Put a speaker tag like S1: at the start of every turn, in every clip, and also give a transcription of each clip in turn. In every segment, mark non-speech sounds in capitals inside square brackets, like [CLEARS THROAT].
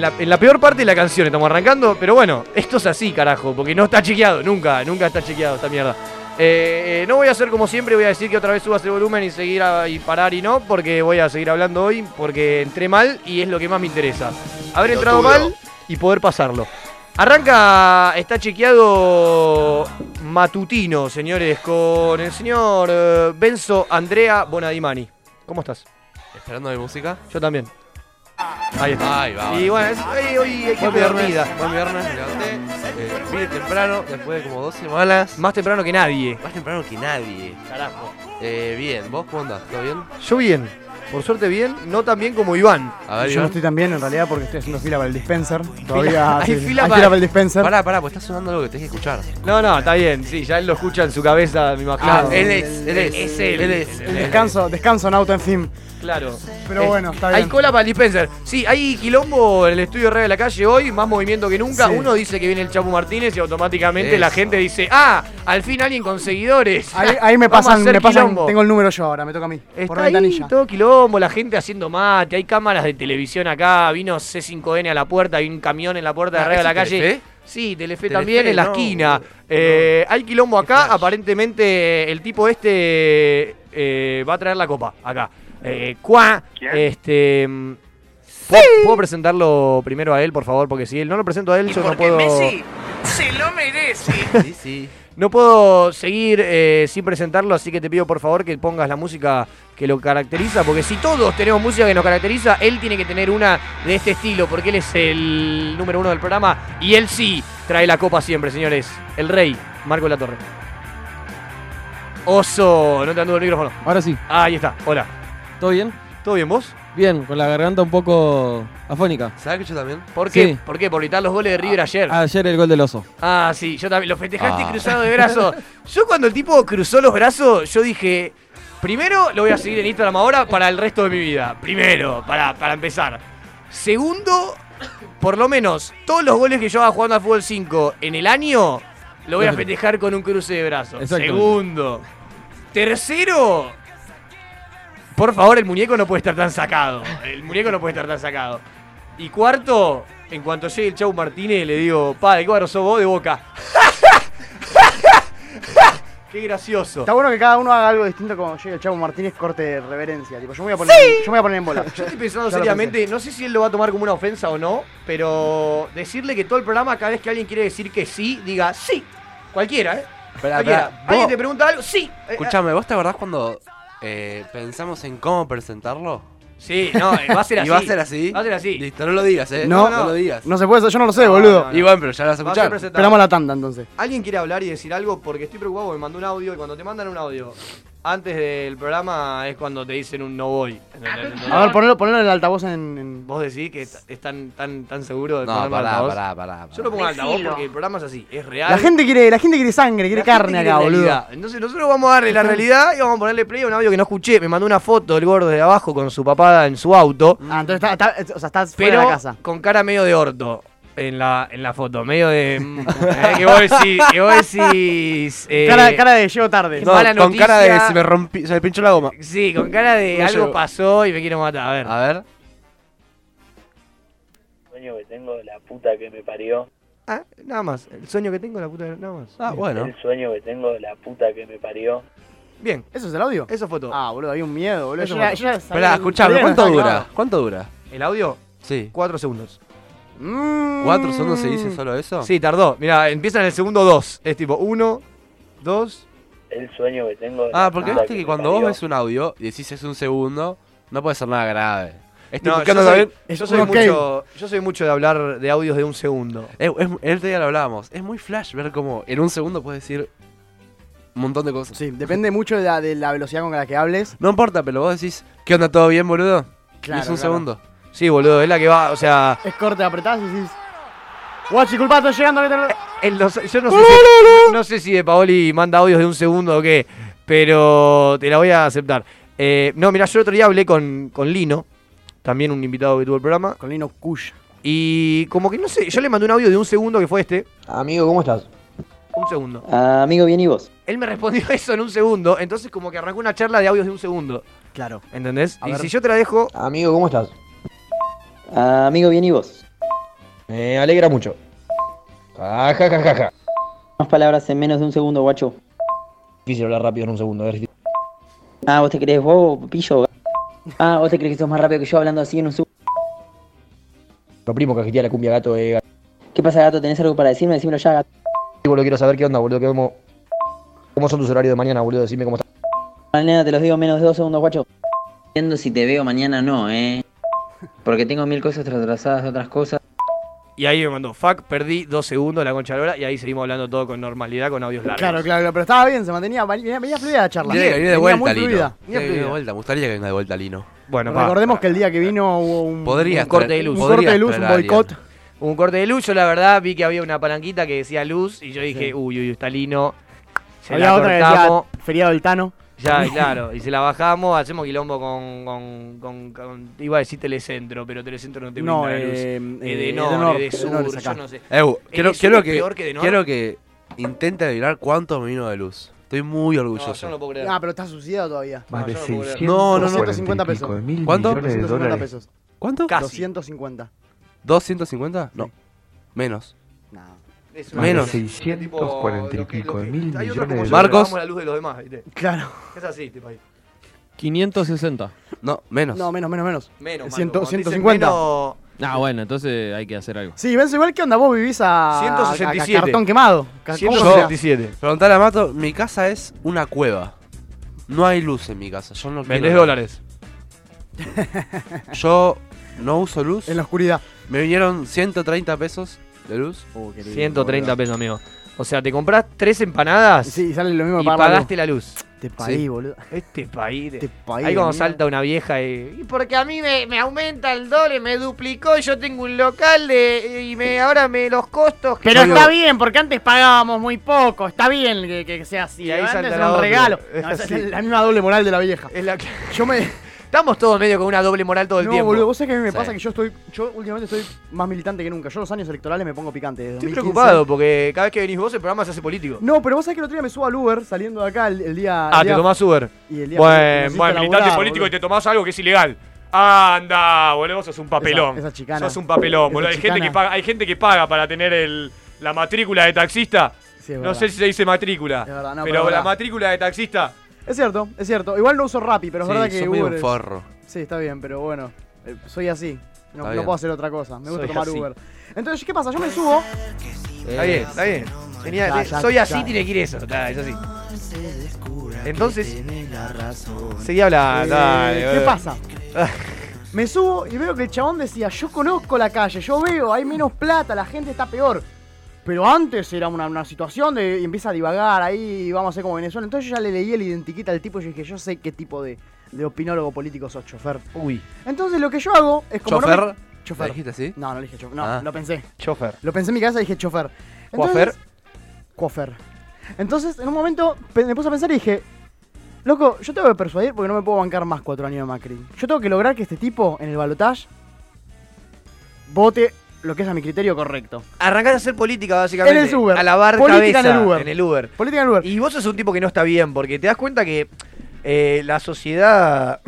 S1: La, en la peor parte de la canción estamos arrancando, pero bueno, esto es así, carajo, porque no está chequeado, nunca, nunca está chequeado esta mierda. Eh, eh, no voy a hacer como siempre, voy a decir que otra vez subas el volumen y seguir a, y parar y no, porque voy a seguir hablando hoy, porque entré mal y es lo que más me interesa. Haber entrado no, mal y poder pasarlo. Arranca, está chequeado matutino, señores, con el señor eh, Benzo Andrea Bonadimani. ¿Cómo estás?
S2: ¿Esperando mi música?
S1: Yo también. Ahí está.
S2: Ahí va.
S1: Y bueno, es, hoy, hoy hay que
S2: Buen viernes,
S1: dormida.
S2: buen viernes, me levanté, eh, vine temprano, después de como dos semanas,
S1: Más temprano que nadie.
S2: más temprano que nadie.
S1: Carajo.
S2: Eh, bien, ¿vos cómo andás? ¿Todo bien?
S1: Yo bien. Por suerte bien, no tan bien como Iván.
S2: A ver,
S3: Yo no
S2: Iván.
S3: estoy tan bien en realidad porque estoy haciendo fila para el dispenser. Todavía
S1: hay
S3: sí,
S1: fila
S3: hay
S1: para-
S3: fila para el dispenser.
S2: Pará, pará, pues está sonando algo que tenés que escuchar.
S1: No, no, está bien. Sí, ya él lo escucha en su cabeza, me imagino.
S2: Ah, él es, él es.
S1: Es él.
S2: Él es.
S1: El
S3: El descanso, descanso en auto, en fin.
S1: Claro.
S3: Pero bueno, está
S1: Hay
S3: bien.
S1: cola para el dispenser. Sí, hay quilombo en el estudio de Radio de la Calle hoy, más movimiento que nunca.
S3: Sí.
S1: Uno dice que viene el Chapu Martínez y automáticamente la
S2: Eso.
S1: gente dice, ah, al fin alguien con seguidores.
S3: Ahí, ahí me
S1: Vamos a
S3: pasan,
S1: hacer
S3: me pasan,
S1: quilombo.
S3: tengo el número yo ahora, me toca a mí. por
S1: Está ahí
S3: ventanilla.
S1: todo quilombo, la gente haciendo mate, hay cámaras de televisión acá, vino C5N a la puerta, hay un camión en la puerta de
S2: Ah,
S1: arriba de la
S2: ¿eso
S1: calle.
S2: es Telefe?
S1: Sí, Telefe,
S2: Telefe,
S1: también en la
S2: no,
S1: esquina.
S2: no.
S1: Eh, hay quilombo acá,
S2: flash.
S1: aparentemente el tipo este eh, va a traer la copa acá. Eh, cuá, este mm, ¿puedo, puedo presentarlo primero a él, por favor? Porque si él no lo presento a él, yo no puedo.
S4: se lo merece.
S2: Sí, sí.
S1: No puedo seguir eh, sin presentarlo, así que te pido por favor que pongas la música que lo caracteriza, porque si todos tenemos música que nos caracteriza, él tiene que tener una de este estilo, porque él es el número uno del programa y él sí trae la copa siempre, señores. El rey, Marco La Torre. Oso, no te anduvo el micrófono.
S5: Ahora sí,
S1: Ahí está, hola.
S5: ¿todo bien?
S1: ¿Todo bien vos?
S5: Bien, con la garganta un poco afónica.
S2: ¿Sabés que yo también?
S1: ¿Por qué?
S5: Sí.
S1: ¿Por qué? Por gritar los goles de River ayer.
S5: Ayer el gol del oso.
S1: Ah, sí, yo también. Lo festejaste
S2: Ah.
S1: cruzado de brazos. Yo cuando el tipo cruzó los brazos, yo dije, primero lo voy a seguir en Instagram ahora para el resto de mi vida. Primero, para, para empezar. Segundo, por lo menos todos los goles que yo haga jugando al fútbol 5 en el año, lo voy a festejar con un cruce de brazos.
S5: Exacto.
S1: Segundo. Tercero, por favor, el muñeco no puede estar tan sacado. El muñeco no puede estar tan sacado. Y cuarto, en cuanto llegue el Chau Martínez, le digo, pa, ¿de qué barrio sos vos? De boca. [LAUGHS] ¡Qué gracioso!
S3: Está bueno que cada uno haga algo distinto como llega el Chavo Martínez corte de reverencia. Tipo, yo me voy a poner, yo me voy a poner en bola.
S1: [LAUGHS] Yo estoy pensando
S3: Ya lo
S1: seriamente, no sé si él lo va a tomar como una ofensa o no, pero decirle que todo el programa, cada vez que alguien quiere decir que sí, diga sí. Cualquiera, ¿eh?
S2: Esperá,
S1: Cualquiera.
S2: esperá,
S1: ¿Alguien
S2: vos-
S1: te pregunta algo? Sí. Eh,
S2: Escuchame, ¿vos te acordás cuando eh, pensamos en cómo presentarlo?
S1: Sí, no, eh, va a ser
S2: [LAUGHS]
S1: así.
S2: ¿Y va a ser así?
S1: Va a ser así.
S2: Listo, no lo digas, eh.
S3: No,
S2: lo digas.
S3: No se puede, yo no lo sé, boludo.
S1: no, no.
S2: Y bueno, pero ya lo vas a
S1: Va a ser
S2: escuchar.
S1: presentado.
S3: Esperamos la tanda entonces.
S1: ¿Alguien quiere hablar y decir algo? Porque estoy preocupado porque me mandó un audio y cuando te mandan un audio antes del programa es cuando te dicen un no voy. ¿entendés? Entonces,
S3: A ver, ponelo, ponelo en el altavoz en. en-
S1: Vos decís que est- están tan, tan seguro del
S2: No,
S1: programa
S2: pará,
S1: altavoz.
S2: pará, pará.
S1: Yo lo
S2: pará.
S1: pongo en altavoz
S4: Decilo.
S1: porque el programa es así, es real.
S3: La gente quiere, la gente quiere sangre,
S1: La
S3: quiere
S1: gente
S3: carne
S1: quiere
S3: acá, boludo.
S1: realidad. Entonces nosotros vamos a darle la realidad y vamos a ponerle play a un audio que no escuché. Me mandó una foto del gordo de abajo con su papada en su auto,
S3: Ah, entonces está, está- o sea, estás fuera
S1: pero
S3: de la casa.
S1: con cara medio de orto. en la, en la foto, medio de. eh, que vos decís. Que vos decís eh,
S3: [LAUGHS] Cara, cara de llego tarde.
S1: No. mala
S6: con cara de
S1: noticia.
S6: se me rompí, se me pinchó la goma.
S1: Sí, con cara de
S6: No
S1: algo
S6: llegó.
S1: pasó y me quiero matar. A ver.
S6: A ver.
S7: sueño que tengo de la puta que me parió.
S1: Ah, nada más. El sueño que tengo, la puta. Nada más.
S6: Ah, bueno.
S7: El sueño que tengo de la puta que me parió.
S1: Bien,
S3: ¿Eso es el audio?
S1: eso fue todo.
S3: Ah, boludo, había un miedo, boludo.
S1: Eso
S3: Yo era-
S1: fue.
S3: yo era-
S6: Espera,
S3: sabía-
S6: escuchame,
S3: sabía que
S6: ¿cuánto
S3: estaba
S6: dura?
S3: clavado.
S6: ¿Cuánto dura?
S1: El audio,
S6: Sí.
S1: cuatro segundos.
S3: Mm.
S6: ¿Cuatro segundos se dice solo eso?
S1: Sí, tardó. Mira, empieza en el segundo dos. Es tipo uno, dos.
S7: El sueño que tengo de la
S6: Ah, porque
S7: puta
S6: viste que
S7: me
S6: cuando vos
S7: parió.
S6: ves un audio y decís es un segundo, no puede ser nada grave. Es tipo,
S1: No,
S6: ¿qué
S1: yo
S6: onda,
S1: soy,
S6: David?
S1: yo
S3: Es
S1: soy
S3: un ok.
S1: mucho, yo soy mucho de hablar de audios de un segundo.
S6: Eh, es- el día lo hablábamos. Es muy flash ver cómo en un segundo puedes decir un montón de cosas.
S3: Sí, depende mucho de la, de la velocidad con la que hables.
S6: No importa, pero vos decís, ¿qué onda, todo bien, boludo? y
S3: Claro,
S6: es un
S3: claro.
S6: segundo.
S1: Sí, boludo, es la que va, o sea,
S3: Es corte, apretás y decís. Guachi, culpa, estoy llegando. vete a la-".
S1: en los- yo no sé, si, no sé si de Paoli manda audios de un segundo o qué, pero te la voy a aceptar. Eh, no, mira, yo el otro día hablé con, con Lino, también un invitado que tuvo el programa,
S3: Con Lino Kush.
S1: y como que no sé, yo le mandé un audio de un segundo que fue este,
S8: Amigo, ¿cómo estás?
S1: un segundo.
S8: Ah, amigo, bien y vos.
S1: Él me respondió [LAUGHS] eso en un segundo, entonces como que arrancó una charla de audios de un segundo,
S3: Claro.
S1: ¿entendés?
S3: A
S1: y
S3: ver.
S1: si yo te la dejo,
S8: Amigo, ¿cómo estás? Ah, amigo, bien y vos. Me alegra mucho. Ja, ja, ja, ja, ja. Más palabras en menos de un segundo, guacho. Difícil hablar rápido en un segundo, a ver si... Ah, ¿vos te crees vos, pillo? Ah, ¿vos te crees que sos más rápido que yo hablando así en un segundo? Lo primo cajetía la cumbia, gato, eh... ¿Qué pasa, gato? ¿Tenés algo para decirme? Decímelo ya, gato. Sí, boludo, quiero saber qué onda, boludo, cómo... ¿Cómo son tus horarios de mañana, boludo? Decime cómo estás. Mañana te los digo en menos de dos segundos, guacho. Viendo si te veo mañana no, eh. Porque tengo mil cosas traslazadas de otras cosas.
S1: y ahí me mandó, fuck, perdí dos segundos la concha de la hora", y ahí seguimos hablando todo con normalidad, con audios largos.
S3: Claro, claro, claro, pero estaba bien, se mantenía, venía, venía fluida la charla.
S6: Tiene que venir de
S3: Venía
S6: vuelta,
S3: muy
S6: Lino.
S3: fluida.
S6: Tiene que venir de vuelta. Me gustaría que venga de vuelta, Lino.
S1: Bueno, pa.
S3: Recordemos que el día que vino hubo un,
S6: Podría
S1: un corte de luz.
S3: un corte de luz, un boicot.
S1: Un corte de luz, yo la verdad vi que había una palanquita que decía luz y yo dije, uy, uy, está lino. Se
S3: Había
S1: la
S3: otra que
S1: cortamos.
S3: decía feriado del Tano.
S1: Ya, claro, y se la bajamos, hacemos quilombo con, con, con- con- Iba a decir telecentro, pero telecentro no te brinda
S3: No,
S1: la luz.
S3: eh, eh,
S1: Edenor,
S3: Edenor,
S1: Edesur,
S3: Edenor es
S1: yo
S3: acá.
S1: no sé.
S6: Eu, quiero,
S1: ¿Es
S6: quiero,
S1: el
S6: que,
S1: peor que de Noir?
S6: quiero que intente adivinar cuánto me vino de luz. Estoy muy
S1: No, yo
S6: orgulloso.
S1: no puedo creer.
S3: Ah, pero está subsidiado todavía.
S1: No,
S9: Más de
S1: yo no puedo creer.
S9: 600
S6: No, no, no.
S3: 250 pesos.
S9: Mil
S6: ¿Cuánto?
S9: millones de
S3: 250
S9: dólares.
S3: pesos.
S6: ¿Cuánto?
S1: Casi.
S3: 250.
S6: 250? No. Menos.
S3: Nada.
S1: Es una
S9: Más
S6: Menos.
S9: de
S1: cosa. Tipo,
S9: 640 y
S1: lo que- lo
S9: pico
S1: que-
S9: mil
S1: hay otros como
S9: millones de
S1: yo,
S6: Marcos.
S1: apagamos la luz de los demás, ¿viste?
S3: Claro.
S1: Es así, este tipo ahí.
S5: 560.
S6: No, menos.
S3: No, menos, menos, menos. Eh,
S1: Menos, Marcos,
S3: Ciento-
S1: cuando dicen
S3: 150.
S1: menos-
S5: Ah, bueno, entonces hay que hacer algo.
S3: Sí, ves igual que onda, vos vivís a,
S1: 167.
S3: a- a cartón quemado. Ca- ¿cómo se llama?
S1: 167.
S6: Preguntale a Mato, mi casa es una cueva. No hay luz en mi casa. Yo no quiero
S1: Vendés
S6: luz.
S1: dólares.
S6: Yo no uso luz.
S3: En la oscuridad.
S6: Me vinieron 130 pesos de luz.
S1: Oh, 130 pesos, amigo. O sea, te compras tres empanadas
S3: Sí, y sale lo mismo
S1: y
S3: para pagarlo.
S1: pagaste la luz.
S3: Este país,
S6: Sí.
S3: boludo.
S1: Este país.
S3: Este
S1: de-
S3: país.
S1: Ahí como
S3: mierda.
S1: salta una vieja y... "Y Porque a mí me, me aumenta el doble, me duplicó, yo tengo un local de, y me, ahora me los costos... que
S3: Pero
S1: yo-
S3: está bien, porque antes pagábamos muy poco. Está bien que, que sea así.
S1: Y ahí
S3: antes
S1: salta
S3: era
S1: la
S3: un
S1: otra.
S3: regalo.
S1: Es
S3: No, esa es
S1: así.
S3: la misma doble moral de la vieja.
S1: Es la que-
S3: Yo me.
S1: Estamos todos medio con una doble moral todo el
S3: no,
S1: tiempo.
S3: boludo, vos sabés que a mí me
S6: Sí.
S3: pasa que yo estoy. Yo últimamente estoy más militante que nunca. Yo los años electorales me pongo picante. desde
S1: Estoy
S3: 2015.
S1: preocupado porque cada vez que venís vos el programa se hace político.
S3: No, pero vos sabés que el otro día me subo al Uber saliendo de acá el, el día. el
S1: ah, te
S3: día-
S1: tomás Uber.
S3: Y el día
S1: Bueno, bueno, militante político y te tomás algo que es ilegal. Anda, boludo, vos sos un papelón.
S3: esa chicana.
S1: sos un papelón,
S3: Esa
S1: boludo. Hay gente,
S3: chicana.
S1: que paga, hay gente que paga para tener el, la matrícula de taxista. No sé si se dice matrícula,
S3: Es verdad,
S1: pero,
S3: no, pero es
S1: la
S3: verdad.
S1: matrícula de taxista.
S3: Es cierto, es cierto. Igual no uso Rappi, pero es
S6: Sí,
S3: verdad que
S6: sos medio
S3: Uber.
S6: un
S3: es-
S6: forro.
S3: Sí, está bien, pero bueno, eh, soy así. No,
S6: Está
S3: no
S6: bien.
S3: puedo hacer otra cosa. Me gusta
S1: Soy
S3: tomar
S1: así.
S3: Uber. Entonces, ¿qué pasa? Yo me subo.
S1: Está bien, está bien. Tenía-
S3: Ya, ya,
S1: soy así,
S3: ya.
S1: tiene que ir eso. Está, es así. Entonces, seguí hablando.
S6: Ah,
S3: eh,
S1: dale,
S3: ¿Qué
S1: boludo.
S3: pasa? me subo y veo que el chabón decía, yo conozco la calle, yo veo, hay menos plata, la gente está peor. Pero antes era una, una situación de y empieza a divagar ahí, y vamos a hacer como Venezuela. Entonces yo ya le leí el identiquita al tipo y yo dije, yo sé qué tipo de, de opinólogo político sos, chofer.
S1: Uy,
S3: Entonces lo que yo hago es como... no me-
S6: ¿Chofer? ¿La
S3: chofer.
S6: dijiste así?
S3: No, no le dije chofer. No,
S6: Ah.
S3: lo pensé.
S1: chofer.
S3: Lo pensé en mi cabeza y dije chofer.
S1: Coafer.
S3: Coafer. Entonces, en un momento pe- me puse a pensar y dije, loco, yo tengo que persuadir porque no me puedo bancar más cuatro años de Macri. Yo tengo que lograr que este tipo en el balotaje vote lo que es a mi criterio correcto.
S1: Arrancaste a hacer política, básicamente.
S3: En el Uber.
S1: A lavar cabeza
S3: Política en el Uber.
S1: En el Uber.
S3: Política en el lugar.
S1: Y vos sos un tipo que no está bien, porque te das cuenta que eh, la sociedad.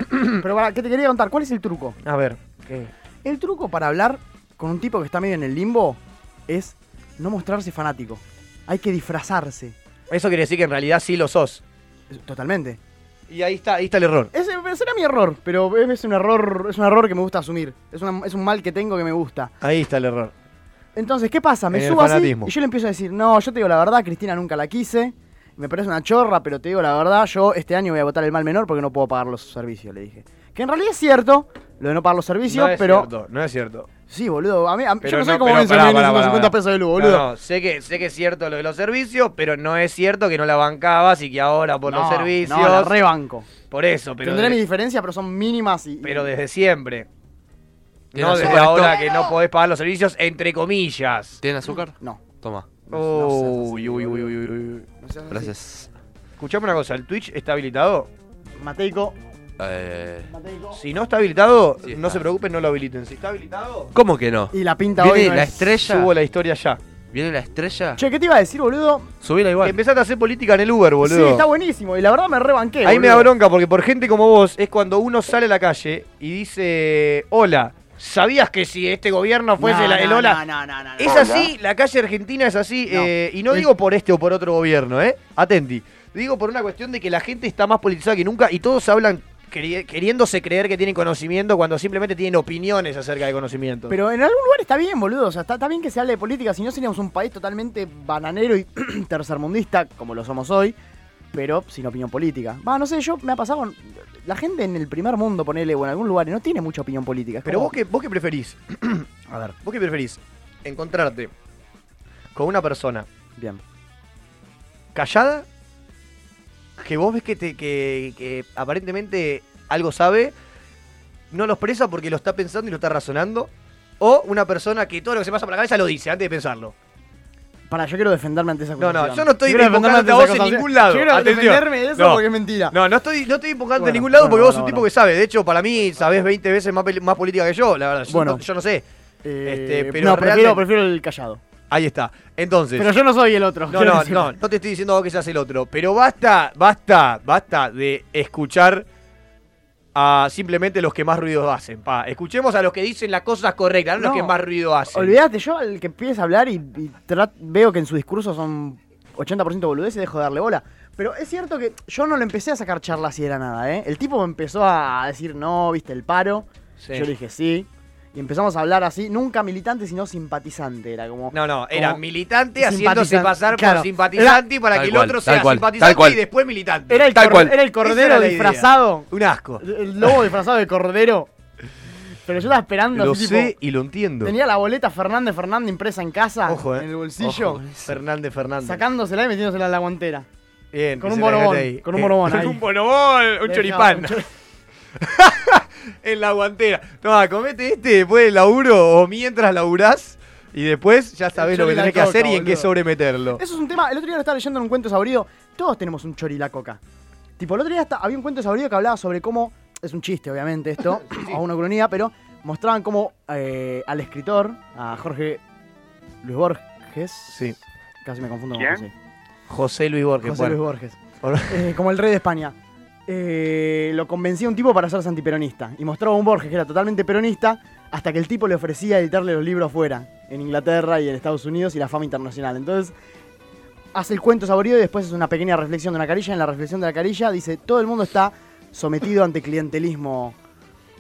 S3: Pero para, ¿qué te quería contar? ¿Cuál es el truco?
S1: A ver.
S3: El truco para hablar con un tipo que está medio en el limbo es no mostrarse fanático. Hay que disfrazarse.
S1: Eso quiere decir que en realidad sí lo sos.
S3: Totalmente.
S1: Y ahí está, ahí está el error.
S3: Ese, ese era mi error, pero es, es un error, es un error que me gusta asumir. Es, una- es un mal que tengo que me gusta.
S1: Ahí está el error.
S3: Entonces, ¿qué pasa? Me
S1: En el
S3: subo así
S1: fanatismo.
S3: y yo le empiezo a decir, no, yo te digo la verdad, Cristina nunca la quise. Me parece una chorra, pero te digo la verdad, yo este año voy a votar el mal menor porque no puedo pagar los servicios, le dije. Que en realidad es cierto, lo de no pagar los servicios,
S1: no es
S3: pero...
S1: cierto, no es cierto.
S3: Sí, boludo, a mí, a mí- yo
S1: Pero
S3: no sé cómo
S1: pero
S3: ven
S1: pará, pará, pará,
S3: 150
S1: pará.
S3: pesos de luz, boludo.
S1: No, no, sé que, sé que es cierto lo de los servicios, pero no es cierto que no la bancabas y que ahora por los
S3: No,
S1: servicios.
S3: No, la rebanco.
S1: Por eso, pero,
S3: Tendré
S1: de-
S3: mi diferencia, pero son mínimas y...
S1: pero desde siempre.
S2: Tiene
S1: No desde
S2: azúcar esto.
S1: ahora que no podés pagar los servicios, entre comillas.
S2: ¿Tiene azúcar?
S3: No.
S2: Toma.
S1: Uy, uy, uy, uy, uy.
S3: no seas así.
S2: Gracias.
S1: Escuchame una cosa, ¿el Twitch está habilitado?
S3: Mateico,
S2: Eh,
S3: Mateico.
S1: Si no está habilitado,
S2: Sí,
S1: no
S2: está.
S1: se preocupen, no lo habiliten. Si está habilitado,
S2: ¿Cómo que no?
S3: Y la pinta hoy
S2: Viene
S3: no
S2: la
S3: es-
S2: estrella.
S1: subo la historia ya.
S2: Viene la estrella.
S3: Che, ¿qué te iba a decir, boludo?
S2: Subila igual.
S1: Empezaste a hacer política en el Uber, boludo.
S3: Sí, está buenísimo. Y la verdad me rebanqué,
S1: Ahí me da
S3: boludo.
S1: bronca porque por gente como vos es cuando uno sale a la calle y dice, hola, ¿sabías que si este gobierno fuese
S3: No,
S1: la- el
S3: no,
S1: hola?
S3: no, no, no, no.
S1: Es así, la calle argentina es así,
S3: No.
S1: eh, y no digo por este o por otro gobierno, ¿eh? Atenti. Digo por una cuestión de que la gente está más politizada que nunca y todos hablan cre- queriéndose creer que tienen conocimiento cuando simplemente tienen opiniones acerca de conocimiento.
S3: Pero en algún lugar está bien, boludo. O sea, está, está bien que se hable de política. Si no, seríamos un país totalmente bananero y [CLEARS THROAT] tercermundista, como lo somos hoy. Pero sin opinión política. Va, no sé, yo me ha pasado con. La gente en el primer mundo, ponele, o en algún lugar, no tiene mucha opinión política. Es
S1: Pero
S3: como-
S1: vos qué, vos qué preferís, [CLEARS THROAT]
S3: A ver,
S1: vos qué preferís, encontrarte con una persona
S3: bien.
S1: callada, que vos ves que, te, que, que aparentemente algo sabe, no lo expresa porque lo está pensando y lo está razonando, o una persona que todo lo que se pasa por la cabeza lo dice antes de pensarlo.
S3: Para, yo quiero defenderme ante esa
S1: No, no,
S3: acusación.
S1: yo no estoy
S3: quiero defenderme
S1: invocándote a
S3: ante
S1: vos en
S3: esa acusación.
S1: ningún lado.
S3: Yo quiero
S1: Atención.
S3: defenderme de eso
S1: No.
S3: porque es mentira.
S1: No, no estoy, no estoy invocando en
S3: Ah. Bueno,
S1: ningún lado
S3: bueno,
S1: porque vos
S3: bueno,
S1: sos un tipo
S3: bueno.
S1: que sabe. De hecho, para mí sabés 20 veces más, peli- más política que yo, la verdad. Yo,
S3: Bueno.
S1: no, yo no sé.
S3: Eh,
S1: Este, pero
S3: no, prefiero,
S1: realmente-
S3: prefiero el callado.
S1: Ahí está. Entonces.
S3: Pero yo no soy el otro.
S1: No,
S3: quiero
S1: no,
S3: decir.
S1: no, no te estoy diciendo a vos que seas el otro, pero basta, basta, basta de escuchar a simplemente los que más ruido hacen, pa. Escuchemos a los que dicen las cosas correctas, no, los
S3: No.
S1: que más ruido hacen.
S3: Olvídate, yo al que empieza a hablar y, y tra- veo que en su discurso son 80% boludeces, dejo de darle bola. Pero es cierto que yo no le empecé a sacar charla así de la nada, ¿eh? El tipo me empezó a decir, no, viste el paro.
S1: Sí.
S3: Yo le dije, sí. Y empezamos a hablar así, nunca militante, sino simpatizante. Era como.
S1: No, no, era
S3: como-
S1: militante
S3: Simpatizan-
S1: haciéndose pasar
S3: claro.
S1: por simpatizante para
S2: Tal
S1: que
S2: cual,
S1: el otro
S2: tal
S1: sea
S2: cual,
S1: simpatizante
S2: tal cual.
S1: y después militante.
S3: Era el,
S2: Tal
S3: cor-
S2: cual.
S3: era el
S1: Esa
S3: cordero
S1: era la idea.
S3: disfrazado.
S1: un asco.
S3: El lobo disfrazado de cordero. Pero yo estaba esperando
S1: Lo
S3: así,
S1: sé
S3: tipo.
S1: y lo entiendo.
S3: Tenía la boleta Fernández Fernández impresa en casa,
S1: Ojo, eh.
S3: en el bolsillo,
S1: Ojo, Fernández Fernández.
S3: sacándosela y metiéndosela en la guantera.
S1: Bien,
S3: con
S1: que
S3: un
S1: se la
S3: bonobón,
S1: dejaste ahí.
S3: con un bonobón
S1: Con
S3: ahí.
S1: un bonobón, un
S3: Dejá,
S1: choripán.
S3: un chor-
S1: en la guantera. Toma, comete este después del laburo o mientras laburás y después ya sabés lo que
S3: chori la
S1: tenés que
S3: coca,
S1: hacer y en qué
S3: boludo. [LAUGHS]
S1: sobremeterlo.
S3: Eso es un tema. El otro día lo estaba leyendo en un cuento sabrido. Todos tenemos un chori la coca. Tipo, el otro día hasta- había un cuento sabrido que hablaba sobre cómo. Es un chiste, obviamente, esto, o una cronía, pero mostraban cómo eh, al escritor, a Jorge Luis Borges.
S1: Sí.
S3: Casi me confundo
S4: ¿Quién?
S3: con José.
S1: José Luis Borges.
S3: José
S1: bueno.
S3: Luis Borges.
S1: Por- [LAUGHS]
S3: Eh, como el rey de España. Eh, lo convencía un tipo para hacerse antiperonista. Y mostraba a un Borges que era totalmente peronista hasta que el tipo le ofrecía editarle los libros fuera, en Inglaterra y en Estados Unidos y la fama internacional. Entonces, hace el cuento saborido y después es una pequeña reflexión de una carilla. En la reflexión de la carilla dice, todo el mundo está sometido ante clientelismo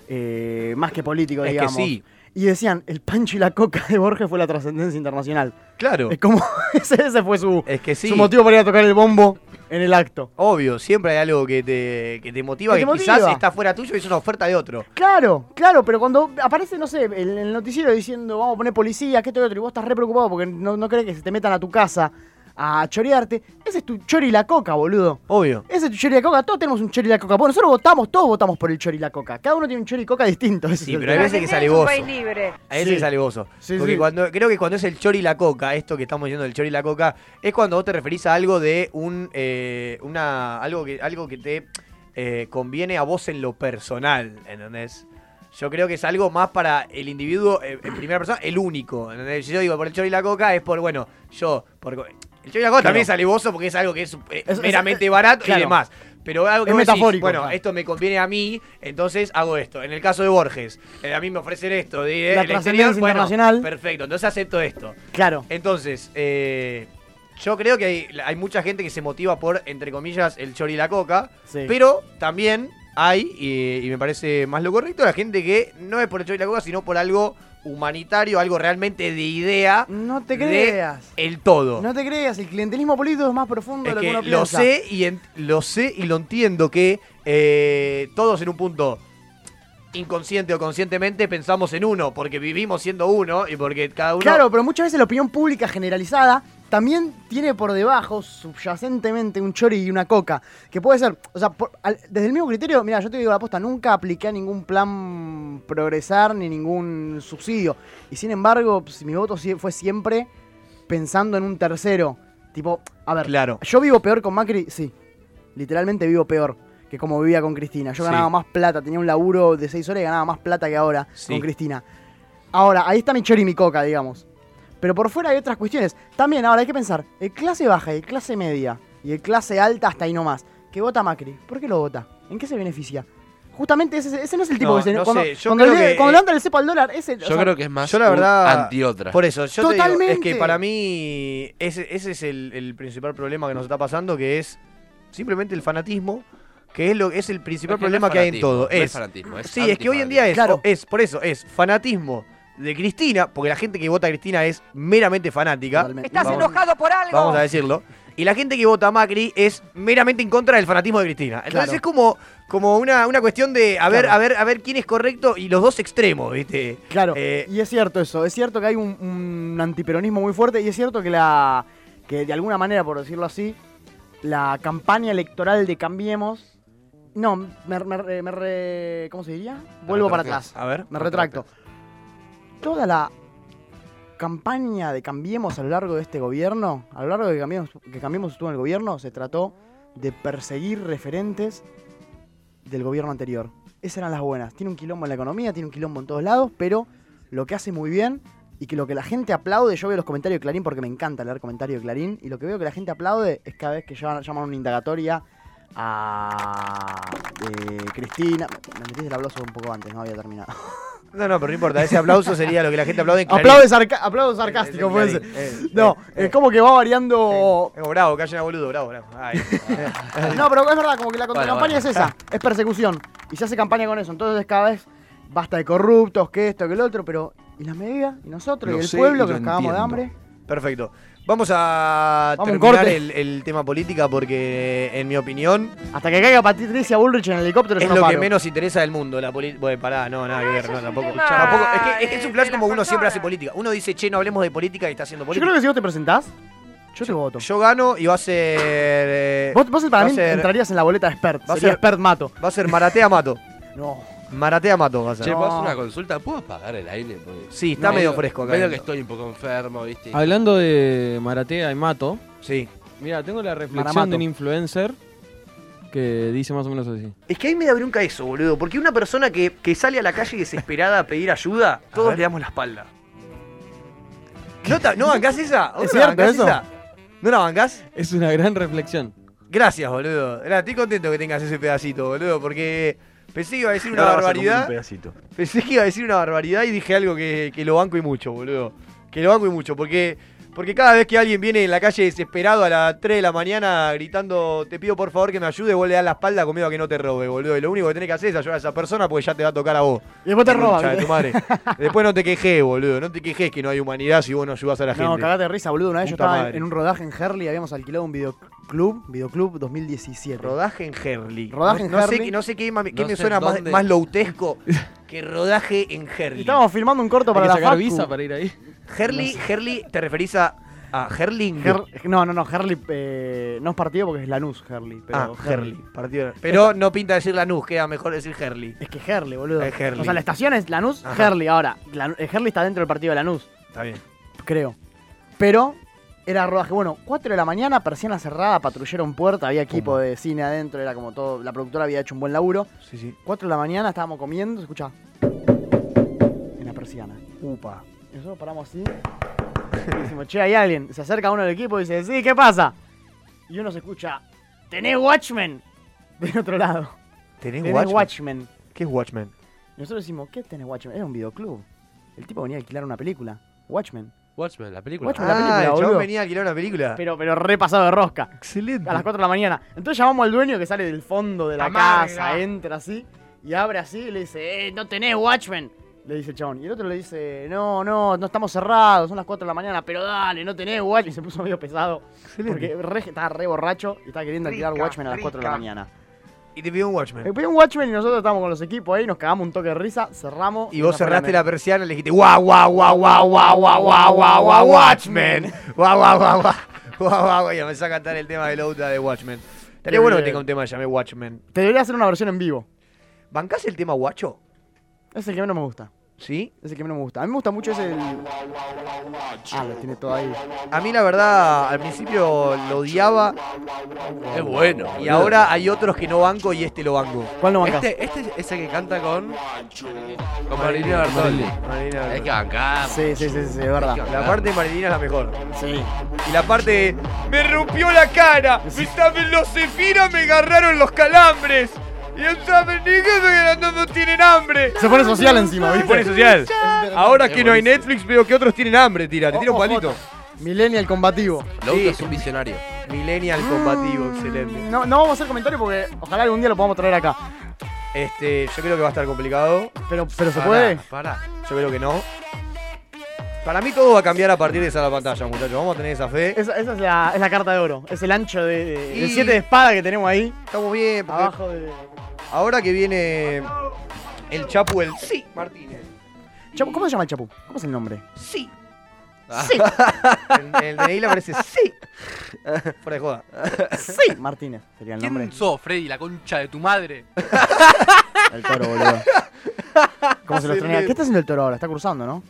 S3: eh, más que político,
S1: Es que
S3: digamos.
S1: sí,
S3: Y decían, el pancho y la coca de Borges fue la trascendencia internacional.
S1: claro.
S3: Es como, [LAUGHS] ese, ese fue su,
S1: Es que sí.
S3: su motivo para ir a tocar el bombo en el acto.
S1: Obvio, siempre hay algo que te, que te motiva,
S3: Que
S1: que,
S3: te
S1: quizás
S3: motiva.
S1: está fuera tuyo y es una oferta de otro.
S3: Claro, claro, pero cuando aparece, no sé, el, el noticiero diciendo vamos a poner policía, que esto y otro, y vos estás re preocupado porque no, no crees que se te metan a tu casa a chorearte, ese es tu chori y la coca, boludo.
S1: Obvio.
S3: Ese es tu chori y la coca, todos tenemos un chori y la coca. Bueno, nosotros votamos, todos votamos por el chori y la coca. Cada uno tiene un chori y coca distinto. ese
S1: Sí,
S3: es el
S1: pero hay
S3: tema.
S1: veces que sale
S10: es un
S1: gozo.
S10: país libre.
S1: A él
S3: Sí.
S1: le sale gozo.
S3: Sí,
S1: Porque
S3: sí.
S1: cuando creo que cuando es el chori y la coca, esto que estamos diciendo del chori y la coca, es cuando vos te referís a algo de un eh, una algo que algo que te eh, conviene a vos en lo personal, ¿entendés? Yo creo que es algo más para el individuo eh, en primera persona, el único. ¿entendés? Si yo digo por el chori y la coca, es por, bueno, yo. Por, co- el chori y la coca también es alevoso porque es algo que es, eh,
S3: Es- es-
S1: meramente
S3: eh,
S1: barato
S3: claro.
S1: y demás. Pero algo que
S3: Es
S1: vos decís,
S3: metafórico,
S1: bueno,
S3: claro.
S1: esto me conviene a mí, entonces hago esto. En el caso de Borges, eh, a mí me ofrecen esto. De,
S3: La
S1: el exterior,
S3: trascendencia
S1: bueno,
S3: internacional.
S1: perfecto, entonces acepto esto.
S3: Claro.
S1: Entonces, eh, yo creo que hay, hay mucha gente que se motiva por, entre comillas, el chori y la coca.
S3: Sí.
S1: Pero también hay, y, y me parece más lo correcto, la gente que no es por el chori y la coca, sino por algo humanitario, algo realmente de idea,
S3: No te
S1: de-
S3: creas.
S1: el todo.
S3: No te creas, el clientelismo político es más profundo
S1: Es
S3: de lo que,
S1: que
S3: uno
S1: lo
S3: piensa.
S1: sé y en- lo sé y lo entiendo que eh, todos en un punto inconsciente o conscientemente pensamos en uno porque vivimos siendo uno y porque cada uno
S3: Claro, pero muchas veces la opinión pública generalizada también tiene por debajo, subyacentemente, un chori y una coca. Que puede ser, o sea, por- al- desde el mismo criterio, mira, yo te digo la posta, nunca apliqué a ningún plan progresar ni ningún subsidio. Y sin embargo, si mi voto sie- fue siempre pensando en un tercero. Tipo, a ver,
S1: Claro.
S3: yo vivo peor con Macri, sí. Literalmente vivo peor que como vivía con Cristina. Yo
S1: Sí.
S3: ganaba más plata, tenía un laburo de 6 horas y ganaba más plata que ahora
S1: Sí.
S3: con Cristina. Ahora, ahí está mi chori y mi coca, digamos. Pero por fuera hay otras cuestiones. También, ahora hay que pensar, el clase baja y el clase media y el clase alta hasta ahí nomás, que vota Macri, ¿por qué lo vota? ¿En qué se beneficia? Justamente ese, ese no es el tipo
S1: No,
S3: que se...
S1: no
S3: cuando
S1: sé, yo
S3: cuando
S1: creo
S3: le-
S1: que- eh,
S3: cuando le anda el cepo al dólar, ese...
S2: Yo creo que es más
S1: yo la
S2: un
S1: verdad-
S2: antiotra.
S1: Por eso, yo te digo, es que
S3: Totalmente.
S1: para mí ese, ese es el, el principal problema que nos está pasando, que es simplemente el fanatismo, que es lo es el principal
S2: Es que no
S1: problema
S2: es
S1: que hay en
S2: fanatismo,
S1: todo.
S2: no es
S1: es,
S2: fanatismo, es
S1: sí, es que hoy en día es,
S3: Claro.
S1: o- es por eso, es fanatismo de Cristina, porque la gente que vota a Cristina es meramente fanática.
S3: Totalmente.
S4: Estás
S1: Vamos-
S4: enojado por algo.
S1: Vamos a decirlo. Y la gente que vota a Macri es meramente en contra del fanatismo de Cristina. Entonces
S3: Claro.
S1: es como, como una, una cuestión de a ver,
S3: Claro.
S1: a ver, a ver quién es correcto y los dos extremos, ¿viste?
S3: Claro,
S1: Eh,
S3: y es cierto eso, es cierto que hay un, un antiperonismo muy fuerte y es cierto que la que de alguna manera, por decirlo así, la campaña electoral de Cambiemos... No, me, me, re- me re- ¿Cómo se diría? Vuelvo para atrás.
S1: a ver.
S3: Me retracto. Toda la campaña de Cambiemos a lo largo de este gobierno, a lo largo de que Cambiemos, que Cambiemos estuvo en el gobierno, se trató de perseguir referentes del gobierno anterior. Esas eran las buenas. Tiene un quilombo en la economía, tiene un quilombo en todos lados, pero lo que hace muy bien y que lo que la gente aplaude, yo veo los comentarios de Clarín porque me encanta leer comentarios de Clarín, y lo que veo que la gente aplaude es cada vez que llaman, llaman a una indagatoria a eh, Cristina. Me metiste el aplauso un poco antes, no había terminado.
S1: No, no, pero no importa. Ese aplauso sería lo que la gente aplaude en Clarín.
S3: [LAUGHS]
S1: eh,
S3: Aplaude, sarca- aplaude sarcástico, puede ser. No, es como que va variando.
S1: Tengo bravo, callen a boludo, bravo, bravo. Ay.
S3: [LAUGHS] No, pero es verdad, como que la
S2: bueno.
S3: contracampaña es esa, es persecución. Y se hace campaña con eso. Entonces cada vez basta de corruptos, que esto, que el otro, pero. ¿Y las medidas? ¿Y nosotros?
S2: Lo
S3: ¿Y el
S2: sé
S3: pueblo
S2: y
S3: que
S2: lo
S3: nos cagamos de
S2: entiendo.
S3: hambre?
S1: Perfecto. Vamos a
S3: Vamos, un
S1: terminar
S3: corte.
S1: el, el tema política porque, en mi opinión,
S3: Hasta que caiga Patricia Bullrich en el helicóptero, yo
S1: es
S3: no
S1: lo que
S3: paro.
S1: menos interesa del mundo. La política. Bueno, pará, no, nada que ver,
S4: eso es
S1: no,
S4: un
S1: tampoco.
S4: tema
S1: tampoco- Es, que, es que es
S4: de-
S1: un flash
S4: de
S1: como
S4: las
S1: uno siempre
S4: personas.
S1: hace política. Uno dice, che, no hablemos de política y está haciendo
S3: Yo
S1: política.
S3: creo que si vos te presentás, yo te voto.
S1: Yo gano y va a ser. eh,
S3: Vos, vos para
S1: va a
S3: mí
S1: ser-
S3: entrarías en la boleta de expert.
S1: va a
S3: Sería
S1: ser-
S3: expert mato.
S1: Va a ser Maratea Mato.
S3: No.
S1: Maratea Mato va a ser.
S2: Che, ¿puedo hacer
S3: No.
S2: una consulta? ¿Puedo apagar el aire? Porque-
S1: Sí, está medio fresco acá
S2: Medio que
S1: adentro.
S2: estoy un poco enfermo, ¿viste?
S5: Hablando de Maratea y Mato,
S1: Sí.
S5: mira, tengo la reflexión
S3: Maramato.
S5: de un influencer que dice más o menos así.
S1: Es que ahí me da bronca eso, boludo. Porque una persona que, que sale a la calle desesperada [LAUGHS] a pedir ayuda, todos le damos la espalda. ¿No, ta- no bancás esa? ¿Vos
S3: ¿Es
S1: no la
S3: cierto
S1: bancás
S3: eso?
S1: esa? ¿No la bancás?
S5: Es una gran reflexión.
S1: Gracias, boludo. Era, estoy contento que tengas ese pedacito, boludo, porque pensé que iba a decir una barbaridad. Pensé que iba a decir una barbaridad y dije algo que, que lo banco y mucho, boludo. Que lo banco y mucho, porque, porque cada vez que alguien viene en la calle desesperado a las 3 de la mañana gritando, te pido por favor que me ayude, vos le das la espalda con miedo a que no te robe, boludo. Y lo único que tenés que hacer es ayudar a esa persona porque ya te va a tocar a vos.
S3: Y después te
S1: Concha de
S3: roba.
S1: tu
S3: ¿viste? [LAUGHS]
S1: madre. Después no te quejes, boludo. No te quejes que no hay humanidad si vos no ayudás a la
S3: No,
S1: gente.
S3: cagate de risa, boludo. Una vez yo
S1: Puta
S3: estaba
S1: madre.
S3: en un rodaje en Herley, habíamos alquilado un videoclub, videoclub 2017.
S1: Rodaje en Herley.
S3: Rodaje
S1: no,
S3: en
S1: no Sé,
S3: Herley.
S1: qué- no sé qué, mami- qué
S2: No
S1: me
S2: sé
S1: suena más,
S2: dónde.
S1: más loutesco que rodaje en Herley.
S3: Estábamos filmando un corto
S5: Hay
S3: para
S5: que
S3: la
S5: sacar
S3: facu.
S5: visa para ir ahí.
S1: Herley, Herley, ¿te referís a, a Herling?
S3: Her- no, no, no, Herley eh, no es partido porque es Lanús, Herley. Pero
S1: ah, Herley. partido- Pero no pinta decir Lanús, queda mejor decir Herley.
S3: Es que Herley, boludo.
S1: Es Herley.
S3: O sea, la estación es Lanús,
S1: Ajá.
S3: Herley ahora. Lanu- eh, Herley está dentro del partido de Lanús,
S1: Está bien.
S3: creo. Pero era rodaje, bueno, 4 de la mañana, persiana cerrada, patrullero en puerta, había equipo de cine adentro, era como todo, la productora había hecho un buen laburo.
S1: Sí, sí.
S3: 4 de la mañana estábamos comiendo, se escucha. persiana. Upa. Y Nosotros paramos así. Y decimos, che, hay alguien. Se acerca uno del equipo y dice, sí, ¿qué pasa? Y uno se escucha, tenés Watchmen. Del otro lado.
S1: ¿Tenés,
S3: Tenés
S1: Watchmen?
S3: Watchmen.
S1: ¿Qué es Watchmen?
S3: Y Nosotros decimos, ¿qué tenés Watchmen? Era un videoclub. El tipo venía a alquilar una película. Watchmen.
S6: Watchmen, la película.
S3: Watchmen, la película,
S1: Ah, el chabón
S3: boludo.
S1: venía a alquilar una película.
S3: Pero, pero repasado de rosca.
S1: Excelente.
S3: A las 4 de la mañana. Entonces llamamos al dueño que sale del fondo de la
S11: Amarga.
S3: casa, entra así y abre así y le dice, eh, no tenés Watchmen. Le dice el chabón. Y el otro le dice, no, no, no estamos cerrados, son las 4 de la mañana, pero dale, no tenés Watchmen. Y se puso medio pesado. Porque re- estaba re borracho y estaba queriendo alquilar
S11: Rica,
S3: Watchmen a las 4 de la
S11: rica.
S3: mañana.
S1: Y te pidió un
S3: Le
S1: Watchmen.
S3: pidió un Watchmen y nosotros estábamos con los equipos ahí, nos cagamos un toque de risa, cerramos.
S1: Y vos
S3: esa fue
S1: cerraste la
S3: meta.
S1: persiana y le dijiste guau, guau, guau, guau, guau, guau, guau, guau, guau, Watchmen. Guau, guau, guau, guau. Guau, guau, guau. Y empezó a cantar el tema de Louta de Watchmen. Estaría
S3: Qué
S1: bueno que
S3: bien.
S1: tenga un tema que llame Watchmen.
S3: Te debería hacer una versión en vivo.
S1: ¿Bancás el tema guacho?
S3: Es el que menos me gusta.
S1: ¿Sí?
S3: Es el que menos me gusta. A mí me gusta mucho ese. del- Ah, lo tiene todo ahí.
S1: A mí la verdad, al principio lo odiaba
S6: Es bueno.
S1: y
S6: boludo.
S1: ahora hay otros que no banco y este lo banco.
S3: ¿Cuál no bancás?
S6: Este, este es el que canta con. Con Marilina Bertoldi.
S1: Marilina,
S6: Hay que bancar.
S3: Sí, sí, sí, sí, de verdad.
S1: La parte de Marilina es la mejor.
S3: Sí.
S1: Y la parte de, Me rompió la cara. Me saben los Zefira, me agarraron los calambres. Y el saben ni que me- no, no tienen hambre.
S3: Se pone social encima,
S1: Se
S3: ¿viste?
S1: pone social. Ahora
S6: Es
S1: que no hay
S6: buenísimo.
S1: Netflix, veo que otros tienen hambre, tira, te tira un
S3: Ojo,
S1: palito.
S3: Millennial combativo.
S6: Louta
S1: Sí.
S6: es un visionario.
S1: Millennial combativo, excelente.
S3: Mm, No, no vamos a hacer comentarios porque ojalá algún día lo podamos traer acá.
S1: Este, yo creo que va a estar complicado.
S3: Pero, pero se puede.
S6: Pará.
S1: Yo creo que no. Para mí todo va a cambiar a partir de esa pantalla, muchachos. Vamos a tener esa fe.
S3: Esa, esa es, la, es la carta de oro. Es el ancho de, de- de
S1: Y-
S3: siete de espada que tenemos ahí.
S1: Estamos bien, porque
S3: Abajo de.
S1: ahora que viene el Chapu, el sí, Martínez.
S3: Chapu, ¿Cómo se llama el Chapu? ¿Cómo es el nombre?
S1: Sí. Sí. En en el DNI le aparece sí. Fuera de joda.
S3: Sí. Martínez sería el nombre.
S6: ¿Quién sos, Freddy, la concha de tu madre?
S3: El toro, boludo. ¿Cómo se lo
S1: Sí,
S3: extraña?
S1: sí.
S3: ¿Qué está haciendo el toro ahora? Está cruzando, ¿no?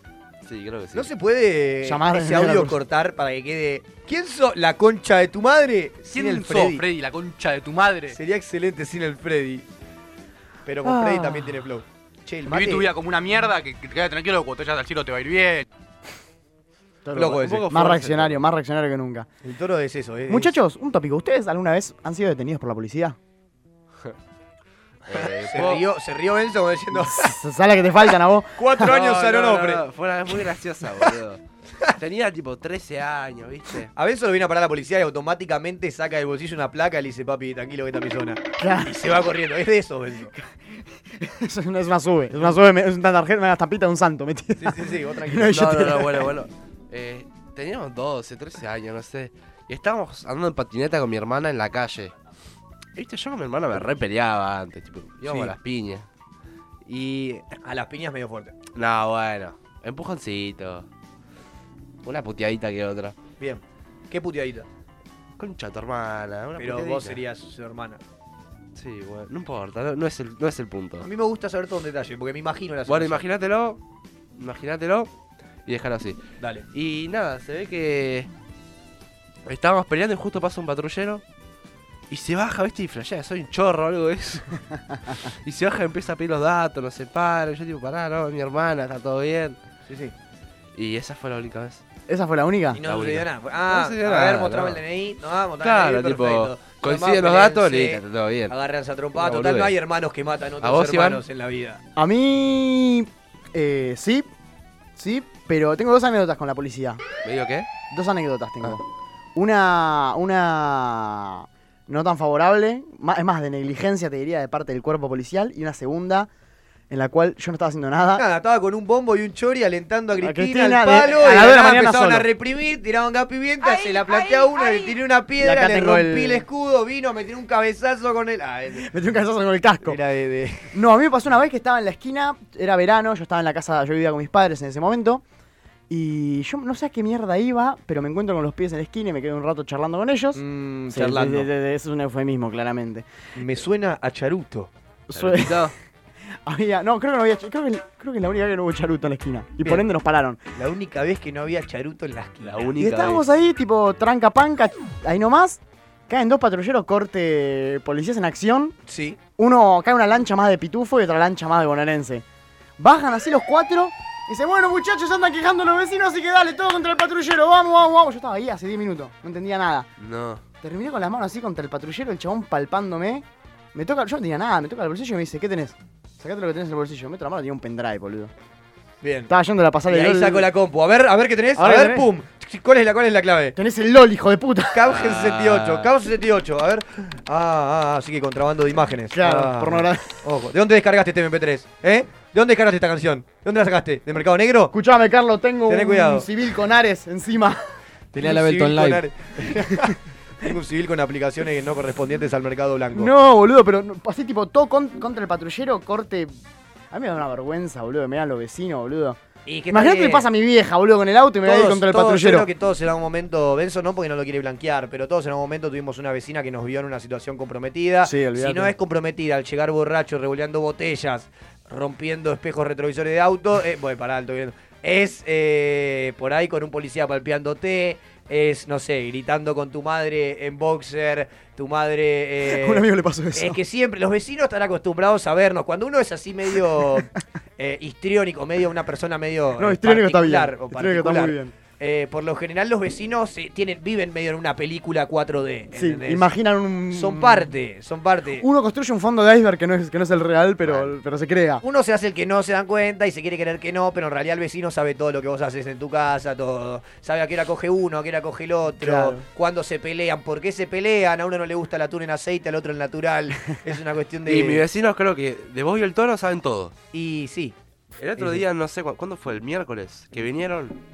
S6: Sí, creo que sí.
S1: No se puede
S3: Llamar
S1: ese
S3: desde la
S1: audio
S3: luz.
S1: cortar para que quede. ¿Quién sos la concha de tu madre? Sin
S6: ¿Quién
S1: el
S6: sos,
S1: Freddy.
S6: Freddy. la concha de tu madre?
S1: Sería excelente sin el Freddy. Pero con
S3: Ah.
S1: Freddy también tiene flow. Che, el mate.
S6: Viví tu vida como una mierda, que, que te quedas tranquilo, que cuando te vayas al cielo te va a ir bien.
S3: Toro,
S1: Loco
S3: un
S1: ese.
S3: poco Más reaccionario, más reaccionario que nunca.
S1: El toro es eso, eh.
S3: Muchachos, un tópico. ¿Ustedes alguna vez han sido detenidos por la policía? [LAUGHS]
S6: Eh,
S1: Se
S6: puedo-
S1: rió, se rió Enzo como diciendo.
S3: Sale que te faltan a vos.
S1: Cuatro
S6: No,
S1: años
S6: no,
S1: a
S6: no,
S1: nombre.
S6: no, Fue una vez muy graciosa, boludo. Tenía tipo 13 años, ¿viste?
S1: A veces lo viene a parar la policía y automáticamente saca del bolsillo una placa y le dice, papi, tranquilo que esta es mi zona.
S3: Claro.
S1: Y se va corriendo. Es de eso, Benzo.
S3: Es [LAUGHS] una, es una sube, es una sube, es una tarjeta, una tapita de un santo, metida.
S1: Sí, sí, sí, vos tranquilo.
S3: [LAUGHS] [LAUGHS] No, yo
S6: No, no,
S3: te-
S6: no, bueno, bueno. Eh, teníamos 12, 13 años, no sé. Y estábamos andando en patineta con mi hermana en la calle. Viste, yo con mi hermana me re peleaba antes, tipo, íbamos
S1: Sí.
S6: a las piñas. Y.
S1: A las piñas medio fuerte.
S6: No, bueno. Empujoncito. Una puteadita que otra.
S1: Bien. Qué puteadita.
S6: Concha tu hermana, una
S1: Pero
S6: puteadita.
S1: vos serías su hermana.
S6: Sí, bueno, no importa, no, no es, el, no es el punto.
S1: A mí me gusta saber todo en detalle, porque me imagino la
S6: Bueno,
S1: situación.
S6: imagínatelo. Imagínatelo. Y déjalo así.
S1: Dale.
S6: Y nada, se ve que estábamos peleando y justo pasa un patrullero. Y se baja, viste, y flashea, soy un chorro o algo
S1: [LAUGHS]
S6: de eso. y se baja y empieza a pedir los datos, nos separa. y Yo digo, pará, no, mi hermana, está todo bien.
S1: Sí, sí.
S6: Y esa fue la única vez.
S3: ¿Esa fue la única?
S1: Y no
S6: La única.
S1: sucedió nada. Fue- Ah,
S6: No sucedió
S1: a
S6: nada,
S1: ver, mostrame
S6: no.
S1: el DNI. Nos vamos,
S6: Claro,
S1: dale,
S6: tipo,
S1: perfecto.
S6: coinciden los
S1: Tomá,
S6: datos,
S1: pélense,
S6: listo, está todo bien.
S1: Agárrense a trompadas.
S6: Una
S1: Total, no
S6: boludez.
S1: hay hermanos que matan otros
S6: vos, Iván?
S1: hermanos en la vida.
S3: A mí. eh, sí, sí, pero tengo dos anécdotas con la policía.
S6: ¿Me digo qué?
S3: Dos anécdotas tengo. Una. Una. No tan favorable, ma- es más, de negligencia, te diría, de parte del cuerpo policial. Y una segunda, en la cual yo no estaba haciendo nada.
S1: Nada, estaba con un bombo y un chori alentando a Cristina,
S3: Cristina
S1: al
S3: de-
S1: palo.
S3: a
S1: y
S3: la
S1: de
S3: hora de
S1: nada
S3: la mañana
S1: empezaron
S3: solo.
S1: a reprimir, tiraban gas pimienta,
S11: Ahí,
S1: se la plantea a
S11: ahí,
S1: uno, le
S11: ahí.
S1: tiré una piedra,
S3: acá
S1: le
S3: tengo
S1: rompí
S3: el-
S1: el... escudo, vino, me tiró un cabezazo con el. Ah, es-
S3: [LAUGHS] Me tiré un cabezazo con el casco.
S1: era de. de-
S3: No, a mí me pasó una vez que estaba en la esquina, era verano, yo estaba en la casa, yo vivía con mis padres en ese momento. Y yo no sé a qué mierda iba, pero me encuentro con los pies en la esquina y me quedo un rato charlando con ellos.
S1: Mm,
S3: Sí, sí, sí, sí, eso es un eufemismo, claramente.
S1: Me suena a charuto.
S3: Sue- [LAUGHS] había, no, creo que no había. Creo que, creo que es la única vez que no hubo charuto en la esquina. Y por
S1: Bien.
S3: ende nos pararon.
S1: La única vez que no había charuto en la esquina.
S6: La
S3: Y
S6: única.
S3: estábamos
S6: vez.
S3: ahí, tipo, tranca panca, ahí nomás. Caen dos patrulleros, corte, policías en acción.
S1: Sí.
S3: Uno, cae una lancha más de pitufo y otra lancha más de bonaerense. Bajan así los cuatro Dice, bueno muchachos, andan quejando los vecinos, así que dale, todo contra el patrullero, vamos, vamos, vamos. Yo estaba ahí hace 10 minutos, no entendía nada.
S2: No.
S3: Terminé con las manos así contra el patrullero, el chabón palpándome. Me toca, yo no tenía nada, me toca el bolsillo y me dice, ¿qué tenés? Sacate lo que tenés en el bolsillo. Me meto la mano, tenía un pendrive, boludo.
S1: Bien.
S3: Estaba yendo a la pasada
S1: Y ahí saco la compu. A ver, a ver qué tenés.
S3: A
S1: A
S3: ver,
S1: ver,
S3: tenés.
S1: pum. ¿Cuál es la, cuál es la clave?
S3: Tenés el LOL, hijo de puta. [LAUGHS]
S1: Cab 68, Cab 68, a ver. Ah, ah, así que contrabando de imágenes.
S3: Claro,
S1: Ah,
S3: pornografía.
S1: Ojo, ¿de dónde descargaste este MP3? ¿Eh? ¿De dónde descargaste esta canción? ¿De dónde la sacaste? ¿De Mercado Negro?
S3: Escuchame, Carlos, tengo
S1: Tené
S3: un
S1: cuidado.
S3: civil con Ares encima.
S5: Tenía la
S1: Un
S5: Belton
S1: civil con
S5: Live.
S1: are- [LAUGHS] Tengo un civil con aplicaciones no correspondientes al mercado blanco.
S3: No, boludo, pero no- así tipo todo con- contra el patrullero, corte. A mí me da una vergüenza, boludo, me dan los vecinos, boludo.
S1: Y que
S3: Imagínate
S1: nadie-
S3: que pasa mi vieja, boludo, con el auto y me da ahí
S1: todos-
S3: contra el
S1: todos, Yo
S3: patrullero.
S1: creo que todos en algún momento, Benzo no porque no lo quiere blanquear, pero todos en algún momento tuvimos una vecina que nos vio en una situación comprometida.
S3: Sí, olvídate.
S1: si no es comprometida al llegar borracho, revoleando botellas, rompiendo espejos retrovisores de auto, eh, bueno, pará, alto viendo. Es eh, por ahí con un policía palpeándote, es, no sé, gritando con tu madre en boxer, tu madre... eh,
S3: A [LAUGHS] un amigo le pasó eso.
S1: es que siempre, los vecinos están acostumbrados a vernos. Cuando uno es así
S3: [LAUGHS]
S1: medio eh, histriónico, medio una persona medio.
S3: No,
S1: eh,
S3: histriónico está bien,
S1: particular o
S3: histriónico está muy
S1: particular,
S3: bien.
S1: eh, por lo general, los vecinos eh, tienen, viven medio en una película 4D.
S3: sí,
S1: ¿entendés?
S3: imaginan un.
S1: Son parte, son parte.
S3: Uno construye un fondo de iceberg que no es, que no es el real, pero, pero se crea.
S1: Uno se hace el que no se dan cuenta y se quiere creer que no, pero en realidad el vecino sabe todo lo que vos haces en tu casa, todo. Sabe a qué hora coge uno, a qué hora coge el otro,
S3: Claro.
S1: cuándo se pelean, por qué se pelean. A uno no le gusta la tuna en aceite, al otro el natural. es una
S3: [LAUGHS]
S1: cuestión de.
S2: Y mis vecinos creo que de vos y el toro saben todo.
S1: Y sí.
S2: El otro
S1: Sí, sí.
S2: día, no sé, cu- ¿cuándo fue? El miércoles, que vinieron.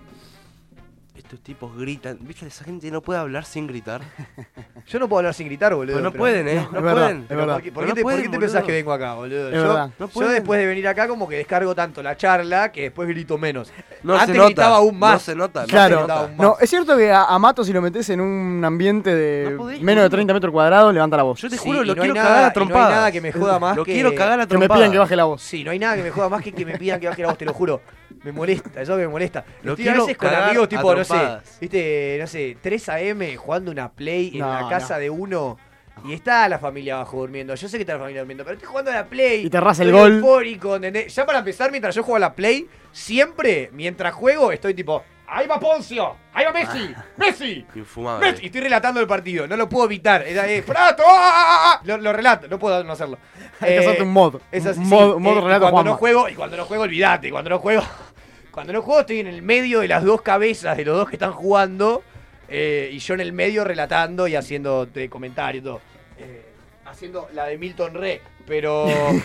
S2: Estos tipos gritan. ¿Viste? Esa gente no puede hablar sin
S3: [LAUGHS]
S2: gritar.
S1: Yo no puedo hablar sin gritar, boludo.
S2: Pero no
S1: pero-
S2: pueden, ¿eh? No
S3: es verdad,
S2: pueden.
S3: es verdad.
S1: ¿Por qué, por
S2: Pero
S1: qué
S2: no
S1: te, por
S2: pueden,
S1: qué te
S2: boludo.
S1: pensás que vengo acá, boludo?
S3: Es
S1: yo,
S3: verdad.
S2: No
S1: yo
S2: pueden.
S1: después de venir acá como que descargo tanto la charla que después grito menos.
S2: No
S1: Antes
S2: se nota,
S1: gritaba aún más.
S2: No se nota. no se
S3: Claro,
S2: nota.
S1: un
S3: no,
S1: más.
S3: es cierto que a, a Mato si lo metes en un ambiente de
S2: No podés,
S3: menos de
S2: boludo.
S3: 30 metros cuadrados, levanta la voz.
S2: Yo te
S1: Sí,
S2: juro,
S1: y
S2: lo
S1: no hay
S2: quiero
S1: nada-
S2: cagar
S1: y no
S2: a
S1: hay
S2: trompadas.
S1: nada que me joda más
S2: Lo
S1: que-
S2: quiero cagar a
S3: Que me
S2: trompadas.
S3: pidan que baje la voz.
S1: Sí, no hay nada que me joda más que que me pidan que baje la voz, te lo juro. Me molesta, eso me molesta.
S2: Lo
S1: Estoy a
S2: quiero
S1: veces con
S2: cagar
S1: amigos
S2: a
S1: tipo, no sé,
S2: trompadas.
S1: viste, no sé, 3 AM jugando una play en
S3: No,
S1: la casa de uno. Y está la familia abajo durmiendo. Yo sé que está la familia durmiendo, pero estoy jugando a la Play.
S3: Y te arrasa el
S1: estoy
S3: gol.
S1: eufórico, ¿entendés? Ya para empezar, mientras yo juego a la Play, siempre, mientras juego, estoy tipo, ahí va Poncio, ahí va
S3: [LAUGHS]
S1: Messi, Messi,
S2: Infumable.
S1: Messi. Y estoy relatando el partido, no lo puedo evitar. Es, es, "Prato, ah, ah, ah". Lo, lo relato, no puedo no hacerlo.
S3: Hay que
S1: Eh,
S3: hacerte un mod.
S1: es así,
S3: un
S1: sí.
S3: mod,
S1: Eh,
S3: un mod
S1: y
S3: relato
S1: cuando
S3: Juanma.
S1: no juego, y cuando no juego, olvídate, cuando no juego. [LAUGHS] Cuando no juego estoy en el medio de las dos cabezas de los dos que están jugando. eh, y yo en el medio relatando y haciendo de comentario y todo. Eh, haciendo la de Milton Re. Pero.
S3: [LAUGHS]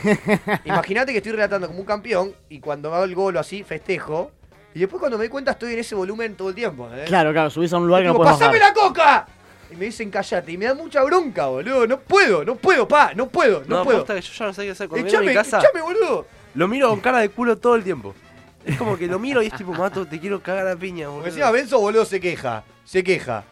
S1: Imagínate que estoy relatando como un campeón. Y cuando hago el gol o así, festejo. Y después cuando me doy cuenta estoy en ese volumen todo el tiempo. ¿eh?
S3: Claro, claro, subís a un lugar que no
S1: Digo,
S3: puedes
S1: ¡Pasame
S3: bajar.
S1: la coca! Y me dicen callate. Y me da mucha bronca, boludo. No puedo, no puedo, pa, no puedo, no,
S2: No,
S1: puedo.
S2: posta que yo ya no sé qué hacer cuando viene a
S1: Echame,
S2: mi casa.
S1: echame, boludo.
S2: Lo miro con cara de culo todo el tiempo. Es como que lo miro y es tipo, mato, te quiero cagar a piña, boludo.
S1: Porque encima Benzo, boludo, se queja. Se queja.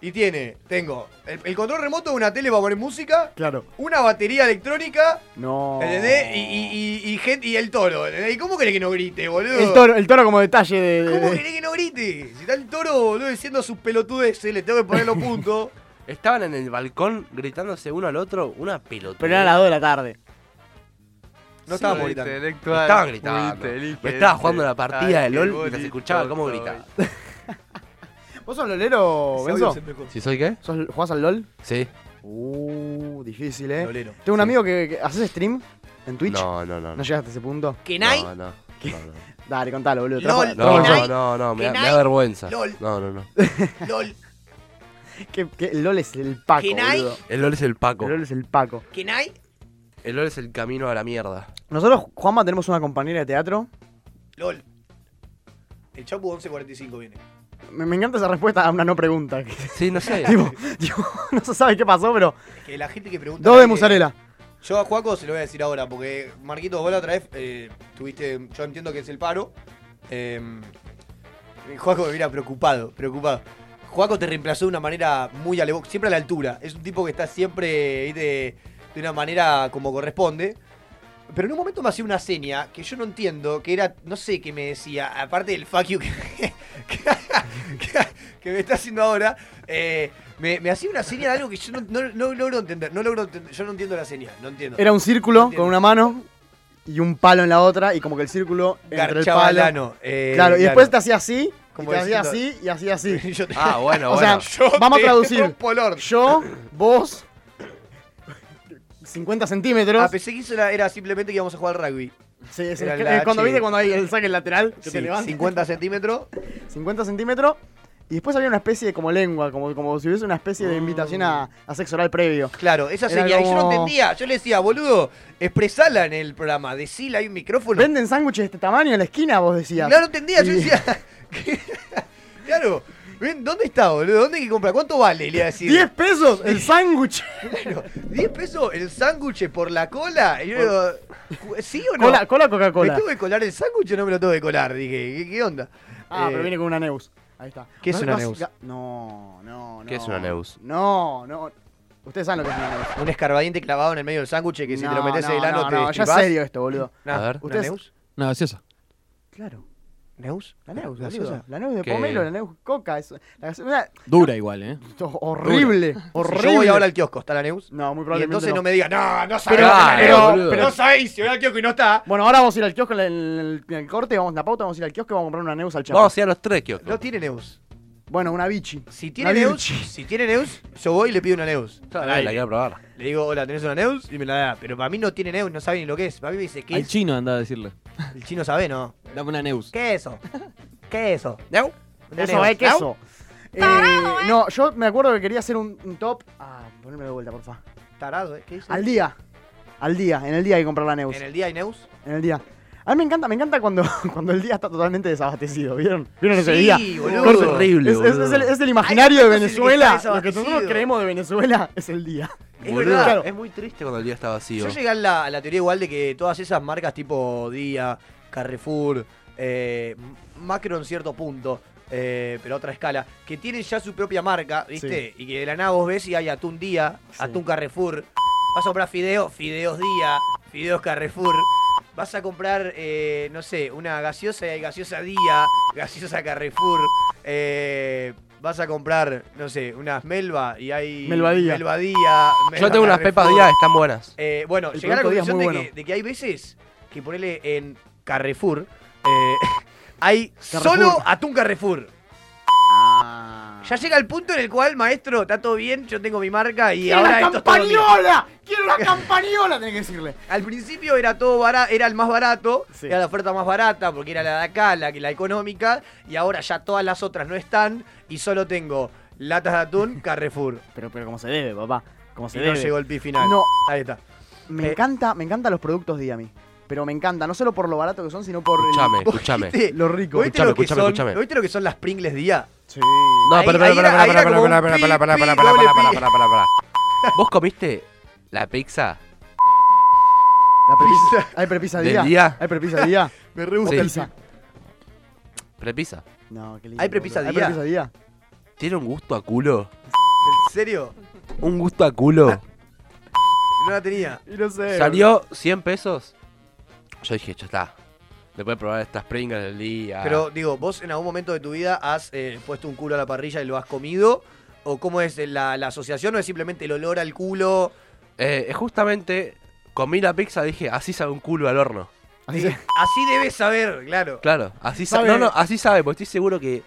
S1: Y tiene, tengo, el, el control remoto de una tele para poner música,
S3: Claro.
S1: una batería electrónica,
S2: Oh.
S3: No.
S1: ¿entendés? Y, y, y, y gente- y el toro, ¿entendés? ¿Y cómo querés que no grite, boludo?
S3: El toro, el toro como detalle de. de-
S1: ¿Cómo
S3: de-
S1: querés que no grite? Si está el toro, boludo, diciendo sus pelotudeces, le tengo que poner los puntos.
S2: Estaban en el balcón gritándose uno al otro una pelota.
S3: Pero eran las 2 de la tarde.
S2: [LAUGHS]
S1: No estábamos gritando.
S10: Intelectual,
S2: Estaban
S10: muy
S2: gritando.
S10: inteligente.
S2: Me estaba jugando la partida
S10: Ay,
S2: de
S10: qué
S2: LOL y
S10: bonito
S2: las escuchaba cómo gritaban.
S3: ¿Vos sos lolero, Benzo?
S2: ¿Si soy qué?
S3: ¿Sos, ¿Jugás al LOL?
S2: Sí.
S3: Uh, difícil, eh.
S1: Lolero.
S3: Tengo un amigo que, que- haces stream en Twitch.
S2: No, no, no.
S3: ¿No llegaste a ese punto.
S1: ¿Que Nai?
S2: No, no. No, no.
S3: Dale, contalo, boludo.
S1: LOL,
S3: Trajo-
S2: No,
S1: ¿Que
S3: trajo-
S2: no,
S1: Nai?
S2: no, no, me da,
S1: ¿Que
S2: me da
S1: Nai?
S2: vergüenza.
S1: LOL.
S2: No, no, no. eh.
S1: LOL,
S3: que- que el LOL es el Paco.
S1: ¿Que Nai?
S3: boludo.
S2: El LOL es el Paco.
S3: El LOL es el Paco.
S1: ¿que Nai?
S2: El LOL es el camino a la mierda.
S3: Nosotros, Juanma, tenemos una compañera de teatro.
S1: LOL. El Chapu 1145 viene.
S3: Me, me encanta esa respuesta a una no pregunta. [LAUGHS] que-
S2: Sí, no sé.
S3: tipo, tipo, no se sabe qué pasó, pero.
S1: Es que la gente que pregunta...
S3: Dos de
S1: eh,
S3: mozzarella.
S1: Yo a Juaco se lo voy a decir ahora, porque Marquito, vos la otra vez eh, tuviste, yo entiendo que es el paro. eh, Juaco me mira preocupado, preocupado. Juaco te reemplazó de una manera muy alevo, siempre a la altura. Es un tipo que está siempre ¿viste? de, una manera como corresponde. Pero en un momento me hacía una seña que yo no entiendo, que era, no sé qué me decía, aparte del fuck you que, [LAUGHS] que- que- que me está haciendo ahora, eh, me, me hacía una seña de algo que yo no, no- no logro entender, no logro entender, yo no entiendo la seña, no entiendo.
S3: Era un círculo
S1: Entiendo.
S3: con una mano y un palo en la otra y como que el círculo entre el
S1: Garchaba
S3: palo.
S1: el ano, eh,
S3: claro, y
S1: claro.
S3: después te hacía así,
S1: Como
S3: y te hacía
S1: diciendo-
S3: así y hacía
S1: [LAUGHS]
S3: así.
S1: Yo te-
S2: [LAUGHS]
S6: Ah, bueno,
S3: o
S6: bueno.
S3: sea,
S1: Yo
S3: vamos a
S1: te-
S3: traducir.
S1: Polor.
S3: Yo, vos, 50 centímetros.
S1: Ah, pensé que eso era, era simplemente que íbamos a jugar al rugby.
S3: Sí, es
S1: era
S3: el-
S1: la
S3: eh, cuando
S1: H.
S3: viste cuando hay el saque lateral, que te
S1: Sí,
S3: levanta.
S1: 50 centímetros.
S3: 50 centímetros. Y después había una especie de como lengua, como, como si hubiese una especie
S1: Mm.
S3: de invitación a, a sexo oral previo.
S1: Claro, esa
S3: Era
S1: señal. y Yo no
S3: como-
S1: entendía. Yo le decía, boludo, expresala en el programa. Decila, hay un micrófono.
S3: Venden sándwiches de este tamaño en la esquina, vos decías.
S1: Claro, no entendía. Yo
S3: Y-
S1: decía. [LAUGHS] ¿qué? claro. Ven, ¿dónde está, boludo? ¿Dónde hay que comprar? ¿Cuánto vale? Le iba a decir. [LAUGHS]
S3: ¡10 pesos el sándwich!
S1: Claro, 10 pesos el sándwich por la cola. Y yo digo, "Ju- ¿sí o no?
S3: Cola, cola
S1: ¿Me
S3: Coca-Cola.
S1: tuve que colar el sándwich o no me lo tuve que colar? Dije, ¿qué, qué onda?
S3: Ah,
S1: Eh,
S3: pero viene con una Neus. Ahí está.
S1: ¿Qué es una
S3: sé-
S1: Neus?
S3: No, no, no.
S6: ¿Qué es una Neus?
S3: No, no. Ustedes saben lo que es una Neus.
S1: Un escarbadiente clavado en el medio del sándwich que si te lo
S3: No,
S1: metes en el
S3: no,
S1: ano
S3: no,
S1: te
S3: no, ya es
S1: destripás.
S3: serio esto, boludo.
S1: No,
S6: A ver.
S1: ¿una
S3: Ustedes-
S1: Neus?
S5: No, gaseosa.
S3: Claro.
S1: ¿Neus?
S3: La Neus,
S1: ¿La
S3: boludo.
S1: gaseosa?
S3: La Neus de
S6: ¿Qué?
S3: pomelo, la Neus coca. Es, la gaseosa- una-
S5: Dura igual, ¿eh?
S3: horrible, horrible.
S1: Si yo voy ahora al kiosco, ¿está la Neus?
S3: No, muy
S1: Y
S3: probablemente
S1: entonces
S3: no.
S1: no. me diga, no, no sabés
S3: Pero-
S1: lo que es la
S5: Claro,
S1: Neus,
S5: boludo.
S1: pero no sabés, si voy al kiosco y no está.
S3: Bueno, ahora vamos a ir al kiosco en el, en el corte, vamos a la pauta, vamos a ir al kiosco y vamos a comprar una Neus al chaval.
S6: Vamos a ir a los tres, Kyoko.
S1: No tiene Neus.
S3: Bueno, una bichi.
S1: Si tiene
S3: Nadie-
S1: Neus, si tiene Neus, yo voy y le pido una Neus.
S6: Ah, la quiero probar.
S1: Le digo, hola, ¿tenés una Neus? Y me la da. Pero para mí no tiene Neus, no sabe ni lo que es. Para mí me dice, ¿qué
S5: Al
S1: es?
S5: chino anda a decirle.
S1: El chino sabe, ¿no?
S5: Dame una Neus.
S1: ¿Qué es eso? ¿Qué es eso?
S6: ¿No?
S1: Una
S3: Eso,
S1: Neus.
S3: eh, queso. Eh, no, yo me acuerdo que quería hacer un, un top. Ah, poneme de vuelta, porfa.
S1: Tarado, ¿eh? ¿Qué dice?
S3: Al día. Al día, en el día hay que comprar la Neus.
S1: En el día hay Neus.
S3: En el día. A mí me encanta, me encanta cuando, [LAUGHS] cuando el día está totalmente desabastecido, ¿vieron? ¿Vieron ese
S1: Sí,
S3: día?
S1: boludo.
S3: Corte.
S1: Es
S6: horrible,
S3: Es, es-
S6: boludo.
S3: es el, es el imaginario de
S1: Hay momentos en el que
S3: Venezuela.
S1: está
S3: Lo que nosotros
S1: desabastecido.
S3: creemos de Venezuela es el día.
S1: Es
S6: Boludo.
S1: verdad.
S3: Claro.
S6: Es muy triste cuando el día está vacío.
S1: Yo llegué a la, a la teoría igual de que todas esas marcas tipo Día, Carrefour, eh, Macro en cierto punto, eh, pero a otra escala, que tienen ya su propia marca, ¿viste? Y que de la nada vos ves y hay Atún Día,
S3: Sí.
S1: Atún Carrefour. Vas a comprar fideos, fideos Día, fideos Carrefour. Vas a comprar, eh, no sé, una gaseosa y hay gaseosa Día, gaseosa Carrefour. Eh, vas a comprar, no sé, unas Melva y hay...
S3: Melva Día.
S1: Melva Día,
S6: Yo
S1: Melva
S6: tengo unas pepas
S1: Carrefour.
S6: días, están buenas.
S1: Eh, bueno,
S3: El
S1: llegué a la
S3: producto Díaz
S1: conclusión de,
S3: muy
S1: que,
S3: bueno.
S1: de que hay veces que ponele en Carrefour, eh, [LAUGHS] hay
S3: Carrefour.
S1: solo atún Carrefour.
S3: Ah.
S1: Ya llega el punto en el cual, maestro, está todo bien, yo tengo mi marca y
S3: ¡Quiero
S1: ahora
S3: la
S1: esto es todo mío.
S3: campañola! ¡Quiero la campañola! Tenés que decirle.
S1: Al principio era todo barato, era el más barato,
S3: Sí.
S1: era la oferta más barata, porque era la de acá, la, que- la económica, y ahora ya todas las otras no están y solo tengo latas de
S3: [LAUGHS]
S1: atún Carrefour.
S3: Pero, pero como se debe, papá. Como
S1: Y
S3: se
S1: no
S3: debe.
S1: llegó el pi final.
S3: No.
S1: Ahí está.
S3: Me
S1: Eh.
S3: encanta, me encantan los productos de mí. Pero me encanta, no solo por lo barato que son, sino por el-
S6: Escuchame, escuchame.
S1: ¿Viste?
S3: lo rico.
S1: ¿Viste lo que
S6: escuchame,
S1: son-
S6: escuchame.
S1: ¿Viste lo que son las Pringles día?
S3: Sí.
S6: No,
S1: Ahí-
S6: pero,
S1: ahí
S6: pero, pero,
S1: era- ahí
S6: pero,
S1: era
S6: pero,
S1: como
S6: pero,
S1: un
S6: pero,
S1: pi,
S6: pero, pero,
S1: pi,
S6: pero, pero,
S1: doble
S6: pero,
S1: pi.
S6: pero, pero, pero, pero. ¿Vos comiste la pizza?
S3: La prepisa. Hay prepisa
S6: ¿Del
S3: día.
S6: día?
S3: Hay prepisa día.
S1: [LAUGHS] Me re gusta
S6: Sí.
S1: el
S3: Pizza.
S6: ¿Prepizza?
S3: No, qué lindo.
S1: ¿Hay prepisa
S3: boludo.
S1: día?
S3: Hay prepisa día.
S6: ¿Tiene un gusto a culo?
S1: ¿En serio?
S6: ¿Un gusto a
S1: Ah,
S6: culo?
S1: No la tenía.
S3: Y no sé.
S6: Salió 100 pesos. Yo dije, ya está. Después de probar estas pringas del día.
S1: Pero digo, vos en algún momento de tu vida has eh, puesto un culo a la parrilla y lo has comido. ¿O cómo es la, la asociación? ¿O es simplemente el olor al culo?
S6: Eh, justamente comí la pizza dije, así sabe un culo al horno.
S3: Así que-
S1: Así debes saber, claro.
S6: Claro, así sabe.
S3: Sabe-
S6: No, no, así sabe, porque estoy seguro que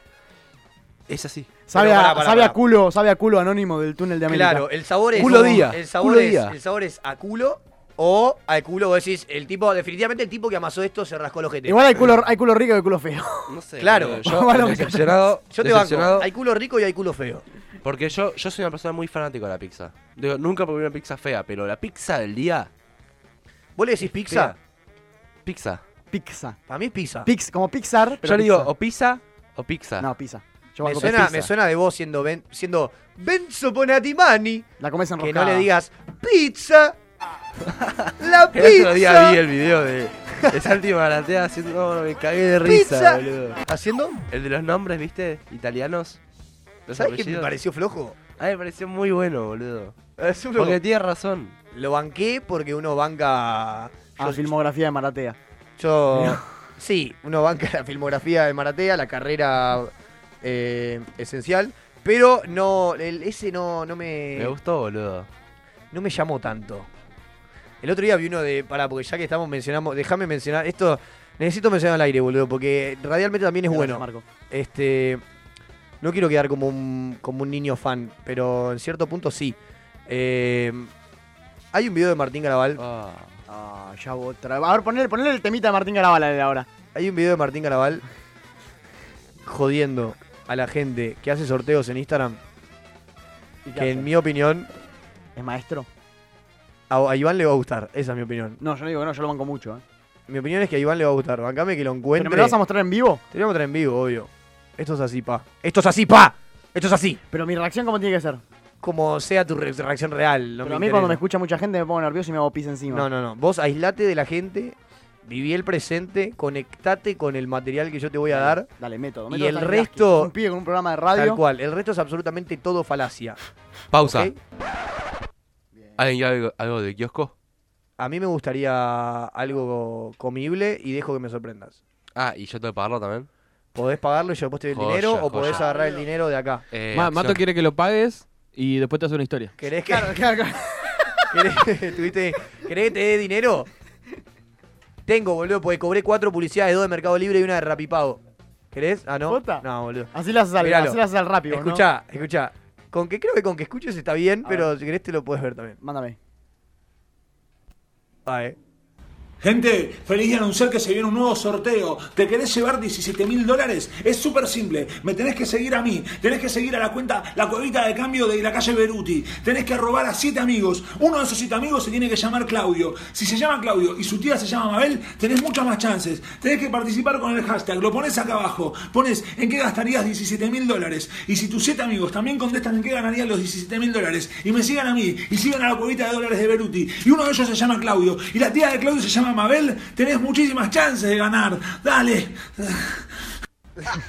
S6: es así.
S3: Sabe,
S1: Pero
S3: a,
S1: pará, pará,
S3: sabe a
S1: pará.
S3: culo, sabe a culo anónimo del túnel de América.
S1: Claro, eh, el sabor es.
S6: Culo día,
S1: El sabor,
S6: culo
S1: es,
S6: día.
S1: el sabor es a culo o al culo. Vos decís, el tipo, definitivamente el tipo que amasó esto se rascó los jetes.
S3: Igual hay culo, hay culo rico y culo feo.
S6: No sé.
S1: Claro. [LAUGHS]
S6: boludo,
S3: Bueno,
S6: Yo decepcionado.
S1: Yo te
S6: decepcionado,
S1: banco. Hay culo rico y hay culo feo.
S6: Porque yo, yo soy una persona muy fanática de la pizza. Digo, nunca comí una pizza fea, pero la pizza del día.
S1: ¿Vos le decís pizza?
S6: Pizza.
S3: Pizza.
S1: Para mí es pizza.
S3: Pix, como Pixar. Pero
S6: yo le digo,
S3: pizza.
S6: o pizza o pizza.
S3: No, pizza. Yo
S1: Me
S3: banco
S1: suena,
S3: pizza.
S1: me suena de vos siendo, ben, siendo Benzo Bonatimani.
S3: La comes
S1: Que
S3: enroscada.
S1: no le digas
S6: [LAUGHS]
S1: pizza. La
S6: El otro día vi
S1: pizza.
S6: el video de, de Santi Maratea haciendo. no, me cagué de risa,
S1: Pizza.
S6: boludo.
S1: ¿Haciendo?
S6: El de los nombres, ¿viste? Italianos. Los
S1: ¿Sabes qué me
S6: apellidos.
S1: pareció flojo?
S6: A mí me pareció muy bueno, boludo.
S1: Pareció flojo.
S6: Porque tiene razón.
S1: Lo banqué porque uno banca.
S3: A
S1: Yo.
S3: Ah, filmografía de Maratea.
S1: yo- sí, uno banca la filmografía de Maratea, la carrera eh, esencial. Pero no, el- ese no, no me,
S6: Me gustó, boludo.
S1: no me llamó tanto. El otro día vi uno de. Pará, porque ya que estamos mencionando. Déjame mencionar. Esto. Necesito mencionar al aire, boludo, porque radialmente también es bueno.
S3: Marco.
S1: Este. No quiero quedar como un, como un niño fan, pero en cierto punto sí. Eh, hay un video de Martín Garabal.
S2: Ah.
S3: Ah, ya vos otra vez. A ver, ponle, ponle el temita de Martín Garabal de ahora.
S1: Hay un video de Martín Garabal jodiendo a la gente que hace sorteos en Instagram.
S3: ¿Y qué
S1: Que
S3: hace?
S1: en mi opinión,
S3: ¿Es maestro?
S1: a, a Iván le va a gustar. Esa es mi opinión.
S3: No, yo no digo que no, yo lo banco mucho. ¿eh?
S1: Mi opinión es que a Iván le va a gustar. Bancame que lo encuentre.
S3: ¿Pero me lo vas a mostrar en vivo?
S1: Te lo voy a mostrar en vivo, obvio. Esto es así, pa. Esto es así, pa. Esto es así.
S3: Pero mi reacción, ¿cómo tiene que ser?
S1: Como sea tu re- reacción real. No
S3: Pero
S1: me
S3: a mí, cuando
S1: interesa.
S3: me escucha mucha gente, me pongo nervioso y me hago pis encima.
S1: No, no, no. Vos aislate de la gente, viví el presente, conectate con el material que yo te voy a dar.
S3: Dale, método.
S1: Y
S3: método
S1: el
S3: Stanislavski.
S1: resto-
S3: Un pibe con un programa de
S1: Tal
S3: radio.
S1: cual. El resto es absolutamente todo falacia.
S2: Pausa.
S1: ¿ok?
S2: ¿Alguien quiere algo, algo de kiosco?
S1: A mí me gustaría algo comible y dejo que me sorprendas.
S2: Ah, y yo tengo que pagarlo también.
S1: Podés pagarlo y yo después te doy el
S2: Joya,
S1: dinero o
S2: joya.
S1: podés agarrar el dinero de acá.
S2: Eh,
S5: Ma-
S2: acción.
S5: Mato quiere que lo pagues y después te hace una historia.
S1: ¿Querés que, [LAUGHS]
S3: Claro, claro, claro.
S1: querés- tuviste- querés que te dé dinero? Tengo, boludo, porque cobré cuatro publicidades, dos de Mercado Libre y una de Rapipago. ¿Querés? Ah, no.
S3: ¿Jota?
S1: No, boludo.
S3: Así lo haces al,
S1: Míralo.
S3: así lo haces al rápido. ¿no?
S1: Escucha, escucha. Con que creo que con que escuches está bien,
S3: A
S1: pero si querés te lo puedes ver también.
S3: Mándame.
S1: Ah, eh.
S10: Gente, feliz de anunciar que se viene un nuevo sorteo. ¿Te querés llevar 17 mil dólares? Es súper simple. Me tenés que seguir a mí. Tenés que seguir a la cuenta La Cuevita de Cambio de la calle Beruti. Tenés que robar a 7 amigos. Uno de esos 7 amigos se tiene que llamar Claudio. Si se llama Claudio y su tía se llama Mabel, tenés muchas más chances. Tenés que participar con el hashtag. Lo pones acá abajo. Pones en qué gastarías 17 mil dólares. Y si tus 7 amigos también contestan en qué ganarían los 17 mil dólares. Y me sigan a mí. Y sigan a la Cuevita de Dólares de Beruti. Y uno de ellos se llama Claudio. Y la tía de Claudio se llama Mabel. Tenés muchísimas chances de ganar. Dale.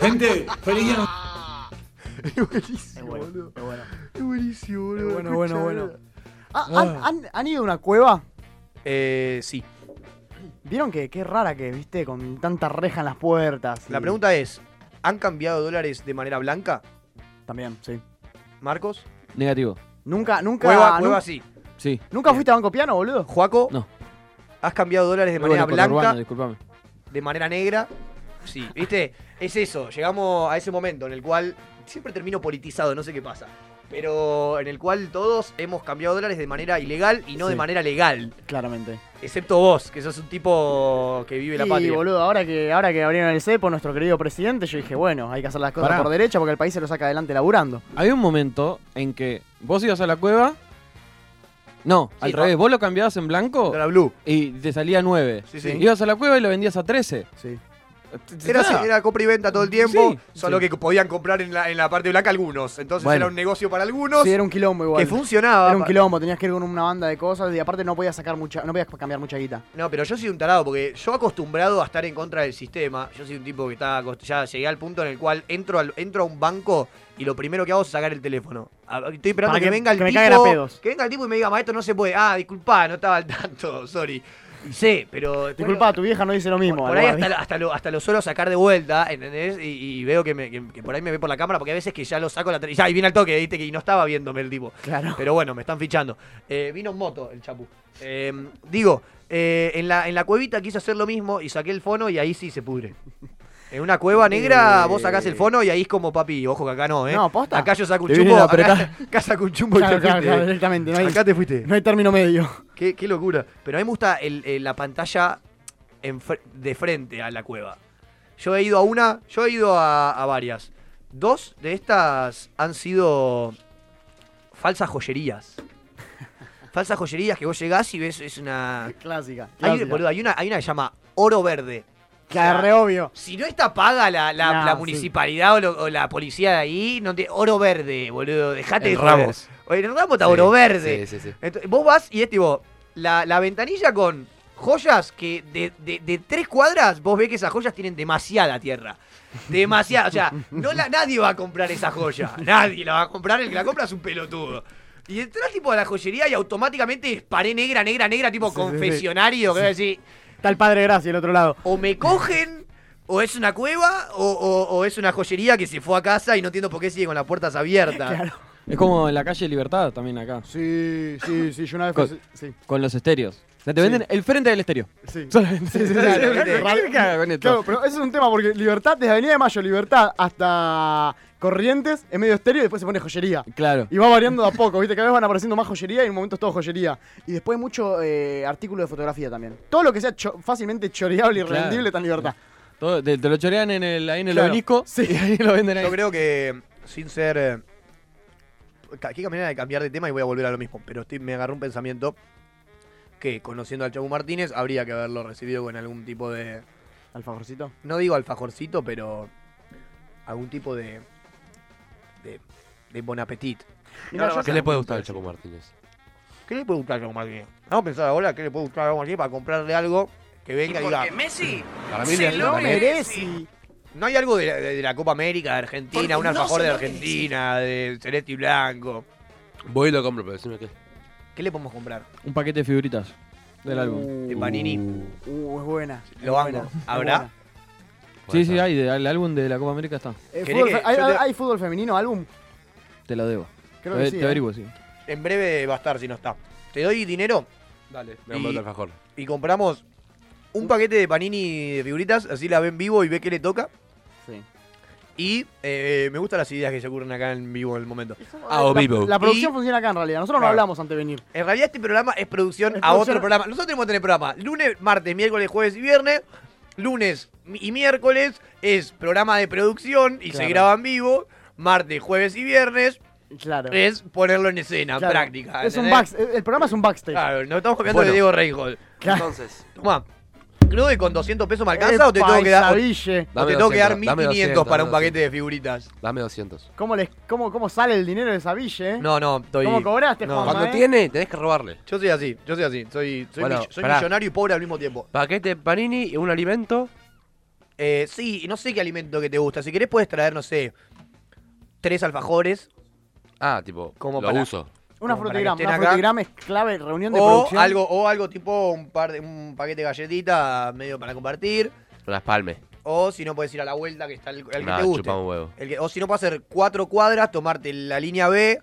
S10: Gente, feliz día.
S3: Es bueno. Es bueno,
S1: Es buenísimo,
S3: es bueno, bueno, bueno. Ah, ¿han, han- han ido a una cueva?
S1: Eh, sí.
S3: ¿Vieron que qué rara que, viste, con tanta reja en las puertas?
S1: La
S3: y-
S1: pregunta es, ¿han cambiado dólares de manera blanca,
S3: También, sí.
S1: Marcos?
S5: Negativo.
S3: Nunca, nunca.
S1: Cueva,
S3: nun-
S1: cueva sí.
S5: Sí.
S3: ¿Nunca fuiste a Banco Piano, boludo?
S1: Juaco,
S5: No.
S1: ¿has cambiado dólares de
S5: Algo
S1: manera
S5: Nicolás
S1: blanca,
S5: Urbano, disculpame.
S1: de manera negra? Sí, ¿viste? Es eso, llegamos a ese momento en el cual siempre termino politizado, no sé qué pasa. Pero en el cual todos hemos cambiado dólares de manera ilegal y no de
S3: Sí.
S1: manera legal.
S3: Claramente.
S1: Excepto vos, que sos un tipo que vive la
S3: y,
S1: patria.
S3: boludo, ahora que, ahora que abrieron el CEPO, nuestro querido presidente, yo dije, bueno, hay que hacer las cosas
S5: Pará.
S3: por derecha porque el país se lo saca adelante laburando.
S5: Había un momento en que vos ibas a la cueva. No, al
S1: no.
S5: revés. Vos lo cambiabas en blanco
S1: Dólar blue.
S5: y te salía 9.
S1: Sí, sí.
S5: Ibas a la cueva y lo vendías a 13.
S3: Sí.
S1: Era, así, era compra y venta todo el tiempo,
S5: Sí,
S1: solo
S5: sí.
S1: que podían comprar en la, en la parte blanca algunos. Entonces
S5: Bueno.
S1: era un negocio para algunos
S3: Sí, era un quilombo igual.
S1: que Ah, funcionaba.
S3: Era un quilombo, tenías que ir con una banda de cosas y aparte no podías sacar mucha, no podías cambiar mucha guita.
S1: No, pero yo soy un tarado porque yo acostumbrado a estar en contra del sistema. Yo soy un tipo que está acost- ya llegué al punto en el cual entro al- entro a un banco y lo primero que hago es sacar el teléfono. A- Estoy esperando
S3: Para
S1: que,
S3: que-
S1: venga el
S3: que me
S1: tipo
S3: caguen a pedos.
S1: que venga el tipo y me diga, "Maestro, no se puede." Ah, disculpa, no estaba al tanto, [LAUGHS] sorry. Y sé, pero después-
S3: Disculpa, tu vieja no dice lo mismo.
S1: Por, por ahí
S3: [LAUGHS]
S1: hasta, lo- hasta lo, hasta lo suelo sacar de vuelta, ¿entendés? Y, y veo que, me- que- que por ahí me ve por la cámara, porque a veces que ya lo saco la tele- y ya, y viene al toque, viste, que y no estaba viéndome el tipo.
S3: Claro.
S1: Pero bueno, me están fichando. Eh, vino en moto el chapu. Eh, digo, eh, en, la, en la cuevita quise hacer lo mismo y saqué el fono y ahí sí se pudre. [LAUGHS] En una cueva negra
S3: Eh.
S1: vos sacás el fono y ahí es como papi, ojo que acá no, ¿eh?
S3: No, posta.
S1: Acá yo saco un
S5: Te
S1: chumbo,
S5: vienen a
S1: acá,
S5: apretar.
S1: [LAUGHS] acá saco un chumbo y
S3: Claro,
S1: te
S3: claro,
S1: fuiste.
S3: claro, directamente. No hay,
S1: Acá te fuiste.
S3: no hay término medio.
S1: Qué, qué locura. Pero a mí me gusta el- el- la pantalla en fr- de frente a la cueva. Yo he ido a una, yo he ido a, a varias. Dos de estas han sido falsas joyerías. Falsas joyerías que vos llegás y ves, es una...
S3: [LAUGHS] Clásica.
S1: Hay,
S3: clásica.
S1: Ah. boludo, hay una, hay una que se llama oro verde.
S3: Claro, re obvio.
S1: Si no está paga la, la-
S3: Nah,
S1: la
S3: sí.
S1: municipalidad o, lo- o la policía de ahí, no te, oro verde, boludo, dejate
S2: El
S1: de joder.
S2: Ramos.
S1: Oye, el Ramos está oro verde.
S2: Sí, sí, sí.
S1: Entonces, vos vas y es tipo, la, la ventanilla con joyas que de, de- de tres cuadras vos ves que esas joyas tienen demasiada tierra. Demasiada, o sea, no la, nadie va a comprar esa joya. Nadie la va a comprar, el que la compra es un pelotudo. Y entras tipo a la joyería y automáticamente es pared negra, negra, negra, tipo
S3: Sí, sí, sí.
S1: confesionario, que voy a decir,
S3: Está el padre Gracia del otro lado.
S1: o me cogen, o es una cueva, o, o- o es una joyería que se fue a casa y no entiendo por qué sigue con las puertas abiertas.
S5: Es como en la calle Libertad también acá.
S3: Sí, sí, sí, yo una vez
S5: Con-
S3: fui- sí.
S5: Con los estéreos. O sea, te venden el frente del estéreo.
S3: Sí.
S5: [LAUGHS] Solamente.
S3: Sí, sí, sí.
S5: ¿Qué caga con esto?
S3: Claro, pero ese es un tema porque Libertad, desde Avenida de Mayo, Libertad hasta Corrientes, es medio estéreo y después se pone joyería.
S5: Claro.
S3: Y va variando de a poco, ¿viste? Cada vez van apareciendo más joyería y en un momento es todo joyería. Y después mucho eh, artículo de fotografía también. Todo lo que sea cho- fácilmente choreable y
S5: Claro.
S3: rendible está en Libertad.
S5: Todo- te, te lo chorean en el, ahí en el
S3: Claro.
S5: obelisco
S3: Sí.
S5: y ahí lo venden ahí.
S1: Yo creo que, sin ser. eh, ca- Qué manera de cambiar de tema y voy a volver a lo mismo. Pero estoy- me agarró un pensamiento que, conociendo al Chabu Martínez, habría que haberlo recibido con algún tipo de.
S3: Alfajorcito.
S1: No digo alfajorcito, pero. Algún tipo de. de, de bon appetit.
S3: Mirá, yo-
S2: ¿Qué le puede gustar al Chaco Martínez?
S1: ¿Qué le puede gustar al Chabu Martínez? Vamos a pensar ahora qué le puede gustar al Chabu Martínez para comprarle algo que venga y diga.
S4: Porque Messi
S2: Para mí,
S4: se
S2: le-
S4: lo
S2: para mí-
S4: merece.
S1: No hay algo de la, de la Copa América de Argentina,
S4: Porque
S1: un
S4: no
S1: alfajor
S4: se
S1: de
S4: lo merece.
S1: Argentina, de celeste y blanco.
S2: Voy y lo compro, pero decime qué.
S1: ¿Qué le podemos comprar?
S5: Un paquete de figuritas del álbum.
S1: De Panini.
S3: Uh, es buena.
S1: Lo banco. ¿Habrá?
S5: Sí, sí, hay. de- El álbum de la Copa América está.
S3: Eh,
S1: ¿Querés
S3: fútbol
S1: que
S3: fe- hay,
S1: yo te-
S3: hay fútbol femenino, álbum?
S5: Te lo debo.
S3: Creo
S5: te
S3: que sí.
S5: te
S3: eh.
S5: averiguo, sí.
S1: En breve va a estar si no está. Te doy dinero
S2: Dale. Me
S1: Y-
S2: compro otro alfajor.
S1: y compramos un paquete de panini de figuritas, así la ve en vivo y ve qué le toca.
S5: Sí.
S1: Y eh, me gustan las ideas que se ocurren acá en vivo en el momento.
S2: Ah, o
S3: la,
S2: vivo.
S3: la producción
S1: Y-
S3: funciona acá en realidad. Nosotros no
S1: Claro.
S3: hablamos antes de venir.
S1: En realidad este programa es producción
S3: Es
S1: a
S3: producción-
S1: otro programa. Nosotros tenemos que tener programa lunes, martes, miércoles, jueves y viernes. Lunes y miércoles es programa de producción y se
S3: Claro.
S1: graba en vivo. Martes, jueves y viernes
S3: Claro.
S1: es ponerlo en escena, Eh,
S3: Claro.
S1: práctica.
S3: Es un
S1: ¿entendés?
S3: back- el programa es un backstage.
S1: Claro, no estamos copiando
S2: Bueno.
S1: de Diego Reinhold.
S3: Claro.
S2: Entonces,
S1: Toma, creo que con 200 pesos me alcanza o te tengo que dar, o te
S3: Paisaville.
S2: Dame
S1: tengo que dar
S2: 200, dame
S1: 1500 para
S2: 200,
S1: un paquete de figuritas.
S2: dame 200.
S3: ¿Cómo, les, cómo, ¿Cómo sale el dinero de esa ville, eh?
S1: No, no, estoy.
S3: ¿Cómo cobraste,
S1: no.
S3: Juanma,
S2: Cuando
S3: eh?
S2: tiene, tenés que robarle.
S1: Yo soy así, yo soy así. Soy, soy,
S2: Bueno,
S1: mill- soy
S2: pará.
S1: millonario y pobre al mismo tiempo.
S2: Paquete de panini y un alimento.
S1: Eh, sí, y no sé qué alimento que te gusta. Si querés, puedes traer, no sé, tres alfajores
S2: Ah, tipo,
S1: Como
S2: lo
S1: para-
S2: uso.
S3: Una
S1: Como para
S3: frutigrama.
S1: que
S3: Una
S1: estén acá.
S3: frutigrama es clave, reunión de
S1: o
S3: producción.
S1: algo, o algo tipo un, par de, un paquete de galletitas medio para compartir.
S2: Unas palmes.
S1: O si no, puedes ir a la vuelta, que está el, el que
S2: Nah,
S1: te guste.
S2: chupa un huevo.
S1: El que- o si no, puedes hacer cuatro cuadras, tomarte la línea B,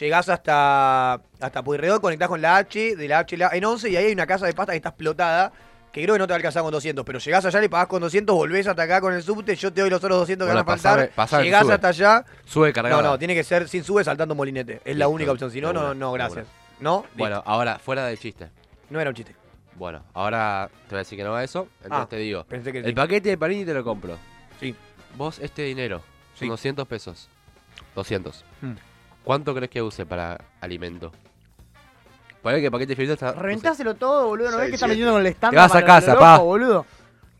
S1: llegás hasta, hasta Pueyrredón, conectás con la H, de la H la- en 11, y ahí hay una casa de pasta que está explotada, que creo que no te va a alcanzar con 200, pero llegás allá, le pagás con 200, volvés hasta acá con el subte, yo te doy los otros 200
S2: Bueno,
S1: que van a faltar,
S2: pasame- pasame el
S1: llegás
S2: sube.
S1: hasta allá.
S2: Sube
S1: No,
S2: cargado.
S1: no, tiene que ser sin sube saltando molinete. Es la
S2: Listo,
S1: única opción, si no,
S2: de
S1: no,
S2: una,
S1: no,
S2: de
S1: gracias. ¿No? Listo.
S2: Bueno, ahora, fuera de chiste.
S1: No era un chiste.
S2: Bueno, ahora te voy a decir que no a eso. Entonces
S1: Ah.
S2: te digo:
S1: Pensé que sí.
S2: el paquete de panini te lo compro.
S1: Sí.
S2: Vos, este dinero,
S1: Sí.
S2: son 200 pesos. 200.
S1: Hmm.
S2: ¿Cuánto crees que use para alimento? Ponele que el paquete de figuritas está. no sé,
S3: Reventáselo todo, boludo. ¿No ves que está metiendo con el stand?
S2: Te vas a casa, pa.
S3: boludo.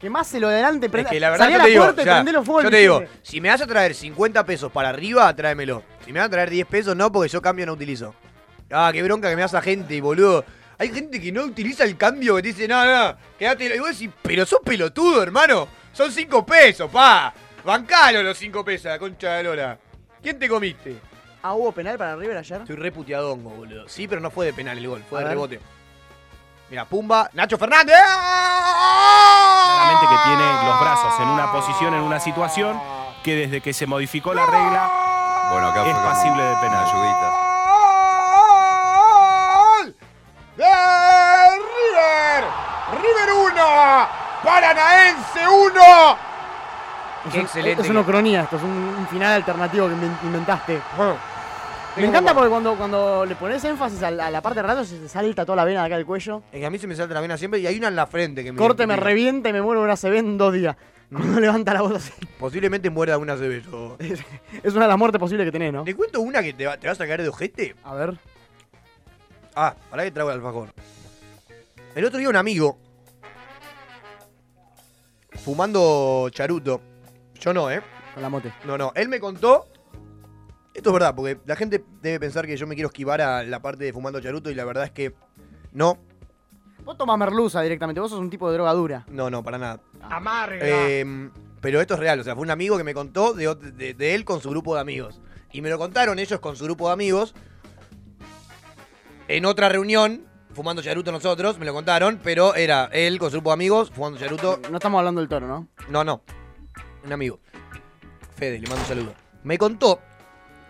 S3: Quemáselo de adelante.
S1: Es
S3: prenda-
S1: que la verdad
S3: salí
S1: yo
S3: a
S1: te digo,
S3: puerta y
S1: o sea,
S3: prendelo fuego al
S1: yo te digo,
S3: billete.
S1: si me vas a traer 50 pesos para arriba, tráemelo. Si me vas a traer 10 pesos, no, porque yo cambio no utilizo. Ah, qué bronca que me das a gente, boludo. Hay gente que no utiliza el cambio, que te dice, no, no, quédate. Y vos decís, pero sos pelotudo, hermano. Son 5 pesos, pa. Bancalo los 5 pesos, la concha de Lola. ¿Quién te comiste?
S3: Ah, hubo penal para River ayer.
S1: Estoy re puteadongo, boludo. Sí, pero no fue de penal el gol, fue
S3: A
S1: de
S3: ver.
S1: rebote. Mira, Pumba, Nacho Fernández.
S12: Claramente que tiene los brazos en una posición, en una situación que desde que se modificó la regla
S13: Bueno, acá
S12: es
S13: fue con
S12: pasible de
S13: una
S12: penal.
S13: ayudita.
S1: de River. River 1, Paranaense 1. Qué excelente.
S3: Es una cronía esto, es un, un final alternativo que inven- inventaste. Me
S1: Tengo
S3: encanta
S1: como-
S3: porque cuando, cuando le pones énfasis a la, a la parte de rato se te salta toda la vena de acá del cuello.
S1: Es que a mí se me salta la vena siempre y hay una en la frente que me.
S3: Corte, me
S1: identifica.
S3: revienta y me muero una CB en dos días. Cuando levanta la voz [LAUGHS] así.
S1: Posiblemente muera una CB
S3: [LAUGHS]
S1: yo.
S3: Es una de las muertes posibles que tenés, ¿no?
S1: Te cuento una que te va, te vas a caer de ojete.
S3: A ver.
S1: Ah, para que traigo el alfajor. El otro día un amigo fumando charuto. Yo no, ¿eh?
S3: Con la mote.
S1: No, no. Él me contó. Esto es verdad, porque la gente debe pensar que yo me quiero esquivar a la parte de fumando charuto y la verdad es que no,
S3: Vos tomás merluza directamente, vos sos un tipo de droga dura.
S1: no, no, para nada. Eh, pero esto es real, o sea, fue un amigo que me contó de, ot- de- de él con su grupo de amigos. Y me lo contaron ellos con su grupo de amigos en otra reunión, fumando charuto nosotros, me lo contaron, pero era él con su grupo de amigos fumando charuto
S3: No estamos hablando del toro, ¿no?
S1: No, no. Un amigo. Fede, le mando un saludo. Me contó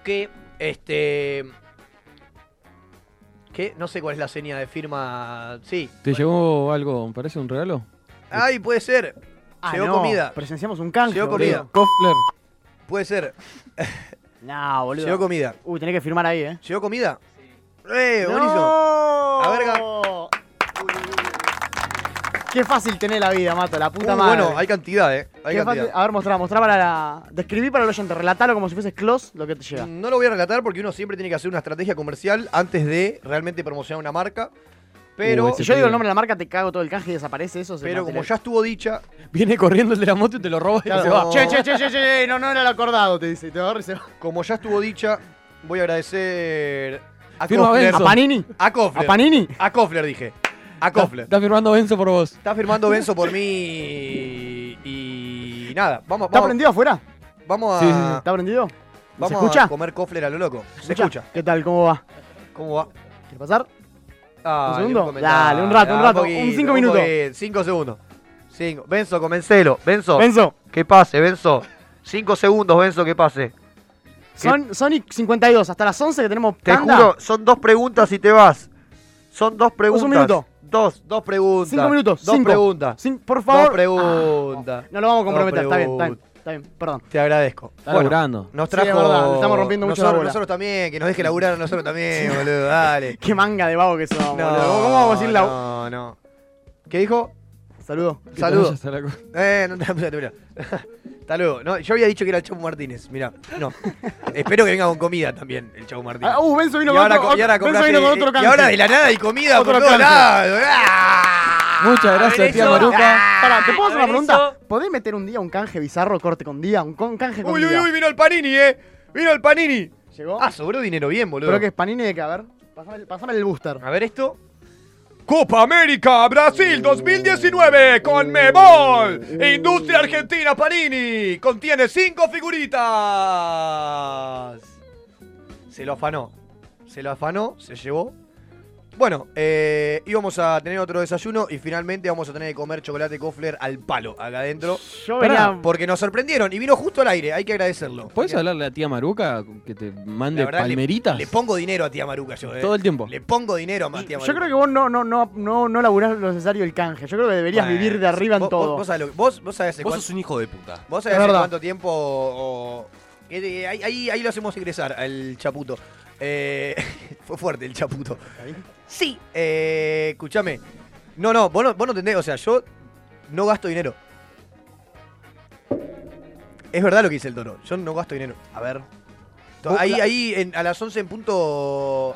S1: que este. ¿Qué? No sé cuál es la seña de firma. Sí.
S5: ¿Te llegó algo, me parece, un regalo?
S1: Ay, puede ser.
S3: Ah,
S1: Llegó
S3: no,
S1: comida.
S3: Presenciamos un canje.
S1: Llegó
S3: boludo.
S1: comida.
S5: Kofler.
S1: Puede ser.
S3: No, boludo.
S1: Llegó comida.
S3: Uy, tenés que firmar ahí, ¿eh?
S1: ¿Llegó comida? ¡Eh,
S3: ¡No!
S1: buenísimo! La verga.
S3: Qué fácil tenés la vida, Mato, la puta
S1: Uh,
S3: madre.
S1: bueno, hay cantidad, eh. Hay cantidad.
S3: Qué fácil- ah, A ver, mostrá, mostrá para la... Describí para el oyente, relatalo como si fuese close lo que te llega.
S1: Mm, No lo voy a relatar porque uno siempre tiene que hacer una estrategia comercial antes de realmente promocionar una marca. Pero,
S5: Uh, ese
S3: Si yo digo
S5: pibe.
S3: el nombre de la marca, te cago todo el canje y desaparece eso. se
S1: pero
S3: mantiene.
S1: como ya estuvo dicha,
S5: Viene corriendo el de la moto y te lo roba y
S3: Claro.
S5: se
S1: Oh,
S5: va.
S3: Che, che, che, che, che, no, no era lo acordado, te dice. y Te agarra y se va.
S1: como ya estuvo dicha, voy a agradecer a
S5: Firma
S1: Kofler.
S5: Eso.
S3: ¿A Panini?
S1: A
S3: ¿A
S1: Kofler.
S3: Panini?
S1: A Kofler dije. A Kofler.
S5: Está firmando Benzo por vos.
S1: Está firmando Benzo por mí y nada, vamos,
S3: ¿Está
S1: vamos,
S3: prendido afuera?
S1: vamos
S5: Sí, sí, sí.
S1: a,
S3: ¿Está prendido?
S1: vamos
S3: ¿Se
S1: a
S3: escucha?
S1: comer Kofler a lo loco. Se escucha.
S3: ¿Qué tal? ¿Cómo va?
S1: ¿Cómo va?
S3: ¿Quieres pasar?
S1: Ah,
S3: ¿Un segundo?
S1: un comentario. Ah,
S3: Dale, un rato, un rato, un
S1: poquito,
S3: cinco minutos.
S1: poquito, Cinco segundos. Cinco. Benzo, comencelo. Benzo.
S3: Benzo,
S1: Que pase, Benzo. Cinco segundos, Benzo, que pase.
S3: son, Sonic 52, hasta las 11 que tenemos
S1: Te
S3: tanda.
S1: juro, son dos preguntas y te vas. Son dos preguntas.
S3: minuto.
S1: Dos, dos preguntas.
S3: Cinco minutos,
S1: Dos
S3: cinco.
S1: preguntas.
S3: Sin- por
S1: Dos
S3: favor. Ah,
S1: preguntas.
S3: No lo vamos a comprometer,
S1: No
S3: está bien, está bien,
S1: pregunto.
S3: está bien, perdón.
S1: Te agradezco.
S5: Está
S1: Bueno,
S5: laburando.
S1: Nos
S3: Sí,
S1: trajo.
S3: es verdad, le estamos rompiendo mucho la
S1: nosotros,
S3: bola.
S1: nosotros también, que nos deje laburar a nosotros también, boludo.
S3: [LAUGHS]
S1: Dale.
S3: Qué manga de vago que somos, boludo. ¿Cómo vamos a decir la...
S1: No, no. ¿Qué dijo?
S3: Saludo.
S5: Que te
S1: Saludos.
S5: vayas a la co-
S1: Eh, no [LAUGHS] te mira. Hasta luego. No, yo había dicho que era el Chavo Martínez, mirá. No. Espero que venga con comida también el Chavo Martínez.
S3: Ah, uh, Benzo vino
S1: y,
S3: con
S1: ahora,
S3: otro,
S1: co- y ahora
S3: Benzo
S1: compraste- eh,
S3: vino con otro
S1: y
S3: canje.
S1: ahora de la nada y comida
S3: Otro
S1: por todos
S3: canje.
S1: lados. ¡Ah!
S5: Muchas gracias, tía Maruca.
S3: Pará, ¿te puedo hacer una
S4: A ver
S3: pregunta? ¿Podés meter un día un canje bizarro corte con día? Un con- canje con
S1: Uy,
S3: día.
S1: uy, uy, vino el Panini, eh. Vino el Panini.
S3: ¿Llegó?
S1: Ah, sobró dinero bien, boludo. Ah,
S3: Creo que es Panini de que, a ver. Pasame el, pasame el booster.
S1: A ver esto. Copa América Brasil 2019 con Mebol. Industria Argentina Panini. Contiene cinco figuritas. Se lo afanó. Se lo afanó, se llevó. Bueno, eh, íbamos a tener otro desayuno y finalmente vamos a tener que comer chocolate Kofler al palo acá adentro.
S3: Yo
S5: Pará,
S3: venía...
S1: Porque nos sorprendieron y vino justo al aire, hay que agradecerlo.
S5: ¿Podés hablarle a tía Maruca que te mande
S1: La verdad, le-
S5: palmeritas?
S1: Le pongo dinero a tía Maruca yo, eh.
S5: Todo el tiempo.
S1: Le pongo dinero a tía Maruca.
S3: Yo creo que vos no, no, no, no, no laburás lo necesario el canje. Yo creo que deberías
S1: Bueno,
S3: vivir de arriba en
S1: vos- Vos,
S3: todo.
S1: vos sabés lo que- vos- vos sabés hace
S12: Vos
S1: cuán-
S12: sos un hijo de puta.
S1: vos sabés
S3: Es
S1: hace
S3: verdad.
S1: cuánto tiempo. o- que de- ahí, ahí- ahí lo hacemos ingresar al chaputo. Eh, [LAUGHS] fue fuerte el chaputo. Sí. eh, escuchame. No, no vos, no, vos no entendés. O sea, yo no gasto dinero. Es verdad lo que dice el toro. Yo no gasto dinero. A ver. To-
S3: Vos
S1: Ahí,
S3: la-
S1: ahí en- a las 11 en punto.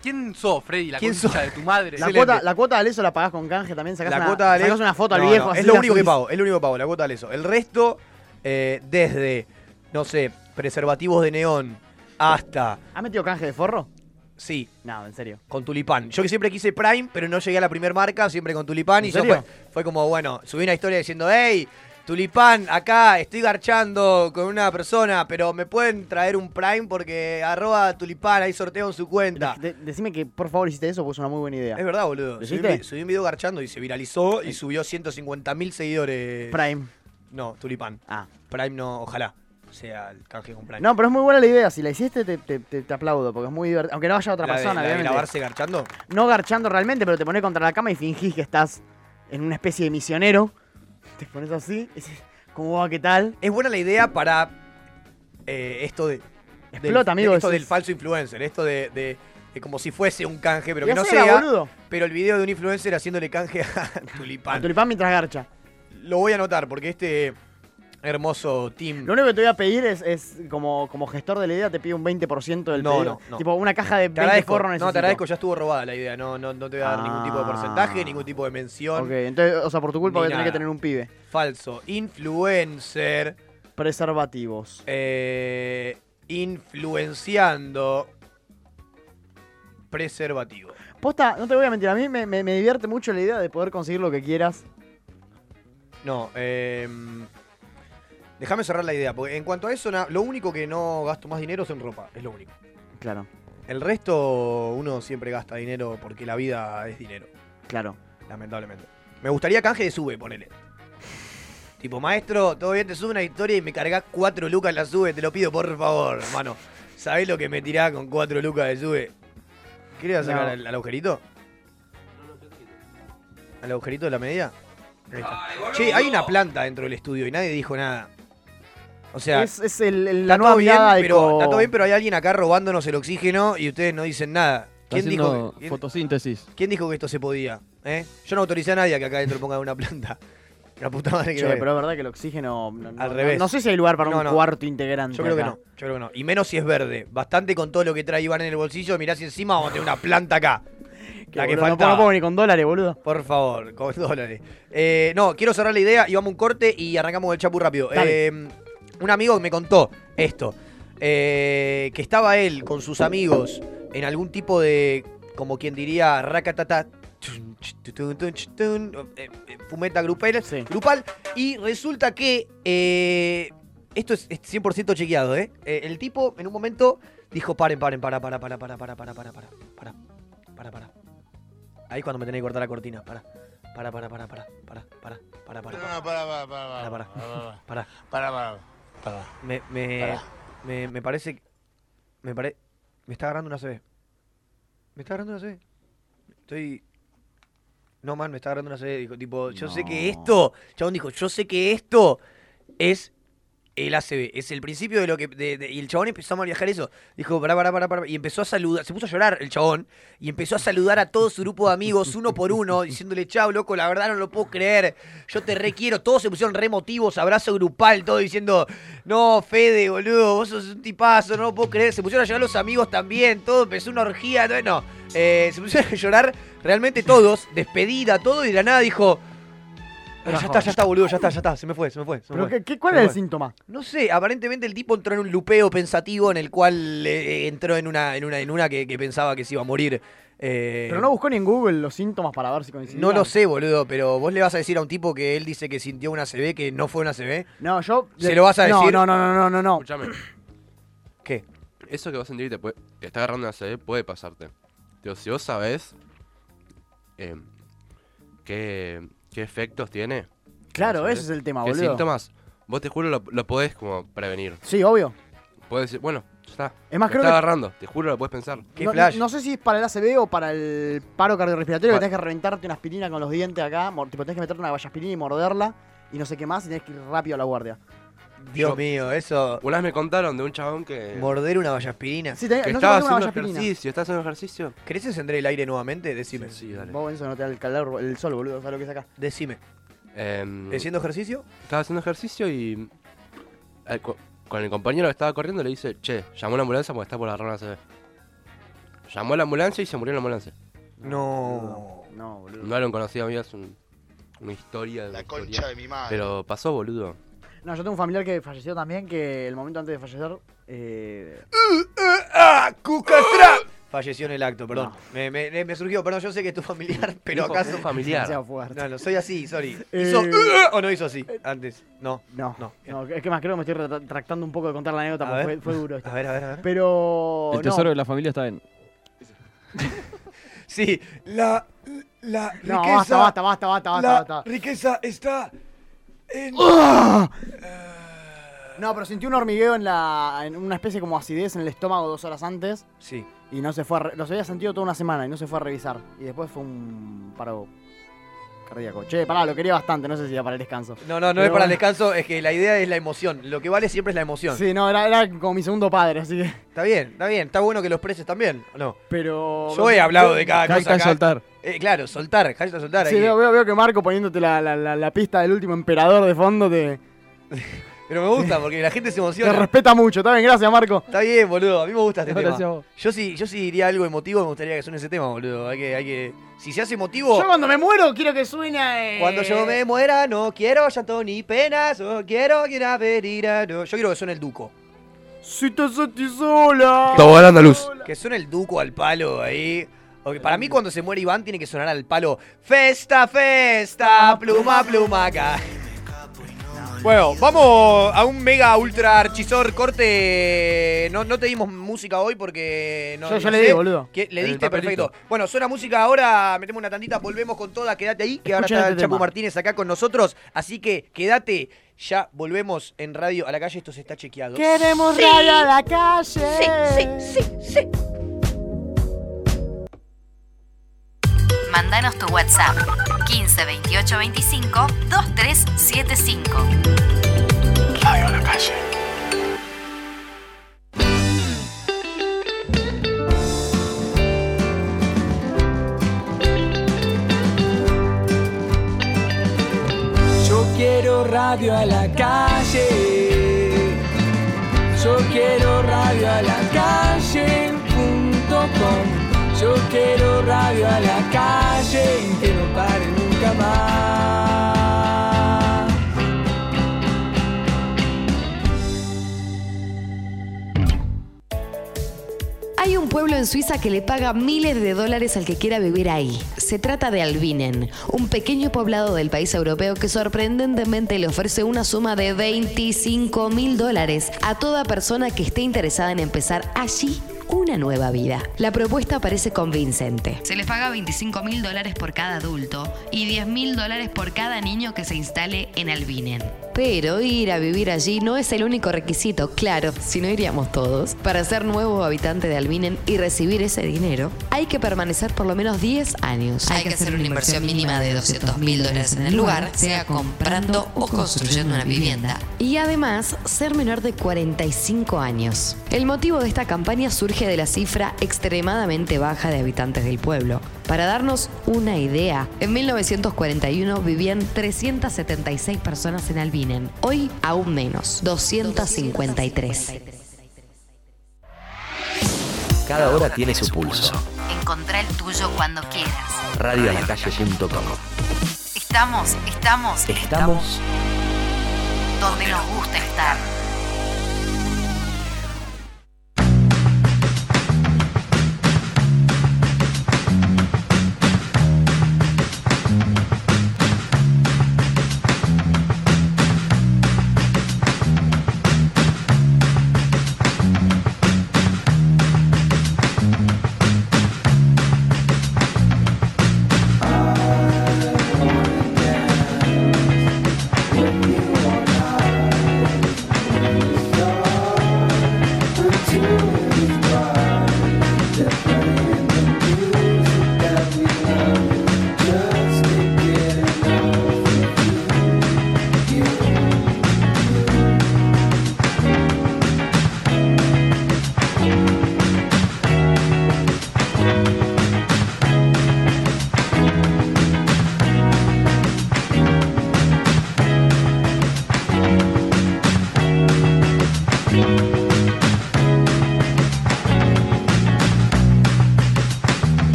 S2: ¿Quién sos, Freddy? La
S1: ¿Quién
S2: concha
S1: sos?
S2: de tu madre.
S3: La
S1: Excelente.
S3: cuota, la cuota de Leso la pagás con canje también, sacás,
S1: La
S3: una,
S1: cuota de
S3: sacás
S1: Aleso-
S3: una foto al
S1: No,
S3: viejo.
S1: no,
S3: así
S1: es lo
S3: la
S1: único que
S3: subís.
S1: pago, es lo único que pago, la cuota de eso. El resto, eh, desde, no sé, preservativos de neón hasta,
S3: ¿Has metido canje de forro?
S1: Ah. sí,
S3: No, en serio.
S1: con tulipán. Yo que siempre quise Prime, pero no llegué a la primera marca, siempre con tulipán.
S3: ¿En
S1: Y yo
S3: serio?
S1: fue, fue como, bueno, subí una historia diciendo, hey, tulipán, acá estoy garchando con una persona, pero me pueden traer un Prime porque arroba tulipán, hay sorteo en su cuenta.
S3: De- decime que por favor hiciste eso porque es una muy buena idea.
S1: Es verdad, boludo. Subí un,
S3: ¿Hiciste?
S1: vi- subí un video garchando y se viralizó y subió 150.000 seguidores.
S3: Prime.
S1: No, tulipán.
S3: Ah.
S1: Prime no, ojalá sea el canje con Prime.
S3: No, pero es muy buena la idea. Si la hiciste, te, te- te- te aplaudo porque es muy divertido. Aunque no vaya otra
S1: La de- la
S3: persona,
S1: de
S3: obviamente.
S1: grabarse garchando?
S3: No garchando realmente, pero te pones contra la cama y fingís que estás en una especie de misionero. Te pones así. y decís, ¿Cómo va? ¿Qué tal?
S1: Es buena la idea para eh, esto de. del-
S3: Explota, amigo,
S1: de esto
S3: decís.
S1: del falso influencer, esto de, de- de como si fuese un canje, pero
S3: Y
S1: que no
S3: hacela,
S1: sea.
S3: boludo.
S1: Pero el video de un influencer haciéndole canje a [LAUGHS] Tulipán.
S3: A tulipán mientras garcha.
S1: Lo voy a anotar porque este hermoso team.
S3: Lo único que te voy a pedir es, es como, como gestor de la idea, te pido un 20% del
S1: No,
S3: pedido.
S1: no, no.
S3: Tipo, una caja de
S1: te
S3: 20
S1: agradezco.
S3: forros
S1: No,
S3: necesito.
S1: te agradezco, ya estuvo robada la idea. No, no, no te voy a dar ningún tipo de porcentaje,
S3: Ah.
S1: ningún tipo de mención.
S3: Ok, entonces, o sea, por tu
S1: Ni
S3: culpa voy a tener
S1: nada.
S3: que tener un pibe.
S1: Falso. Influencer.
S3: Preservativos.
S1: eh, influenciando preservativo.
S3: Posta, no te voy a mentir, a mí me, me- me divierte mucho la idea de poder conseguir lo que quieras.
S1: No, eh, déjame cerrar la idea, porque en cuanto a eso, na- lo único que no gasto más dinero es en ropa, es lo único.
S3: Claro,
S1: El resto uno siempre gasta dinero porque la vida es dinero,
S3: claro.
S1: lamentablemente. Me gustaría canje de sube, ponele. Tipo, maestro, todo bien, te sube una historia y me cargas cuatro lucas en la sube, te lo pido por favor, hermano. ¿Sabés lo que me tirás con cuatro lucas de sube? ¿Qué le vas a sacar?
S3: No.
S1: ¿Al, al agujerito? ¿Al agujerito de la media? Ahí está. Che, hay una planta dentro del estudio y nadie dijo nada. O sea,
S3: es, es el- el-
S1: está
S3: la nueva
S1: todo bien,
S3: mirada de
S1: pero,
S3: co-
S1: está todo bien, pero hay alguien acá robándonos el oxígeno y ustedes no dicen nada.
S5: Está
S1: ¿Quién dijo,
S5: haciendo
S1: que- quién,
S5: fotosíntesis.
S1: quién dijo que esto se podía? ¿Eh? Yo no autoricé a nadie a que acá dentro ponga una planta. [LAUGHS] La puta madre que
S3: Che,
S1: lo es.
S3: pero es verdad que el oxígeno. no- no-
S1: Al
S3: no-
S1: revés.
S3: No, sé si hay lugar para
S1: No,
S3: un
S1: no.
S3: cuarto integrante.
S1: Yo creo que
S3: acá.
S1: no, yo creo que no. Y menos si es verde. Bastante con todo lo que trae Iván en el bolsillo. Mirá si encima vamos a tener una planta acá.
S3: Que,
S1: La que
S3: boludo, no
S1: faltaba.
S3: puedo- No puedo ni con dólares, boludo.
S1: Por favor, con dólares. Eh, no, quiero cerrar la idea y vamos a un corte y arrancamos el chapu rápido.
S3: Dale.
S1: Eh, un amigo me contó esto. eh, que estaba él con sus amigos en algún tipo de, como quien diría, racatata, tun, ch, tu, tun, tun, ch, tun, eh, eh, fumeta grupal,
S3: Sí.
S1: grupal, y resulta que, eh, esto es es 100% chequeado, ¿eh? Eh, El tipo en un momento dijo, paren, paren, para, para, para, para, para, para, para, para, para, para, para. Ahí es cuando me tenés que cortar la cortina. Para, para, para, para, para, para, para, para, para, para, para, para, para. Me, me, me, me parece, que- me pare, me está agarrando una CB. Me está agarrando una CB. Estoy, no man, me está agarrando una CB. Dijo, tipo, yo sé que
S3: No.
S1: esto, chabón dijo, yo sé que esto es el ACB, es el principio de lo que, de- de- y el chabón empezó a manejar eso. Dijo, pará, pará, pará, pará, y empezó a saludar, se puso a llorar el chabón, y empezó a saludar a todo su grupo de amigos, uno por uno, [LAUGHS] diciéndole, chau, loco, la verdad no lo puedo creer, yo te requiero. Todos se pusieron re emotivos, abrazo grupal, todo diciendo, no, Fede, boludo, vos sos un tipazo, no lo puedo creer. Se pusieron a llorar los amigos también, todo, empezó una orgía, bueno, eh, se pusieron a llorar realmente todos, despedida, todo, y de la nada dijo... "Bueno, ya está, ya está, boludo, ya está, ya está, se me fue, se me fue. se me
S3: Pero
S1: fue".
S3: ¿qué, qué- ¿Cuál
S1: Se me
S3: es el
S1: fue. Eh,
S3: síntoma?
S1: No sé, aparentemente el tipo entró en un lupeo pensativo en el cual eh, eh, entró en una, en una, en una que, que pensaba que se iba a morir. Eh,
S3: Pero no buscó ni en Google los síntomas para ver si coincidían.
S1: no lo sé, boludo, pero vos le vas a decir a un tipo que él dice que sintió una CB que no fue una CB.
S3: No, yo.
S1: ¿Se lo vas a
S3: No,
S1: decir?
S3: No, no, no, no, no, no.
S2: Escúchame.
S1: ¿Qué?
S2: Eso que vos sentís que te, puede, te está agarrando una CD puede pasarte. Digo, si vos sabés eh, qué, qué efectos tiene,
S3: Claro,
S2: ¿sabés?
S3: ese es el tema,
S2: qué
S3: boludo.
S2: síntomas, vos te juro lo, lo podés como prevenir.
S3: Sí, obvio.
S2: Puedes decir, bueno, ya está.
S3: Es más,
S2: me
S3: creo
S2: está
S3: que-
S2: agarrando, te juro lo puedes pensar.
S1: Qué
S3: no,
S1: flash.
S3: no sé si es para el ACV o para el paro cardiorrespiratorio que
S2: Pa-
S3: tenés que reventarte una aspirina con los dientes acá. mor- Tipo, tenés que meterte una vallaspirina y morderla y no sé qué más y tenés que ir rápido a la guardia.
S1: Dios
S2: Yo-
S1: mío, eso.
S2: Una vez me contaron de un chabón que,
S1: Morder una vallaspirina.
S3: Sí, tenés,
S2: que
S3: no se
S2: estaba
S3: puede hacer una
S2: haciendo
S3: vallaspirina.
S2: ejercicio, ¿estás haciendo ejercicio?
S1: ¿Querés encender el aire nuevamente? Decime.
S2: Sí, dale.
S3: Vos eso no te da el calor, el sol, boludo, ¿sabes lo que es acá?
S1: Decime.
S2: Em,
S1: ¿Haciendo ejercicio?
S2: Estaba haciendo ejercicio y. eh, co- con el compañero que estaba corriendo le dice, che, llamó la ambulancia porque está por agarrar una CB. Llamó a la ambulancia y se murió en la ambulancia.
S1: No.
S3: No, boludo.
S2: No era un conocido mío, es un- una historia. de una
S13: La
S2: historia.
S13: concha de mi madre.
S2: Pero pasó, boludo.
S3: No, yo tengo un familiar que falleció también, que el momento antes de fallecer. Eh,
S1: ¡Ah! ¡Cucatra! Falleció en el acto, perdón.
S3: No.
S1: Me, me- me surgió, perdón, yo sé que es tu
S3: [LAUGHS]
S1: familiar, pero
S2: Dijo,
S1: acaso.
S2: "Un familiar.
S1: [LAUGHS]
S3: demasiado fuerte.
S1: No, no, soy así, sorry.
S3: Eh,
S1: ¿Hizo o no hizo así antes? No.
S3: No,
S1: no.
S3: no, es que más creo que me estoy retractando un poco de contar la anécdota
S1: A
S3: porque
S1: ver.
S3: fue, fue duro
S1: [LAUGHS]
S3: esto.
S1: A ver, a ver, a ver. Oh,
S3: Pero.
S5: El tesoro de la familia está en.
S1: Sí, la, la
S3: no, no
S1: riqueza.
S3: basta, basta, basta, basta, basta,
S1: la
S3: basta.
S1: riqueza está en.
S3: No, pero sentí un hormigueo en la. en una especie como acidez en el estómago dos horas antes
S1: Sí.
S3: y no se fue a re- Los había sentido toda una semana y no se fue a revisar. Y después fue un paro cardíaco. Che, pará, lo quería bastante, no sé si era para el descanso.
S1: No, no, no
S3: Pero
S1: es para el
S3: bueno.
S1: descanso, es que la idea es la emoción. Lo que vale siempre es la emoción.
S3: Sí, no, era, era como mi segundo padre, así que.
S1: Está bien, está bien, está bueno que los preses también, ¿o no?
S3: Pero.
S1: Yo he hablado de cada cosa.
S5: Hay
S1: acá.
S5: soltar.
S1: Eh, claro, soltar, hashtag soltar.
S3: Sí,
S1: ahí.
S3: veo, veo- veo que Marco poniéndote la, la- la- la pista del último emperador de fondo te,
S1: Pero me gusta porque la gente se
S3: te
S1: emociona.
S3: respeta mucho. Está bien, gracias Marco.
S1: Está bien, boludo, a mí me gusta este
S5: Gracias a
S1: tema.
S5: vos.
S1: Yo sí, yo sí diría algo emotivo, me gustaría que suene ese tema, boludo. Hay que, hay que... Si se hace emotivo...
S3: Yo cuando me muero quiero que suene. eh,
S1: Oh. Cuando yo me muera, no quiero llanto ni penas, no quiero que una verira, no. Yo quiero que suene el duco.
S3: Si te sentís sola.
S2: Tobal andaluz.
S1: Que suene el duco al palo ahí. O que para
S3: Eh.
S1: mí cuando se muere Iván tiene que sonar al palo. Festa, festa, pluma, pluma acá. Bueno, vamos a un mega ultra archisor corte. No, no te dimos música hoy porque no.
S3: Yo- yo
S1: no
S3: le di, boludo.
S1: ¿Qué? Le
S2: En el
S1: diste,
S2: papelito.
S1: perfecto. Bueno, suena música ahora, metemos una tandita, volvemos con toda, quédate ahí, que ahora
S3: Escuchen
S1: está
S3: este
S1: Chapo
S3: tema.
S1: Martínez acá con nosotros. Así que quédate, ya volvemos en radio a la calle, esto se está chequeado.
S3: Queremos radio a la calle. Sí, sí, sí.
S8: Mándanos tu WhatsApp 15 28 25 2375.
S14: Radio a la calle.
S1: Yo quiero radio a la calle. Yo quiero radio a la calle. punto com. Yo quiero radio a la calle y que no pare nunca más.
S8: Hay un pueblo en Suiza que le paga miles de dólares al que quiera vivir ahí. Se trata de Albinen, un pequeño poblado del país europeo que sorprendentemente le ofrece una suma de 25 mil dólares a toda persona que esté interesada en empezar allí una nueva vida. La propuesta parece convincente. Se les paga 25 mil dólares por cada adulto y 10 mil dólares por cada niño que se instale en Albinen. Pero ir a vivir allí no es el único requisito, claro, si no iríamos todos. Para ser nuevo habitante de Albinen y recibir ese dinero, hay que permanecer por lo menos 10 años.
S15: Hay que hacer una inversión mínima de 200 mil dólares en el lugar, sea comprando o construyendo una vivienda.
S8: Y además, ser menor de 45 años. El motivo de esta campaña surge de la cifra extremadamente baja de habitantes del pueblo. Para darnos una idea, en 1941 vivían 376 personas en Albinen, hoy aún menos, 253.
S6: Cada hora tiene su pulso.
S8: Encontrá el tuyo cuando quieras.
S6: Radioalacalle.com
S8: Estamos, estamos,
S6: Estamos
S8: donde nos gusta estar.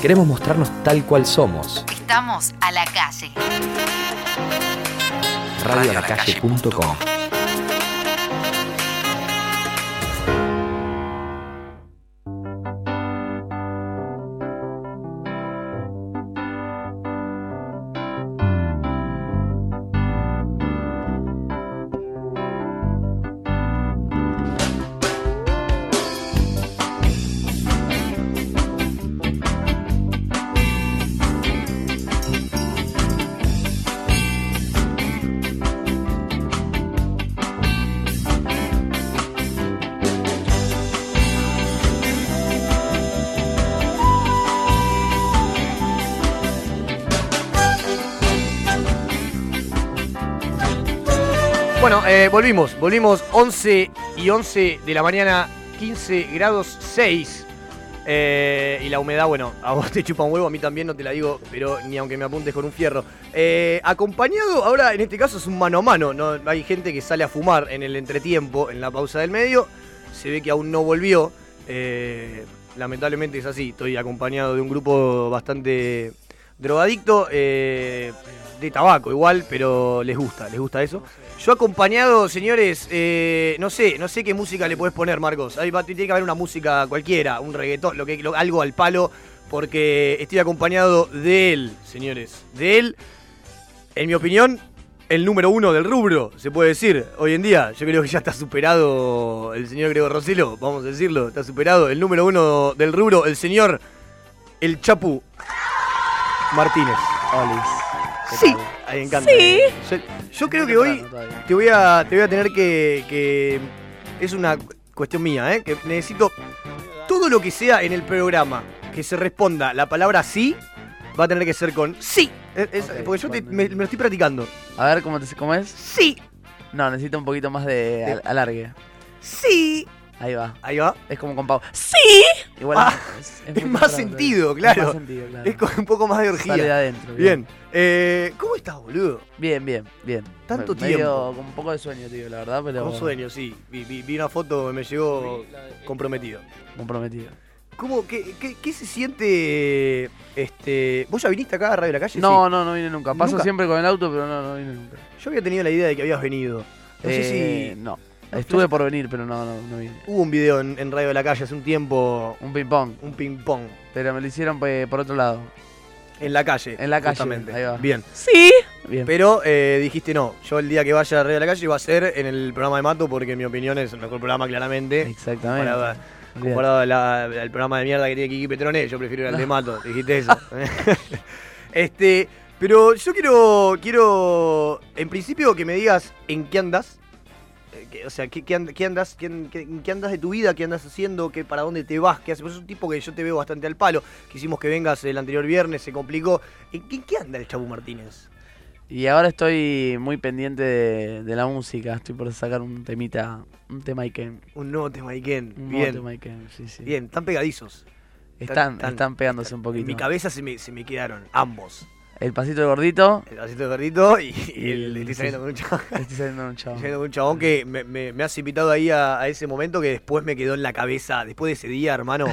S6: Queremos mostrarnos tal cual somos.
S8: Estamos a la calle.
S6: Radioalacalle.com
S1: Bueno, eh, volvimos, volvimos 11 y 11 de la mañana, 15 grados 6. Eh, y la humedad, bueno, a vos te chupa un huevo, a mí también no te la digo, pero ni aunque me apuntes con un fierro. Eh, acompañado, ahora en este caso es un mano a mano, ¿no? hay gente que sale a fumar en el entretiempo, en la pausa del medio, se ve que aún no volvió. eh, lamentablemente es así, estoy acompañado de un grupo bastante drogadicto eh, de tabaco igual, pero les gusta, les gusta eso. Yo acompañado, señores, eh, no sé, no sé qué música le podés poner, Marcos. Ahí va- tiene que haber una música cualquiera, un reggaetón, lo que, lo- algo al palo, porque estoy acompañado de él, señores. De él, en mi opinión, el número uno del rubro, se puede decir. Hoy en día, yo creo que ya está superado el señor Gregor Roselo, vamos a decirlo, está superado el número uno del rubro, el señor, el Chapu Martínez. Sí. Ahí encanta.
S16: Sí.
S1: Yo, yo creo que hoy te voy a, te voy a tener que, que- Es una cuestión mía, ¿eh? Que necesito todo lo que sea en el programa que se responda la palabra sí, va a tener que ser con sí. Es- es- porque yo te- me, me lo estoy practicando.
S6: A ver, ¿cómo, te, ¿cómo es?
S1: Sí.
S6: No, necesito un poquito más de al- alargue.
S1: Sí.
S6: Ahí va.
S1: Ahí va.
S6: Es como con Pau.
S1: Sí.
S6: Igual
S1: Ah,
S6: es,
S1: es
S6: muy
S1: más
S6: raro,
S1: sentido,
S6: es más
S1: claro.
S6: sentido, claro.
S1: Es con un poco más de orgía.
S6: Sale de adentro.
S1: Bien. Eh, ¿Cómo estás, boludo?
S6: Bien, bien, bien.
S1: Tanto
S6: Me-
S1: tiempo.
S6: medio con un poco de sueño, tío, la verdad, pero.
S1: Con sueño, sí. Vi, vi- vi una foto, me llegó comprometido.
S6: Comprometido.
S1: ¿Cómo, qué, qué- qué se siente? Este, ¿Vos ya viniste acá a Radio La Calle?
S6: No,
S1: Sí.
S6: no, no vine nunca. Paso
S1: ¿Nunca?
S6: siempre con el auto, pero no, no vine nunca.
S1: Yo había tenido la idea de que habías venido. No sé
S6: Eh,
S1: si.
S6: No. Estuve por venir, pero no, no, no vine.
S1: Hubo un video en, en Radio de la Calle hace un tiempo.
S6: Un ping-pong.
S1: Un ping-pong.
S6: Pero me lo hicieron pues, por otro lado.
S1: Eh, En la calle.
S6: En la calle.
S1: justamente.
S6: Ahí va.
S1: Bien.
S6: Sí.
S1: Pero eh, dijiste no, yo el día que vaya a Radio de la Calle va a ser en el programa de Mato porque en mi opinión es el mejor programa claramente.
S6: Exactamente.
S1: Comparado,
S6: Bien.
S1: comparado a la- al programa de mierda que tiene Kiki Petroné, yo prefiero ir al de Mato,
S6: [LAUGHS]
S1: dijiste eso. [LAUGHS] este, pero yo quiero, quiero, en principio que me digas en qué andas. eh, que- O sea, ¿qué, qué and- qué andas, qué, en- qué- en qué andas de tu vida? ¿Qué andas haciendo? ¿Qué, ¿Para dónde te vas? ¿Qué haces? Vos sos un tipo que yo te veo bastante al palo. Quisimos que vengas el anterior viernes, se complicó. ¿En qué, en qué anda el Chabu Martínez?
S6: Y ahora estoy muy pendiente de, de la música. Estoy por sacar un temita, un tema Iken.
S1: Un nuevo tema Iken.
S6: Un nuevo
S1: Bien.
S6: tema Iken, sí, sí.
S1: Bien, están pegadizos.
S6: Están, están, pegándose un
S1: En
S6: poquito.
S1: mi cabeza se me, se me quedaron ambos.
S6: El pasito de gordito.
S1: El vasito de gordito y, y el estoy saliendo con un
S6: [LAUGHS]
S1: chabón.
S6: Estoy saliendo con un chabón.
S1: Estoy saliendo con un chabón que me, me- me has invitado ahí a, a ese momento que después me quedó en la cabeza. Después de ese día,
S6: [LAUGHS]
S1: hermano,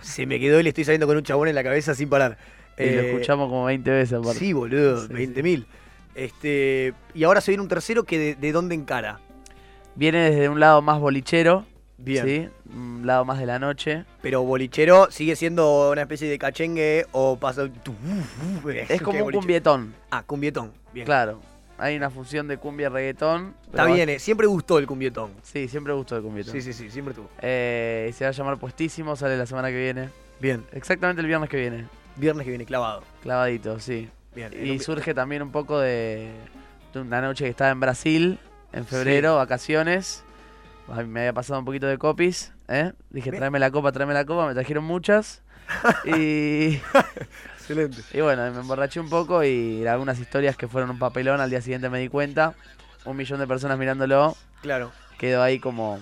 S1: se me quedó el estoy saliendo con un chabón en la cabeza sin parar.
S6: Y lo
S1: Eh,
S6: escuchamos como 20 veces aparte.
S1: Sí, boludo,
S6: Sí, sí.
S1: 20.000. Este, y ahora se viene un tercero que de, de dónde encara.
S6: Viene desde un lado más bolichero.
S1: Bien.
S6: ¿sí? Un lado más de la noche.
S1: Pero bolichero sigue siendo una especie de cachengue o pasa... uh,
S6: Es como un
S1: boliche.
S6: cumbietón.
S1: Ah, cumbietón. Bien.
S6: Claro. Hay una fusión de cumbia y reggaetón.
S1: Está
S6: pero-
S1: bien, eh, siempre gustó el cumbietón.
S6: Sí, siempre gustó el cumbietón.
S1: Sí, sí, sí, siempre tuvo.
S6: Eh, y se va a llamar Puestísimo, sale la semana que viene.
S1: Bien.
S6: Exactamente el viernes que viene.
S1: Viernes que viene clavado.
S6: Clavadito, sí.
S1: Bien, en
S6: Y
S1: un-
S6: surge también un poco de, de una noche que estaba en Brasil, en febrero, vacaciones. Ay, Me había pasado un poquito de copies, ¿eh? Dije,
S1: Bien.
S6: tráeme la copa, tráeme la copa, me
S1: [LAUGHS]
S6: trajeron muchas. y...
S1: Excelente.
S6: Y bueno, me emborraché un poco y algunas historias que fueron un papelón, al día siguiente me di cuenta. Un millón de personas mirándolo.
S1: Claro.
S6: Quedó ahí como,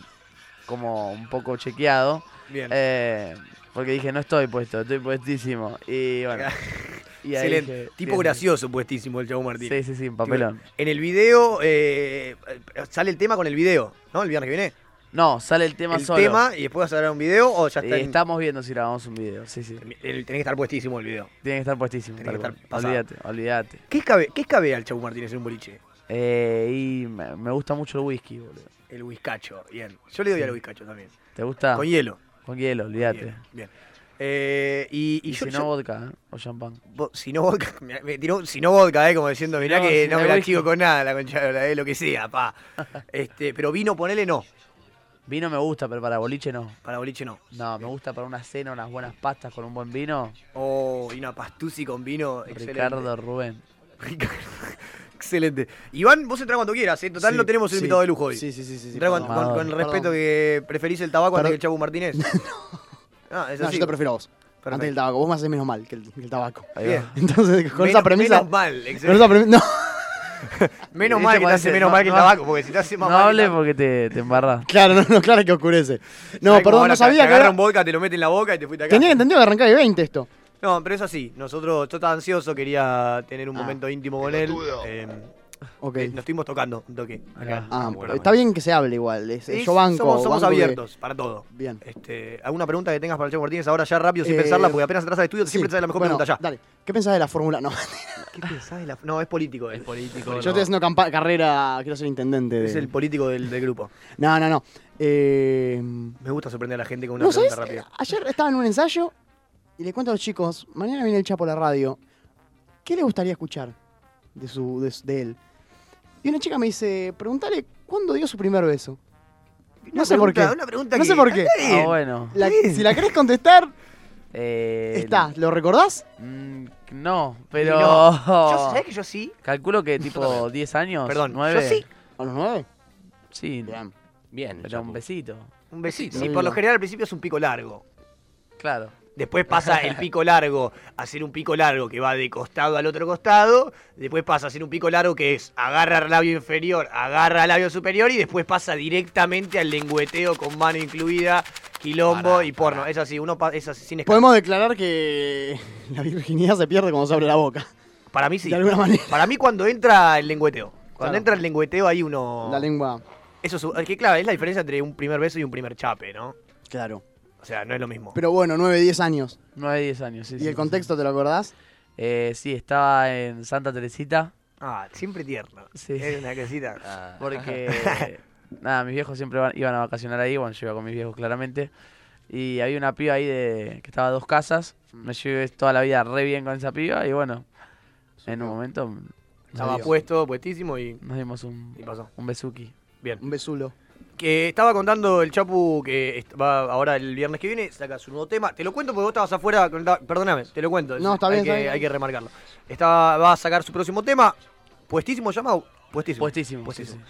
S6: como un poco chequeado.
S1: Bien.
S6: Eh, porque dije, no estoy puesto, estoy puestísimo.
S1: [LAUGHS]
S6: Y bueno. y ahí
S1: Excelente.
S6: dije,
S1: tipo
S6: bien.
S1: gracioso, puestísimo, el Chavo Martínez.
S6: Sí, sí, sí, un papelón.
S1: En el video, eh, sale el tema con el video, ¿no? El viernes que viene.
S6: No, sale el tema
S1: el
S6: solo.
S1: tema y después vas a grabar un video o ya
S6: Y
S1: está. en-
S6: Estamos viendo si grabamos un video, sí, sí.
S1: El- Tenés que estar puestísimo el video.
S6: Tiene que estar puestísimo.
S1: Tiene que
S6: tal
S1: estar
S6: cual.
S1: pasado.
S6: Olvídate, olvídate.
S1: ¿Qué escabe, qué escabea el Chavo Martínez en un boliche?
S6: Eh, y me, me gusta mucho el whisky, boludo.
S1: El whiskacho, bien. Yo le doy
S6: Sí. Ah,
S1: al whiskacho también.
S6: ¿Te gusta?
S1: Con hielo.
S6: Con hielo, olvídate.
S1: Bien. Eh, y, y
S6: Y
S1: yo,
S6: si
S1: yo-
S6: no vodka, ¿eh? O champán.
S1: Vo- Si no vodka, [LAUGHS] me- me tiró un si no vodka, eh, como diciendo, mirá
S6: no,
S1: que
S6: si
S1: no
S6: no
S1: me la
S6: whisky.
S1: chico con nada, la concha, de la- eh, lo que sea,
S6: [LAUGHS]
S1: pa. Este, pero vino, ponele no.
S6: Vino me gusta, pero para boliche no.
S1: Para boliche no.
S6: No, me gusta para una cena, unas buenas pastas con un buen vino.
S1: Oh, y una pastusi con vino. excelente.
S6: Ricardo Rubén.
S1: [LAUGHS] Excelente. Iván, vos entrás cuando quieras, ¿eh? Total,
S17: Sí,
S1: no tenemos un
S17: sí,
S1: invitado de lujo hoy.
S17: sí, sí, sí, sí, sí,
S1: Entrá con,
S17: perdón.
S1: con-
S17: Perdón.
S1: con el respeto
S17: Perdón.
S1: que preferís el tabaco antes
S17: Perdón.
S1: que el Chabu
S3: [LAUGHS]
S1: Martínez. Ah, es
S3: No,
S1: así.
S3: yo te prefiero a vos.
S1: Perfecto.
S3: Antes del tabaco. Vos me haces menos mal que el, que el tabaco.
S1: Ahí va.
S3: [LAUGHS] Entonces, con
S1: Menos-
S3: esa premisa. [LAUGHS]
S1: menos mal,
S3: con esa premisa. No.
S1: Menos
S6: ¿Viste
S1: mal que
S6: cuando
S1: te hace
S6: dice,
S1: menos
S6: no-
S1: mal que el
S6: no-
S1: tabaco, porque si te hace más
S6: No
S1: mal que el
S6: hables porque te, te embarras.
S3: Claro, no, no, claro que oscurece. No,
S1: ¿Sabés cómo
S3: perdón,
S1: ahora
S3: no
S1: te-
S3: sabía
S1: te
S3: que
S1: agarra
S3: era...
S1: un vodka, te lo mete en la boca y te fuiste acá.
S3: Tenía entendido que arrancaba de 20 esto.
S1: No, pero es así. Nosotros, yo estaba ansioso, quería tener un
S6: Ah.
S1: momento íntimo con él. eh, eh, nos estuvimos tocando un toque. Acá.
S3: Ah,
S1: Bueno,
S3: está bien que se hable igual. es-
S1: Sí,
S3: yo banco.
S1: Somos, somos
S3: banco que-
S1: abiertos para todo.
S3: Bien.
S1: Este, ¿Alguna pregunta que tengas para el Chavo Martínez ahora ya rápido, sin
S3: Eh,
S1: pensarla? Porque apenas entras al estudio, siempre
S3: Sí,
S1: te sale la mejor
S3: bueno,
S1: pregunta ya.
S3: Dale. ¿Qué pensás de la Fórmula? No, [LAUGHS]
S1: ¿Qué pensás de la.? No, es político. Es político.
S3: yo estoy haciendo campa- carrera, quiero ser intendente. de-
S1: Es el político del, del grupo.
S3: No, no, no. Eh,
S1: Me gusta sorprender a la gente con una
S3: ¿No
S1: pregunta
S3: sabes?
S1: rápida.
S3: Ayer estaba en un ensayo y le cuento a los chicos, mañana viene el Chapo a la radio. ¿Qué le gustaría escuchar de, su, de, su- de él? Y una chica me dice, pregúntale cuándo dio su primer beso. No
S1: Una
S3: sé por qué.
S1: pregunta- una pregunta
S3: no sé
S1: que-
S3: por qué.
S1: está bien.
S6: Ah, bueno.
S3: La- si la querés contestar,
S6: Eh, mm,
S3: está. ¿Lo recordás?
S6: No,
S3: Y
S6: pero.
S3: no. Yo- ¿sabés
S1: que yo sí?
S6: [LAUGHS] Calculo que tipo 10 años.
S1: Perdón, yo
S6: 9.
S1: sí.
S3: ¿A los 9?
S6: Sí.
S18: Bien.
S6: Pero un besito.
S1: Un besito.
S6: Sí,
S1: Y
S6: no.
S1: por lo general al principio es un pico largo.
S6: Claro.
S1: Después pasa
S3: [LAUGHS]
S1: el pico largo a ser un pico largo que va de costado al otro costado. Después pasa a ser un pico largo que es agarra el labio inferior, agarra el labio superior y después pasa directamente al lengüeteo con mano incluida, quilombo y porno. Es así, uno pa- es así, sin escape.
S3: Podemos declarar que [LAUGHS] la virginidad se pierde cuando se abre la boca.
S1: Para mí sí.
S3: De alguna manera.
S1: Para mí cuando entra el lengüeteo. Cuando
S3: Claro.
S1: entra el lengüeteo hay uno...
S3: La lengua.
S1: Eso es, es que claro, es la diferencia entre un primer beso y un primer chape, ¿no?
S3: Claro.
S1: O sea, no es lo mismo.
S3: Pero bueno, 9, 10 años.
S6: 9, 10 años, sí.
S3: ¿Y
S6: sí,
S3: el
S6: sí.
S3: contexto te lo acordás?
S6: Eh, sí, estaba en Santa Teresita.
S1: Ah, siempre tierno.
S6: Sí.
S1: Es una cosita.
S3: Ah,
S6: Porque. [LAUGHS] nada, mis viejos siempre van- iban a vacacionar ahí. Bueno, yo iba con mis viejos, claramente. Y había una piba ahí de, que estaba a dos casas. Me llevé toda la vida re bien con esa piba. Y bueno, en un momento. nos
S1: Estaba
S6: dimos-
S1: puesto, puestísimo y...
S6: Nos dimos un,
S1: Y pasó.
S6: un besuki.
S1: Bien.
S3: Un besulo.
S1: Que estaba contando el Chapu que est- va ahora el viernes que viene, saca su nuevo tema. Te lo cuento porque vos estabas afuera. con la- Perdóname, te lo cuento.
S3: No, está
S1: hay
S3: bien,
S1: Que,
S3: está bien.
S1: Hay que remarcarlo. Está, va a sacar su próximo tema. Puestísimo, llama. Puestísimo.
S6: Puestísimo,
S1: Puestísimo.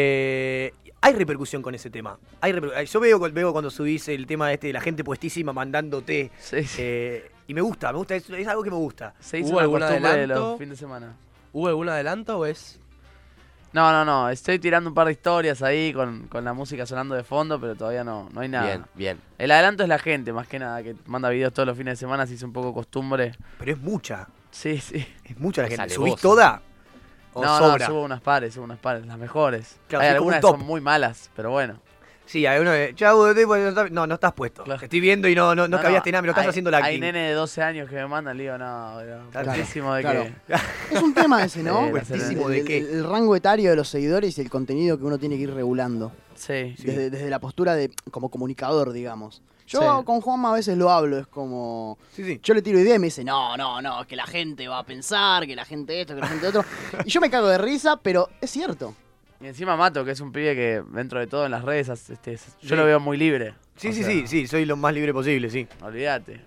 S1: Eh, hay repercusión con ese tema. Hay reper- Yo veo, veo cuando subís el tema este de la gente puestísima mandándote. eh, y me gusta, me gusta. Es, es algo que me gusta.
S6: Se hizo una costumbre de los fines de semana.
S18: ¿Hubo algún adelanto o es.?
S6: No, no, no. Estoy tirando un par de historias ahí con, con la música sonando de fondo, pero todavía no, no hay nada.
S18: Bien, bien.
S6: El adelanto es la gente, más que nada, que manda videos todos los fines de semana, se hizo un poco costumbre.
S1: Pero es mucha.
S6: Sí, sí.
S1: Es mucha la
S6: Es
S1: gente.
S6: alevosa.
S1: ¿Subís toda? ¿O
S6: No,
S1: sobra?
S6: no, subo unas pares, subo unas pares, las mejores.
S1: Claro,
S6: hay
S1: sí, como un
S6: algunas que
S1: top.
S6: son muy malas, pero bueno.
S1: Sí, hay uno de. Chau, de- de- no, no estás puesto. Te Estoy viendo y no, no, no, cabiaste nada, me lo estás
S6: hay-
S1: haciendo la
S6: Hay
S1: acting.
S6: nene de 12 años que me mandan, le digo, no, era
S1: Claro.
S6: putísimo de
S1: Claro.
S6: que...
S3: Es un tema
S18: [LAUGHS]
S6: [LAUGHS]
S3: ese,
S6: Sí,
S3: ¿no?
S6: la Puestísimo
S1: de
S3: El-
S1: qué.
S3: El, el rango etario de los seguidores y el contenido que uno tiene que ir regulando.
S6: Sí.
S3: Desde, desde la postura de como comunicador, digamos. Yo
S6: Sí.
S3: con Juanma a veces lo hablo, es como. Yo le tiro idea y me dice, no, no, no, que la gente va a pensar, que la gente esto, que la gente
S6: [LAUGHS]
S3: otro. y yo me cago de risa, pero es cierto.
S6: Y encima Mato, que es un pibe que dentro de todo en las redes, este, yo
S1: Sí.
S6: lo veo muy libre.
S1: Sí,
S6: O
S1: sí,
S6: sea,
S1: sí, sí, soy lo más libre posible, sí.
S6: Olvídate.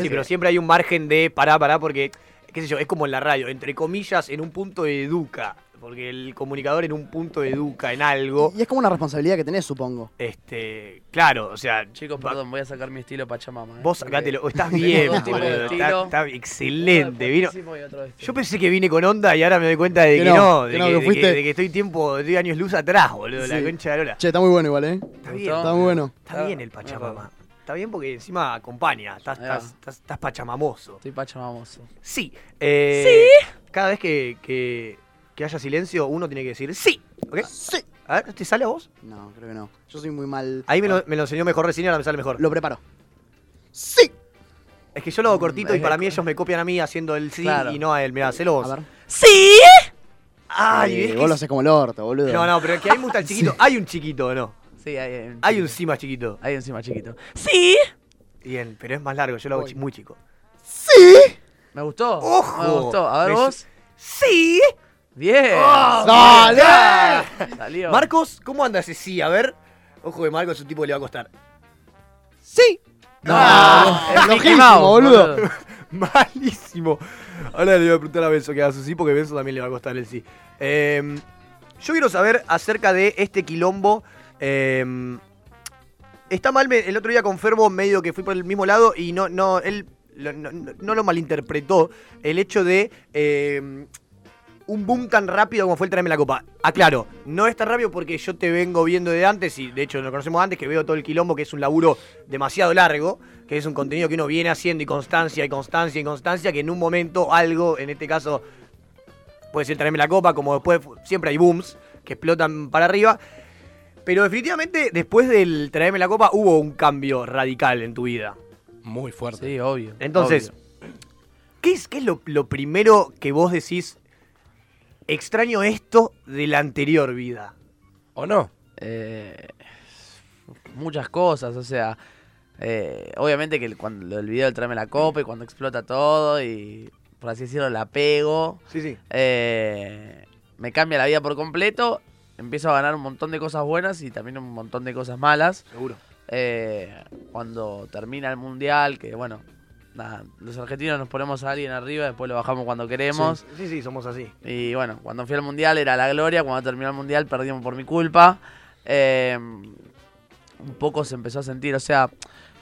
S1: Sí, pero siempre hay un margen de pará, pará, porque, qué sé yo, es como en la radio, entre comillas, en un punto educa. Porque el comunicador en un punto educa en algo.
S3: Y es como una responsabilidad que tenés, supongo.
S1: Este, claro, o sea.
S6: Chicos, perdón, voy a sacar mi estilo Pachamama. ¿eh?
S1: Vos
S6: Porque
S1: sacátelo. "Oh,
S6: [LAUGHS]
S1: Estás
S6: tengo
S1: bien,
S6: dos tipos de
S1: boludo. Está,
S6: estilo.
S1: está excelente.
S6: Uno de
S1: Vino.
S6: putísimo y otro de- este.
S1: Yo pensé que vine con onda y ahora me doy cuenta de que,
S3: Que
S1: no,
S3: no,
S1: de,
S3: que
S1: que,
S3: no, que
S1: de que-
S3: fuiste-
S1: de que estoy tiempo, estoy años luz atrás, boludo, la
S3: Sí.
S1: concha de la lora.
S3: Che, está muy bueno igual, ¿eh?
S1: Está bien.
S3: Está muy bueno.
S1: Está bien el Pachamama. Está bien porque encima acompaña. Estás,
S3: Ah.
S6: Ahí va.
S1: estás, estás- estás pachamamoso.
S6: Estoy pachamamoso.
S1: Sí. Eh, Cada vez que, que- que haya silencio, uno tiene que decir sí. ¿Ok?
S3: Sí.
S1: A ver, ¿te sale a vos?
S3: No, creo que no. Yo soy muy mal.
S1: Ahí me lo, me lo enseñó mejor recién y ahora me sale mejor.
S3: Ah. Lo preparo.
S1: Es que yo lo hago cortito y
S6: es-
S1: para mí ellos me copian a mí haciendo el sí
S6: Claro.
S1: y no a él. Mirá, hacelo vos.
S6: ¡Sí!
S1: Ay,
S3: Eh,
S1: es que
S3: vos lo
S1: es-
S3: haces como el orto, boludo.
S1: No, no, pero es que a mí me gusta el
S3: [LAUGHS]
S1: chiquito. Hay un chiquito, ¿o ¿no?
S6: Sí, hay, hay un
S1: Hay
S6: chiquito.
S1: un sí más chiquito.
S6: Hay un sí más chiquito. ¡Sí!
S1: Bien, pero es más largo, yo lo hago
S6: Voy.
S1: chi- muy chico.
S6: Me gustó.
S1: ¡Ojo!
S6: Me gustó. A ver
S1: Me su-
S6: vos.
S1: ¡Sí!
S6: ¡Bien!
S1: ¡Oh,
S6: ¡Dale!
S1: bien!
S6: Salió.
S1: Marcos, ¿cómo anda ese sí? A ver. Ojo que Marcos es un tipo que le va a costar.
S3: ¡Sí!
S1: No,
S3: Ah, lojísimo, boludo.
S1: [LAUGHS] Malísimo. Ahora le voy a preguntar a Benzo que haga su sí, porque Benzo también le va a costar el sí. Eh, yo quiero saber acerca de este quilombo. eh, está mal, me- el otro día con Ferbo medio que fui por el mismo lado y no, no, él lo- no, no- no lo malinterpretó. El hecho de eh, un boom tan rápido como fue el Tráeme la Copa. Aclaro, no es tan rápido porque yo te vengo viendo de antes y de hecho nos conocemos antes que veo todo el quilombo que es un laburo demasiado largo, que es un contenido que uno viene haciendo y constancia y constancia y constancia que en un momento algo, en este caso puede ser Tráeme la Copa, como después fu- siempre hay booms que explotan para arriba. Pero definitivamente después del Tráeme la Copa hubo un cambio radical en tu vida.
S19: Muy fuerte.
S6: Sí, obvio.
S1: Entonces, ¿qué es, qué es lo, lo primero que vos decís? Extraño esto de la anterior vida.
S19: ¿O no?
S6: Eh, muchas cosas, o sea, eh, obviamente que el- cuando lo del video del tráeme la copa y cuando explota todo y por así decirlo la pego,
S1: Sí, sí.
S6: eh, me cambia la vida por completo, empiezo a ganar un montón de cosas buenas y también un montón de cosas malas. eh,
S1: Seguro.
S6: cuando termina el mundial, que bueno, nada, los argentinos nos ponemos a alguien arriba, después lo bajamos cuando queremos.
S1: Sí, sí, somos así.
S6: Y bueno, cuando fui al mundial era la gloria, cuando terminó el mundial perdimos por mi culpa. Eh, un poco se empezó a sentir, o sea,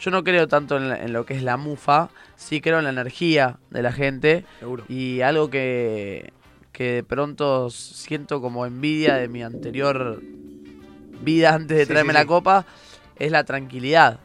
S6: yo no creo tanto en, la- en lo que es la mufa, sí creo en la energía de la gente.
S1: Seguro.
S6: Y algo que, que de pronto siento como envidia de mi anterior vida antes de
S1: Sí,
S6: traerme
S1: sí,
S6: la
S1: sí.
S6: copa es la tranquilidad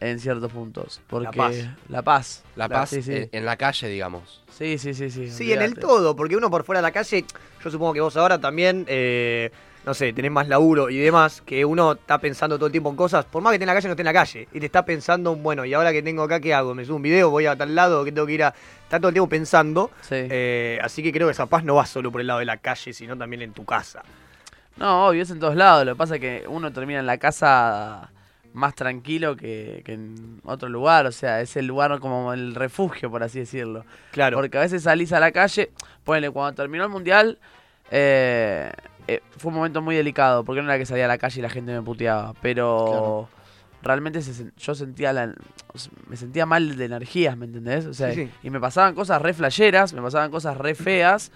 S6: en ciertos puntos. Porque
S19: paz.
S6: La paz.
S19: La paz
S6: sí, sí.
S19: En, en la calle, digamos.
S6: Sí, sí, sí, sí.
S1: Sí, en el
S6: olvidate.
S1: todo, porque uno por fuera de la calle, yo supongo que vos ahora también, eh, no sé, tenés más laburo y demás, que uno está pensando todo el tiempo en cosas, por más que esté en la calle, no esté en la calle, y te está pensando, bueno, y ahora que tengo acá, ¿qué hago? ¿Me subo un video? ¿Voy a tal lado? ¿Qué tengo que ir a...? Está todo el tiempo pensando, eh, así que creo que esa paz no va solo por el lado de la calle, sino también en tu casa.
S6: No, obvio, es en todos lados. Lo que pasa es que uno termina en la casa más tranquilo que, que en otro lugar. O sea, es el lugar como el refugio, por así decirlo.
S1: Claro.
S6: Porque a veces salís a la calle. Ponele, cuando terminó el mundial, eh, eh, fue un momento muy delicado. Porque no era que salía a la calle y la gente me puteaba. Pero realmente se sen- yo sentía la, me sentía mal de energías, ¿me entendés? O sea,
S1: Sí, sí.
S6: y me pasaban cosas re flasheras, me pasaban cosas re feas,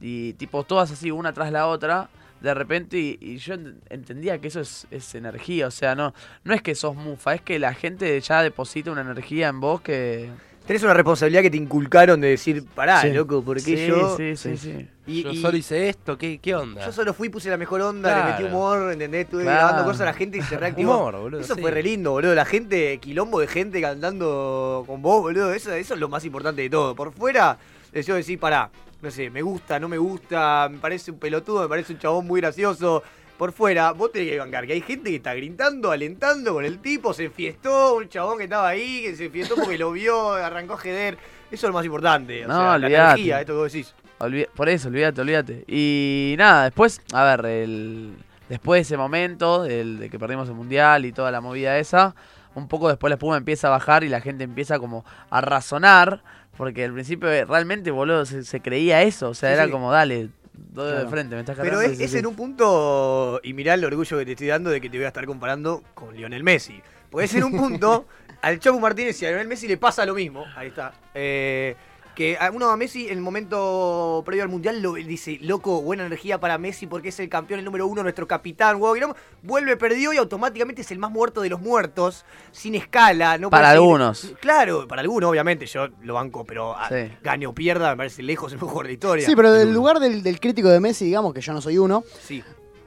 S6: y tipo todas así, una tras la otra, de repente, y, y yo ent- entendía que eso es, es energía, o sea, no, no es que sos mufa, es que la gente ya deposita una energía en vos que...
S1: Tenés una responsabilidad que te inculcaron de decir, pará,
S6: Sí.
S1: loco, porque
S6: Sí,
S1: yo...
S6: sí, sí, sí.
S19: Yo solo hice esto, ¿qué, qué onda?
S1: Yo solo fui, puse la mejor onda, le metí
S19: Claro.
S1: humor, ¿entendés? Estuve
S19: Claro.
S1: grabando cosas a la gente y se reactivó.
S19: Humor, boludo,
S1: Eso
S19: sí.
S1: fue re lindo, boludo. La gente, quilombo de gente cantando con vos, boludo. Eso, eso es lo más importante de todo. Por fuera, eh, yo decís, pará, no sé, me gusta, no me gusta, me parece un pelotudo, me parece un chabón muy gracioso. Por fuera, vos tenés que bancar, que hay gente que está gritando, alentando con el tipo, se enfiestó, un chabón que estaba ahí, que se enfiestó porque lo vio, arrancó a jeder. Eso es lo más importante. O
S6: No,
S1: sea, la
S6: olvidate.
S1: energía, esto que vos decís.
S6: Olvi- por eso, olvídate, olvídate. Y nada, después, a ver, el, después de ese momento, del, de que perdimos el mundial y toda la movida esa, un poco después la espuma empieza a bajar y la gente empieza como a razonar, porque al principio eh, realmente, boludo, se, se creía eso, o sea,
S1: Sí,
S6: era
S1: sí.
S6: como, dale, doy de
S1: Claro.
S6: frente, me estás cargando.
S1: Pero es,
S6: sí,
S1: es
S6: sí.
S1: en un punto, y mirá el orgullo que te estoy dando de que te voy a estar comparando con Lionel Messi. Porque es en
S6: [LAUGHS]
S1: un punto, al Chapu Martínez y a Lionel Messi le pasa lo mismo. Ahí está. Eh, que a uno a Messi en el momento previo al Mundial lo dice, loco, buena energía para Messi porque es el campeón, el número uno, nuestro capitán, huevo, quilombo". vuelve perdido y automáticamente es el más muerto de los muertos, sin escala. No
S6: Para
S1: puede seguir-
S6: algunos.
S1: Claro, para algunos, obviamente, yo lo banco, pero a-
S6: Sí.
S1: gane o pierda, me parece lejos el mejor de historia.
S3: Sí, pero del lugar del, del crítico de Messi, digamos que yo no soy uno,
S1: Sí.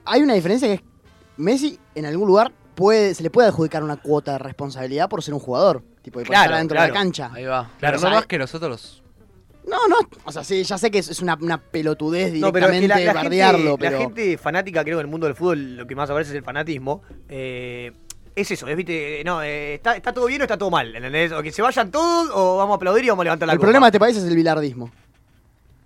S3: hay una diferencia que es Messi en algún lugar puede, se le puede adjudicar una cuota de responsabilidad por ser un jugador, tipo de por
S19: Claro,
S3: estar dentro de la
S19: claro.
S3: cancha.
S6: Ahí va.
S19: Claro,
S3: O
S19: no
S3: sea,
S19: más que nosotros.
S3: No, no, o sea, sí, ya sé que es, es una, una pelotudez
S1: No, pero es
S3: directamente
S1: que la, la
S3: bardearlo,
S1: gente, la
S3: pero
S1: gente fanática, creo, en el mundo del fútbol, lo que más aparece es el fanatismo. Eh, es eso, es, viste, no, eh, está, está todo bien o está todo mal, ¿entendés? O que se vayan todos o vamos a aplaudir y vamos a levantar la
S3: el
S1: copa.
S3: problema de este país es el bilardismo.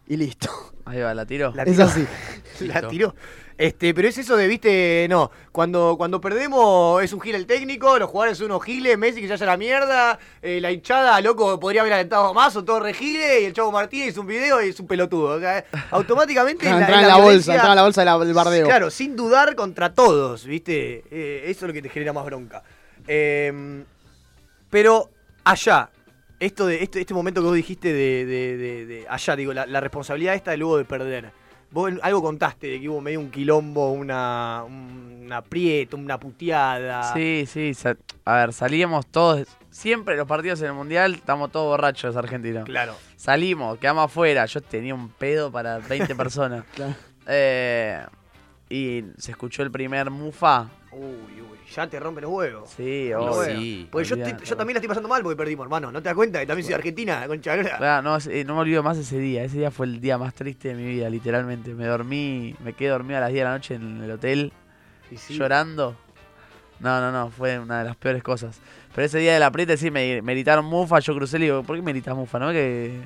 S3: Y listo.
S6: Ahí va, la tiro.
S1: La
S3: [LAUGHS] Es
S1: tiró.
S3: así.
S1: [LAUGHS] la tiró. Este, pero es eso de, viste, no, cuando, cuando perdemos es un gil el técnico, los jugadores son unos giles, Messi que ya haya la mierda, eh, la hinchada, loco, podría haber alentado más o todo regile, y el Chavo Martínez hizo un video y es un pelotudo. O sea, eh, automáticamente
S3: [LAUGHS] Claro,
S1: la-
S3: entraba en la bolsa,
S1: violencia-
S3: entraba en la bolsa de la- del bardeo.
S1: Claro, sin dudar contra todos, ¿viste? Eh, eso es lo que te genera más bronca. Eh, pero allá, esto de, este, este momento que vos dijiste de, de- de- de- allá, digo, la, la responsabilidad esta de luego de perder. Vos en- algo contaste de que hubo medio un quilombo, una, un aprieto, una puteada.
S6: Sí, sí, sa- a ver, salíamos todos Siempre los partidos en el mundial estamos todos borrachos argentinos.
S1: Claro.
S6: Salimos, quedamos afuera. Yo tenía un pedo para 20 personas. Eh, y se escuchó el primer mufa.
S1: Uy, uy, ya te rompen los huevos.
S6: Sí,
S1: Los
S6: obvio.
S1: huevos. Porque yo, estoy- yo también la estoy pasando mal porque perdimos, hermano. ¿No te das cuenta? Que también soy de Argentina, concha lora.
S6: Claro, no, es- eh, no me olvido más ese día. Ese día fue el día más triste de mi vida, literalmente. Me dormí, me quedé dormido a las 10 de la noche en el hotel,
S1: sí.
S6: llorando. No, no, no, fue una de las peores cosas. Pero ese día de la prieta sí me, me gritaron mufa, yo crucé y digo, ¿por qué me gritas mufa? No, que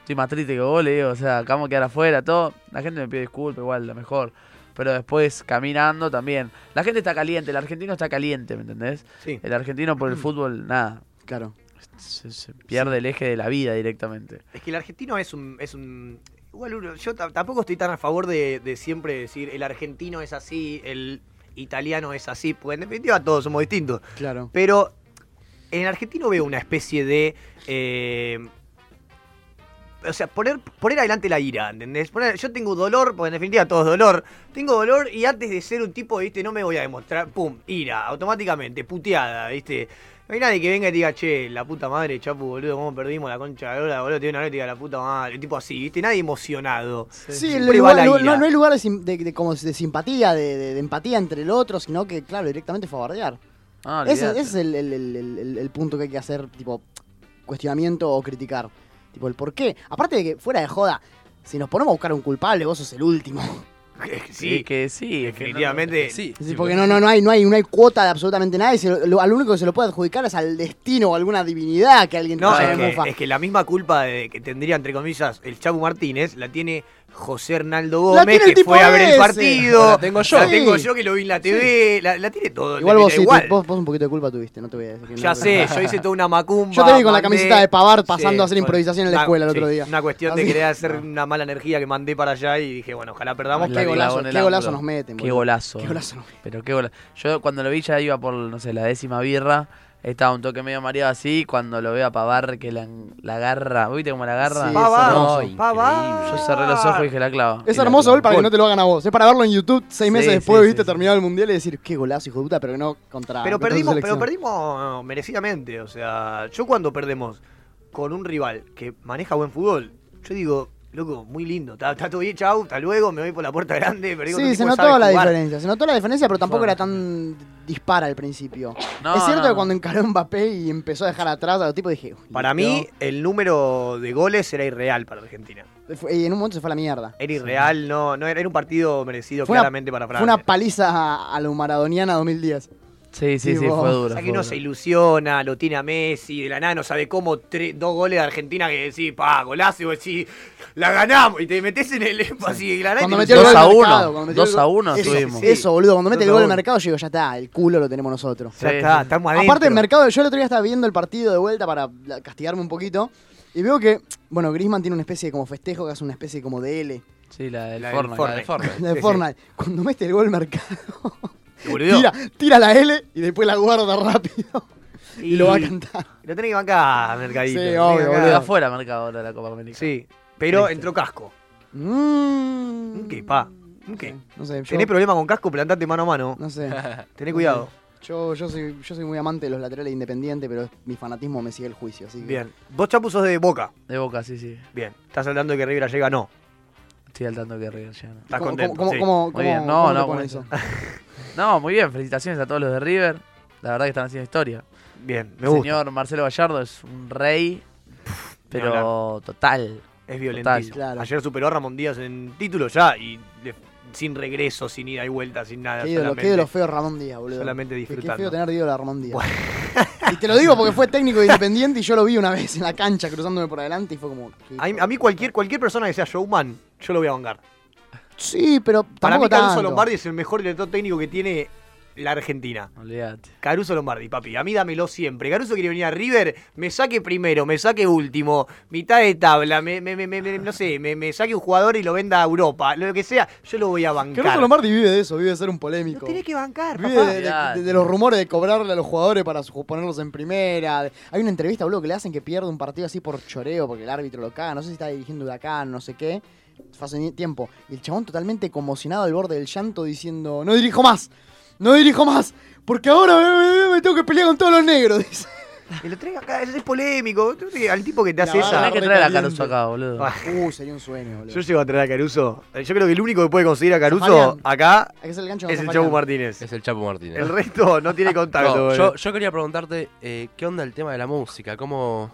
S6: estoy más triste que vos, le digo, o sea, acabamos de quedar afuera, todo. La gente me pide disculpas, igual, lo mejor. Pero después caminando también. La gente está caliente, el argentino está caliente, ¿me entendés?
S1: Sí.
S6: El argentino
S1: Mm.
S6: por el fútbol, nada.
S3: Claro.
S6: Se, se pierde el eje de la vida directamente.
S1: Es que el argentino es un. Es un igual uno- yo ta- tampoco estoy tan a favor de, de siempre decir el argentino es así, el italiano es así, porque en definitiva todos somos distintos.
S3: Claro.
S1: Pero en el argentino veo una especie de. eh, o sea, poner, poner adelante la ira, ¿entendés? Poner- yo tengo dolor, porque en definitiva todo es dolor. Tengo dolor y antes de ser un tipo, ¿viste? No me voy a demostrar. ¡Pum! Ira, automáticamente, puteada, ¿viste? No hay nadie que venga y diga, che, la puta madre, chapu, boludo, cómo perdimos la concha de la boludo, tiene una noticia, la puta madre. Tipo así, ¿viste? Nadie emocionado.
S3: Sí, el
S1: Siempre va
S3: lugar-
S1: la
S3: no,
S1: ira.
S3: no- no hay lugar de, sim- de- de- como de simpatía, de, de- de empatía entre el otro, sino que, claro, directamente fue a bardear.
S6: Ah,
S3: ese,
S6: olvidate.
S3: ese es el, el- el- el- el- el punto que hay que hacer, tipo, cuestionamiento o criticar. Tipo, el por qué. Aparte de que, fuera de joda, si nos ponemos a buscar un culpable, vos sos el último.
S1: [LAUGHS] Sí,
S6: que sí.
S1: Definitivamente.
S6: Sí,
S3: Sí, porque no, no, no hay, no hay, no hay cuota de absolutamente nadie. Se lo- lo- al único que se lo puede adjudicar es al destino o alguna divinidad que alguien
S1: No,
S3: trae
S1: es que,
S3: de mufa.
S1: es que la misma culpa de- que tendría, entre comillas, el Chabu Martínez, la tiene José Hernaldo
S3: La
S1: Gómez,
S3: tiene el
S1: que
S3: tipo
S1: fue a ver el
S3: ese.
S1: partido.
S3: La tengo yo.
S1: La tengo
S3: Sí.
S1: yo que lo vi en la TV. La, la tiene todo.
S3: Igual
S1: le-
S3: vos, sí,
S1: igual.
S3: te- vos, vos un poquito de culpa tuviste, no te voy a decir. que no,
S1: Ya
S3: pero-
S1: sé, yo hice toda una macumba.
S3: Yo te vi con la
S1: mandé-
S3: camiseta de Pavard pasando a hacer
S1: con-
S3: improvisación en la
S1: una-
S3: escuela el otro
S1: sí,
S3: día. Ah,
S1: Una cuestión
S3: Así
S1: de
S3: que-
S1: querer hacer una mala energía que mandé para allá y dije, bueno, ojalá perdamos.
S6: Qué
S1: pero-
S6: golazo,
S3: qué golazo nos meten,
S6: Qué
S3: boludo.
S6: golazo.
S3: Qué
S6: eh.
S3: golazo nos
S6: Pero qué golazo. Yo cuando lo vi ya iba por, no sé, la décima birra. Estaba un toque medio mareado así. Cuando lo veo a Pavar que la, la agarra. ¿Viste cómo la agarra?
S3: Sí, Pavar,
S6: No,
S3: hermoso.
S6: increíble. Yo cerré los ojos y dije la clava.
S3: Es
S6: Y la
S3: hermoso
S6: clava.
S3: gol para que
S6: Gol.
S3: no te lo hagan a vos. Es para verlo en YouTube seis
S6: Sí,
S3: meses
S6: sí,
S3: después,
S6: sí,
S3: viste, terminado el mundial y decir, qué golazo, hijo de puta, pero no contra.
S1: Pero
S3: contra tu
S1: perdimos, pero
S3: selección".
S1: perdimos merecidamente. O sea, yo cuando perdemos con un rival que maneja buen fútbol, yo digo, loco, muy lindo. Está, está todo bien, chau, hasta luego, me voy por la puerta grande. Pero digo,
S3: Sí,
S1: este
S3: se
S1: tipo
S3: notó
S1: sabe
S3: la
S1: jugar.
S3: diferencia. Se notó la diferencia, pero tampoco
S1: Bueno.
S3: era tan dispara al principio.
S1: No,
S3: es cierto
S1: no,
S3: que
S1: no.
S3: cuando encaró Mbappé y empezó a dejar atrás a los tipos, dije.
S1: Para mí, el número de goles era irreal para Argentina.
S3: Fue- Y en un momento se fue a la mierda.
S1: Era irreal, no, no era, era un partido merecido
S3: Fue una-
S1: claramente para
S3: Fue
S1: Francia.
S3: una paliza a, a lo maradoniana 2010.
S6: Sí, sí, sí,
S3: Tipo-
S6: fue
S1: O
S6: duro.
S1: sea
S6: fue
S1: que uno
S6: duro.
S1: se ilusiona, lo tiene a Messi, de la nada no sabe cómo, tres- dos goles de Argentina que decís, pa, golazo, y vos decís, la ganamos, y te metes en el así, y la nada y
S3: Cuando
S1: te-
S3: metió el
S6: Dos
S3: gol
S6: a
S3: del
S6: uno,
S3: mercado, cuando metió el
S6: dos
S3: gol-
S6: a uno
S3: eso,
S6: estuvimos.
S3: Eso, boludo, cuando
S6: Dos
S3: mete el
S6: a
S3: gol del
S6: uno.
S3: mercado, yo digo, ya está, el culo lo tenemos nosotros.
S1: Ya está, estamos adentro.
S3: Aparte, el mercado, yo el otro día estaba viendo el partido de vuelta para la- castigarme un poquito. Y veo que, bueno, Grisman tiene una especie de como festejo que hace una especie como de L.
S6: Sí, la del
S1: La del
S6: Fortnite. La
S1: Fortnite.
S6: del [LAUGHS] Fortnite.
S3: La [LAUGHS] de
S6: Sí, sí.
S3: Fortnite. Cuando mete el gol del [LAUGHS] mercado,
S1: Boludeó.
S3: tira, tira la L y después la guarda rápido. Y, lo va a cantar.
S1: Lo tenés que bancar, Mercadito. lo
S3: Sí,
S1: tenés que
S3: obvio,
S1: bancar.
S3: boludo.
S6: Afuera mercado ahora de la Copa América.
S1: Sí. Pero
S6: Triste.
S1: entró casco.
S3: Mmm.
S1: ¿Un Mm, ¿Qué, pa? ¿Un ¿Qué?
S3: No sé, mm, yo-
S1: ¿Tenés problema con casco? Plantate mano a mano. [LAUGHS]
S3: No sé.
S1: Tené cuidado.
S3: Yo, yo, soy, yo soy muy amante de los laterales independientes, pero mi fanatismo me sigue el juicio. Así que...
S1: Bien. Vos chapu sos de boca.
S6: De boca, sí, sí.
S1: Bien. Estás hablando de que River llega, no.
S6: Estoy al tanto que River ya. no.
S1: Estás contento. sí.
S6: Muy bien, no, no, muy bien.
S1: [LAUGHS]
S6: No, muy bien, felicitaciones a todos los de River. La verdad que están haciendo historia.
S1: Bien, me
S6: El
S1: gusta.
S6: señor Marcelo Gallardo es un rey, pero total.
S1: Es violentísimo. Ayer superó a Ramón Díaz en título ya y le- sin regreso, sin ida y vuelta, sin nada.
S3: Qué ídolo,
S1: solamente.
S3: qué ídolo feo Ramón Díaz, boludo.
S1: Solamente
S3: Qué- Qué,
S1: disfrutando.
S3: feo tener ídolo a Ramón Díaz. [LAUGHS] Y te lo digo
S1: [LAUGHS]
S3: porque fue técnico de independiente y yo lo vi una vez en la cancha cruzándome por adelante y fue como. qué-
S1: A mí, a mí cualquier, cualquier persona que sea showman, yo lo voy a bancar.
S3: Sí, pero
S1: Para mí
S3: tampoco
S1: Caruso
S3: tanto.
S1: Lombardi es el mejor director técnico que tiene la Argentina.
S6: Olvídate.
S1: Caruso Lombardi, papi. A mí dámelo siempre. Caruso quiere venir a River, me saque primero, me saque último, mitad de tabla, me, me- me- me- me- no sé, me, me saque un jugador y lo venda a Europa, lo que sea, yo lo voy a bancar.
S3: Caruso Lombardi vive de eso, vive de ser un polémico.
S1: Tenés que bancar,
S3: Vive
S1: papá.
S3: de, de- de- de los rumores de cobrarle a los jugadores para su- ponerlos en primera. De- Hay una entrevista, boludo, que le hacen que pierde un partido así por choreo porque el árbitro lo caga. No sé si está dirigiendo Huracán, no sé qué. Fue hace ni- tiempo. Y el chabón totalmente conmocionado al borde del llanto diciendo: No dirijo más, no dirijo más, porque ahora me, me- me tengo que pelear con todos los negros. [LAUGHS] Dice.
S1: Me lo traigo acá, es polémico. Yo sé, Al tipo que te
S3: La
S1: hace
S3: barra
S1: esa.
S3: Tenés que traer a Caruso
S6: acá, boludo.
S1: Ah,
S3: Uh, sería un sueño, boludo.
S1: Yo llego a traer a Caruso. Eh, Yo creo que el único que puede conseguir a Caruso
S3: Zafarian.
S1: acá
S3: Hay que hacer el gancho con
S1: es el
S3: Zafarian.
S1: Chapu Martínez.
S5: Es el Chapu Martínez.
S1: El resto no tiene contacto.
S5: No,
S1: boludo.
S5: yo, yo quería preguntarte, eh, ¿qué onda el tema de la música? ¿Cómo.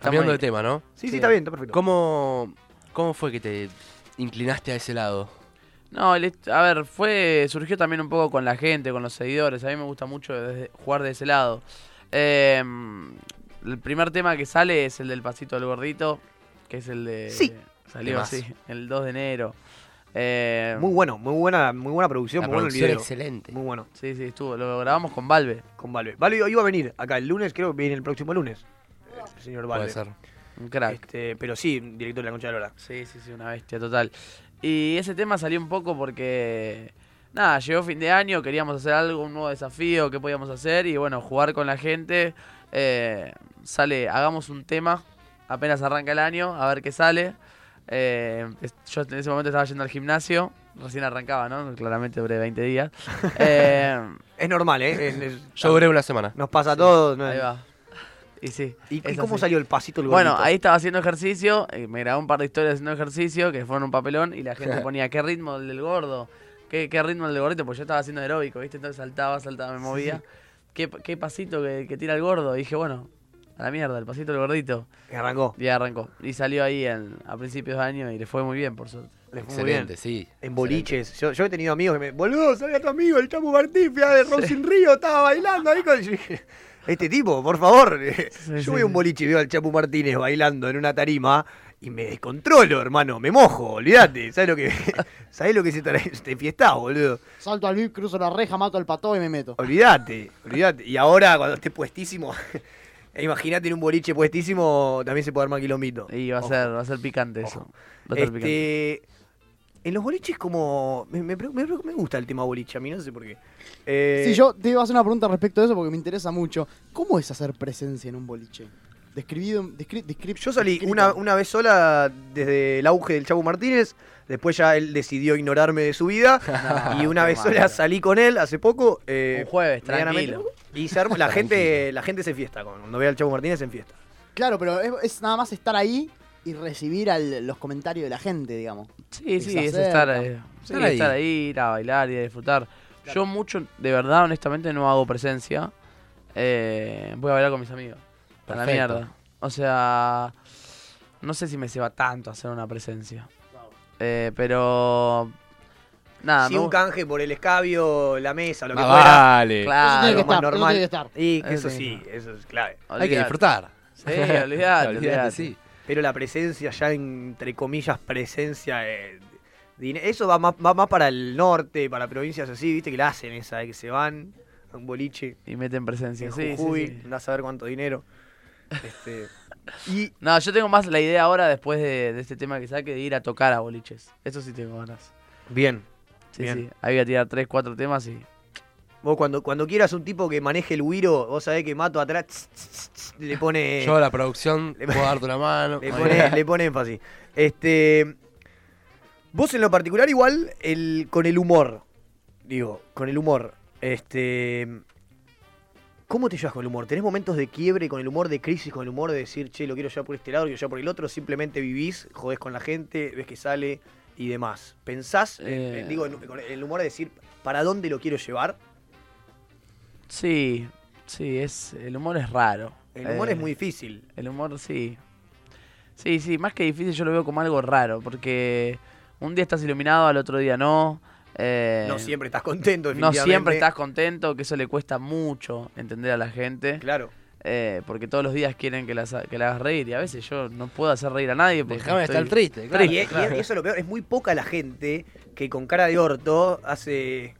S5: Cambiando de tema, ¿no?
S1: Sí, sí, está bien, está perfecto.
S5: ¿Cómo, ¿Cómo fue que te inclinaste a ese lado?
S6: No, el est- a ver, fue surgió también un poco con la gente, con los seguidores. A mí me gusta mucho desde- jugar de ese lado. Eh, el primer tema que sale es el del pasito del gordito, que es el de
S1: Sí.
S6: salió
S1: Temazo.
S6: así, el 2 de enero. Eh,
S1: Muy bueno, muy buena, muy buena producción,
S6: La
S1: muy bueno el
S6: producción
S1: video.
S6: excelente.
S1: Muy bueno.
S6: Sí, sí, estuvo. Lo grabamos con Valve.
S1: Con Valve. Valve iba a venir acá el lunes, creo que viene el próximo lunes. El señor Valve.
S6: Puede ser. Un crack.
S1: Este, pero sí, director de la Concha de la Lora.
S6: Sí, sí, sí, una bestia total. Y ese tema salió un poco porque, nada, llegó fin de año, queríamos hacer algo, un nuevo desafío, qué podíamos hacer y bueno, jugar con la gente. Eh, sale, hagamos un tema, apenas arranca el año, a ver qué sale. Eh, es- yo en ese momento estaba yendo al gimnasio, recién arrancaba, ¿no? Claramente duré 20 [LAUGHS] días.
S1: es normal, ¿eh? Es-
S6: [LAUGHS]
S1: es-
S5: Yo duré una semana.
S1: Nos pasa a todos. ¿no?
S6: Ahí va. Y sí.
S1: ¿Y, y
S6: es
S1: cómo
S6: así.
S1: salió el pasito el
S6: Bueno,
S1: gordito?
S6: ahí estaba haciendo ejercicio, eh, me grabó un par de historias haciendo ejercicio, que fueron un papelón, y la gente ponía, ¿qué ritmo el del gordo? ¿Qué, qué ritmo el del gordito? Porque yo estaba haciendo aeróbico, ¿viste? Entonces saltaba, saltaba, me movía. ¿Qué, qué pasito que, que tira el gordo? Y dije, bueno, a la mierda, el pasito del gordito.
S1: Y arrancó.
S6: Y arrancó. Y salió ahí en- a principios de año y le fue muy bien, por suerte.
S1: Le fue muy bien.
S5: sí.
S1: En boliches. Yo, yo he tenido amigos que me. Boludo, salga tu amigo, el Chapu Martín, fui a ver Rocín Río, estaba bailando ahí con. Yo dije, Este tipo, por favor. [LAUGHS]
S6: sí,
S1: yo voy a un boliche y veo al Chapu Martínez bailando en una tarima y me descontrolo, hermano. Me mojo, olvídate. ¿Sabes lo que, [LAUGHS] ¿sabes lo que se trae este fiesta, boludo?
S3: Salto al VIP, cruzo la reja, mato al pato y me meto.
S1: Olvídate, olvídate. Y ahora, cuando esté puestísimo. [LAUGHS] Imagínate en un boliche puestísimo, también se puede armar quilomito.
S6: Y va a, ser, va a ser picante eso. Va a ser picante.
S1: Este, en los boliches como... Me, me pre- me pre- me gusta el tema boliche, a mí no sé por qué. Eh,
S3: Sí, yo te iba a hacer una pregunta respecto a eso porque me interesa mucho. ¿Cómo es hacer presencia en un boliche? Describido, descri, descrip-
S1: yo salí
S3: descrito.
S1: una, una vez sola desde el auge del Chabu Martínez, después ya él decidió ignorarme de su
S6: [LAUGHS]
S1: vida
S6: No,
S1: y una
S6: qué
S1: vez sola
S6: malo.
S1: salí con él hace poco. eh,
S6: Un jueves,
S1: medianamente
S6: tranquilo.
S1: poco, Y se armó,
S6: [LAUGHS]
S1: la, gente, la gente se enfiesta, con- cuando ve al Chabu Martínez se enfiesta.
S3: Claro, pero es, es nada más estar ahí y recibir al- los comentarios de la gente, digamos.
S6: Sí, sí,
S3: se
S6: es estar,
S3: acerca.
S6: eh, sí,
S3: Estar ahí.
S6: estar ahí, ir a bailar, ir a disfrutar. Yo mucho, de verdad, honestamente, no hago presencia. Eh, voy a bailar con mis amigos. A la
S5: Perfecto.
S6: mierda. O sea, no sé si me se va tanto hacer una presencia. Eh, pero... Nada,
S1: si
S6: Ah, me
S1: un
S6: gu-
S1: canje por el escabio, la mesa, lo que
S6: Ah,
S1: fuera.
S6: vale. Claro. Eso tiene
S1: algo
S6: que
S1: más
S6: estar, eso
S1: normal.
S6: tiene que estar.
S1: Y que
S6: Eso
S1: eso
S6: tiene
S1: sí, eso es clave.
S6: Hay que Olvidate. disfrutar. Sí, [LAUGHS]
S5: [LAUGHS]
S6: olvidate, Olvidate, olvidate. sí.
S1: Pero la presencia ya, entre comillas, presencia... eh, dine- eso va más, va más para el norte, para provincias así, viste, que la hacen esa, de que se van a un boliche.
S6: Y meten presencia,
S1: en
S6: sí, sí,
S1: Jujuy,
S6: sí.
S1: andás a ver cuánto dinero. Este,
S6: [LAUGHS]
S1: y
S6: No, yo tengo más la idea ahora, después de, de este tema que saque, de ir a tocar a boliches. Eso sí tengo ganas.
S1: Bien.
S6: Sí,
S1: bien.
S6: sí. Ahí voy a tirar tres, cuatro temas y...
S1: Vos cuando, cuando quieras un tipo que maneje el guiro, vos sabés que Mato atrás tss, tss, tss, le pone...
S5: Yo la producción,
S1: le-
S5: puedo darte una mano.
S1: Le pone,
S6: [LAUGHS]
S1: le pone énfasis. Este, vos en lo particular igual el, con el humor, digo, con el humor. Este, ¿Cómo te llevas con el humor? ¿Tenés momentos de quiebre con el humor, de crisis con el humor, de decir, che, lo quiero llevar por este lado, lo quiero llevar por el otro? Simplemente vivís, jodés con la gente, ves que sale y demás. ¿Pensás, en-
S6: Eh.
S1: en- digo, en- con el humor de decir, ¿para dónde lo quiero llevar?
S6: Sí, sí, es, el humor es raro.
S1: El humor
S6: Eh.
S1: es muy difícil.
S6: El humor, sí. Sí, sí, más que difícil yo lo veo como algo raro, porque un día estás iluminado, al otro día no. eh,
S1: no siempre estás contento,
S6: No siempre
S1: definitivamente.
S6: estás contento, que eso le cuesta mucho entender a la gente.
S1: Claro.
S6: Eh, porque todos los días quieren que la que la hagas reír y a veces yo no puedo hacer reír a nadie. porque
S5: Déjame
S6: estoy
S5: estar triste,
S1: Y, es- y es- y eso es lo peor, es muy poca la gente que con cara de orto hace.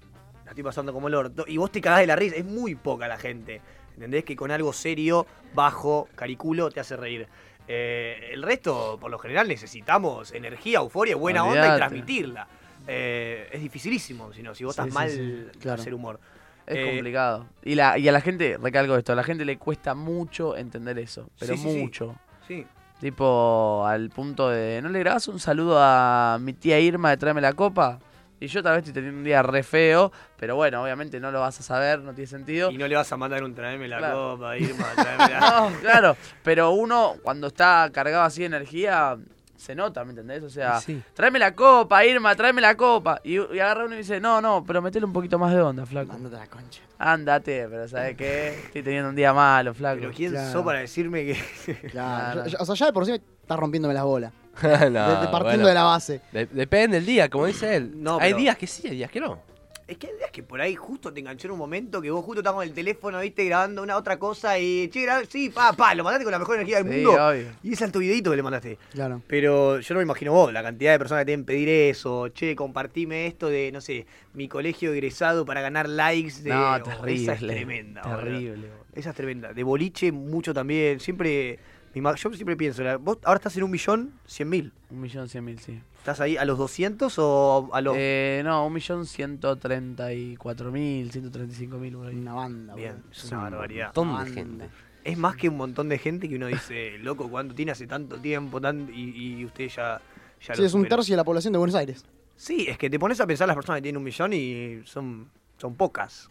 S1: La estoy pasando como el orto. Y vos te cagás de la risa. Es muy poca la gente. ¿Entendés? Que con algo serio, bajo, cariculo, te hace reír. Eh, el resto, por lo general, necesitamos energía, euforia, buena onda
S6: Olvidate.
S1: y transmitirla. Eh, es dificilísimo, si no, si vos
S6: Sí,
S1: estás
S6: sí,
S1: mal
S6: sí. Claro.
S1: hacer humor.
S6: Es
S1: Eh,
S6: complicado. Y, la, y a la gente, recalco esto, a la gente le cuesta mucho entender eso, pero
S1: Sí, sí, sí.
S6: mucho.
S1: Sí.
S6: Tipo, al punto de, ¿no le grabás un saludo a mi tía Irma de Tráeme la Copa? Y yo tal vez estoy teniendo un día re feo, pero bueno, obviamente no lo vas a saber, no tiene sentido.
S1: Y
S6: [LAUGHS]
S1: no le vas a mandar un traeme la
S6: Claro.
S1: copa,
S6: [LAUGHS]
S1: Irma, traeme [LAUGHS] la...
S6: No, Ah, claro, pero uno cuando está cargado así de energía se nota, ¿me entendés? O sea,
S1: Y sí.
S6: tráeme la copa, Irma, tráeme la copa. Y, y agarra uno y dice, no, no, pero metele un poquito más de onda, flaco. Ándate la concha. Ándate, pero ¿sabes qué? Estoy teniendo un día malo, flaco.
S1: Eh, Pero ¿quién
S6: Claro.
S1: sos para decirme que...? [LAUGHS]
S6: Claro.
S3: Yo- yo- o sea, ya de por sí me está rompiéndome las bolas.
S5: [LAUGHS]
S6: [LAUGHS]
S5: No,
S3: De- de- partiendo
S5: bueno.
S3: de la base.
S5: De- depende del día, como dice él.
S1: No,
S5: hay
S1: pero-
S5: días que sí, hay días que no.
S1: Es que hay días que por ahí justo te enganchó en un momento que vos justo estás con el teléfono, viste, grabando una otra cosa y... Che, gra- sí, pa, pa, lo mandaste con la mejor energía del
S6: Sí,
S1: mundo.
S6: obvio.
S1: Y ese alto videito que le mandaste.
S3: Claro.
S1: Pero yo no me imagino vos, la cantidad de personas que te deben pedir eso. Che, compartime esto de, no sé, mi colegio egresado para ganar likes. De...
S6: No,
S1: Oh, Esa es
S6: terrible,
S1: tremenda.
S6: terrible,
S1: boludo. Esa es tremenda. De boliche mucho también. Siempre... me ima- Yo siempre pienso, la- vos ahora estás en un millón cien mil.
S6: Un millón cien mil, sí.
S1: ¿Estás ahí a los 200 o a los...?
S6: Eh, no, un millón ciento treinta y cuatro mil, ciento treinta y cinco mil. por ahí.
S3: Una banda,
S1: Bien, es una barbaridad.
S6: montón de gente.
S1: Es más que un montón de gente que uno dice, loco, ¿cuánto tiene hace tanto tiempo? Tan... Y, y usted ya... ya
S3: Sí,
S1: lo
S3: es un
S1: superó.
S3: tercio de la población de Buenos Aires.
S1: Sí, es que te pones a pensar las personas que tienen un millón y son, son pocas.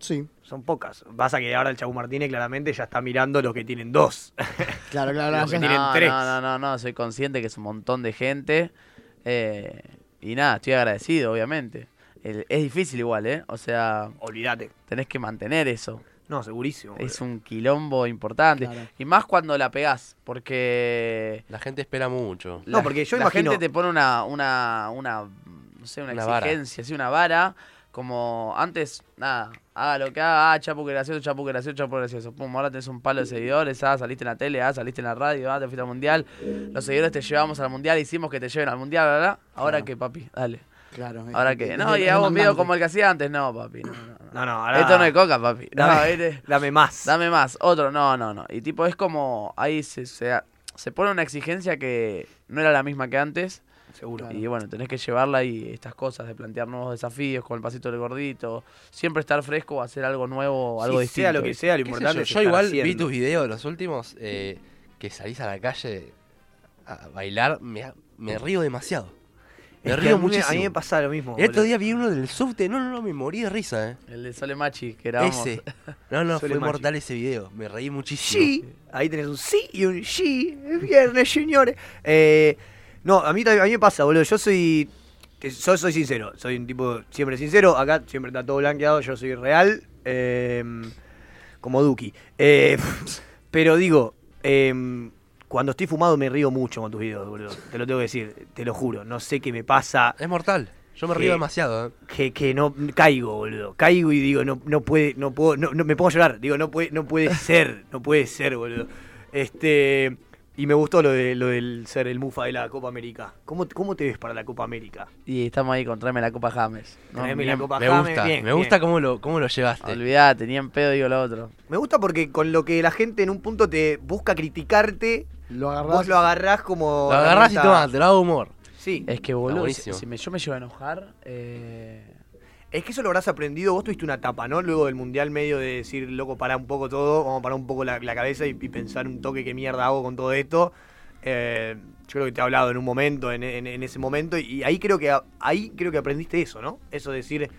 S3: Sí.
S1: Son pocas. Pasa que ahora el Chabu Martínez claramente ya está mirando los que tienen dos. [LAUGHS]
S3: Claro, claro,
S1: Los que tienen
S6: no,
S1: tres.
S6: No, no, no, no, soy consciente que es un montón de gente. eh, y nada, estoy agradecido, obviamente. El- es difícil igual, ¿eh? O sea,
S1: Olvídate.
S6: tenés que mantener eso.
S1: No, segurísimo.
S6: Es un quilombo importante.
S1: Claro.
S6: Y más cuando la pegás, porque...
S5: La gente espera mucho.
S6: la- la gente te pone una, una, una, no sé, una,
S5: Una vara.
S6: exigencia, sí, una vara. Como antes, nada, haga lo que haga, ah, chapu que gracioso, chapu que gracioso, chapu que gracioso. Pum, ahora tenés un palo de seguidores, ah, saliste en la tele, ah, saliste en la radio, ah, te fuiste al mundial. Los seguidores te llevamos al mundial, hicimos que te lleven al mundial, bla, bla. Ahora
S3: Claro.
S6: que, papi, dale.
S3: Claro.
S6: Ahora
S3: es-
S6: que,
S3: es-
S6: no,
S3: es
S6: y hago un video
S3: demandante.
S6: como el que hacía antes, no, papi, no, no.
S1: No, no, ahora...
S6: Esto no es coca, papi.
S1: [LAUGHS]
S6: No,
S1: Dame-
S6: viste.
S1: dame más.
S6: Dame más. Otro, no, no, no. Y tipo, es como. Ahí se, se, se pone una exigencia que no era la misma que antes.
S1: Seguro.
S6: Y bueno, tenés que llevarla y estas cosas de plantear nuevos desafíos con el pasito del gordito. Siempre estar fresco, hacer algo nuevo, algo
S1: Sí,
S6: distinto. eh.
S1: sea lo que
S6: ¿viste?
S1: sea, lo
S5: Qué sé
S1: importante
S5: yo,
S1: es
S5: yo
S1: estar
S5: igual vi
S1: haciendo.
S5: tus videos, los últimos, eh, que salís a la calle a bailar, me, me río demasiado. Me
S1: Es que
S5: río
S1: a mí me-
S5: muchísimo.
S1: a mí me pasa lo mismo,
S5: El otro
S1: boludo.
S5: día vi uno del subte, no, no, no, me morí de risa, eh.
S6: El de Sole Machi, que era
S5: Ese.
S1: [LAUGHS]
S5: No, no,
S1: Sole
S5: fue
S1: Machi.
S5: mortal ese video. Me reí muchísimo.
S1: sí. Ahí tenés un sí y un sí. Es viernes, señores. Eh, no, a mí, también- a mí me pasa, boludo. Yo soy. te- Yo soy sincero. Soy un tipo siempre sincero. Acá siempre está todo blanqueado. Yo soy real. eh, como Duki. Eh, [LAUGHS] pero digo. eh, cuando estoy fumado me río mucho con tus videos, boludo. Te lo tengo que decir, te lo juro. No sé qué me pasa.
S5: Es mortal. Yo me río demasiado, eh.
S1: Que, que no caigo, boludo. Caigo y digo, no, no puede, no puedo, no, no- me pongo a llorar. Digo, no puede, no
S6: [LAUGHS]
S1: puede ser, no puede ser, boludo. Este. Y me gustó lo, de, lo del ser el mufa de la Copa América. ¿Cómo, ¿Cómo te ves para la Copa América?
S6: Y estamos ahí con tráeme la Copa James. No,
S1: Tráeme
S6: ni
S1: la
S6: en-
S1: Copa
S5: Me
S1: James,
S5: gusta,
S1: bien,
S5: me gusta
S1: bien.
S5: cómo lo, cómo lo llevaste.
S6: Olvídate, ni en pedo digo lo otro.
S1: Me gusta porque con lo que la gente en un punto te busca criticarte,
S3: lo
S1: vos lo agarrás como.
S5: Lo agarrás y
S1: herramienta-
S5: tomás, te lo hago humor.
S1: Sí.
S6: Es que, boludo, si,
S5: buenísimo.
S6: si me- yo me llevo a enojar, eh,
S1: Es que eso lo habrás aprendido, vos tuviste una etapa, ¿no? Luego del mundial medio de decir, loco, pará un poco todo, vamos a parar un poco la, la cabeza y, y pensar un toque qué mierda hago con todo esto. Eh, yo creo que te he hablado en un momento, en, en- en ese momento, y ahí creo que a- ahí creo que aprendiste eso, ¿no? Eso de decir,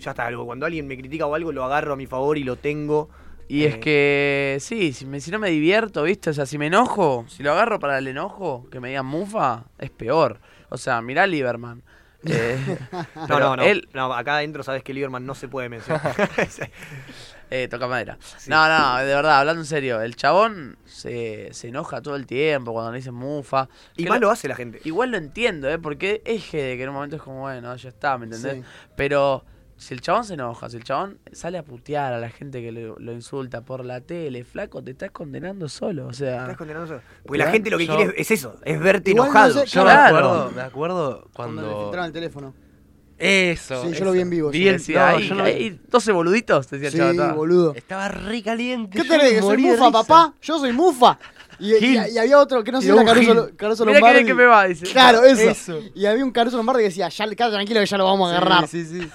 S1: ya está, algo. Cuando alguien me critica o algo, lo agarro a mi favor y lo tengo.
S6: Y es
S1: Eh,
S6: que, sí, si, me- si no me divierto, ¿viste? O sea, si me enojo, si lo agarro para el enojo, que me digan mufa, es peor. O sea, mirá a
S1: [LAUGHS]
S6: Lieberman. Eh,
S1: No,
S6: pero
S1: no, no,
S6: Él
S1: no, Acá adentro sabes que Lieberman no se puede mencionar.
S6: eh, toca madera. No, no, de verdad, hablando en serio, el chabón se, se enoja todo el tiempo cuando le dicen mufa.
S1: Y
S6: Que
S1: mal lo hace la gente.
S6: Igual lo entiendo, ¿eh? Porque es Gede, que en un momento es como, bueno, ya está, ¿me entendés?
S3: Sí.
S6: Pero si el chabón se enoja, si el chabón sale a putear a la gente que lo, lo insulta por la tele, flaco, te estás condenando solo, o sea...
S1: Estás condenando solo. Porque la gente lo que quiere es eso, es verte
S3: Igual no
S1: enojado.
S3: sé-
S5: Yo
S3: Claro.
S5: me acuerdo, me acuerdo cuando.
S3: Cuando le filtraron el teléfono.
S5: Eso.
S3: Sí, yo
S5: eso.
S3: lo vi en vivo.
S5: Vi
S3: sí.
S5: el-
S6: Decía,
S5: no,
S6: ahí,
S5: yo no-
S6: ahí, 12 boluditos, decía el
S3: Sí,
S6: chabón. estaba.
S3: boludo.
S5: Estaba re caliente.
S3: ¿Qué
S5: yo
S3: tenés?
S5: me
S3: que ¿Soy
S5: morí de
S3: mufa,
S5: risa.
S3: papá? Yo soy mufa. Y, y-
S5: Gil.
S3: y había otro que no sé si
S5: Era
S3: era
S5: un
S3: Caruso,
S5: Gil.
S3: Caruso
S6: Mirá que
S3: Lombardi.
S6: bien que me va, dice.
S3: Claro, eso.
S5: Eso.
S3: Y había un Caruso Lombardi que decía, ya quédate tranquilo que ya lo vamos a agarrar.
S5: Sí,
S3: [LAUGHS]
S5: sí, sí.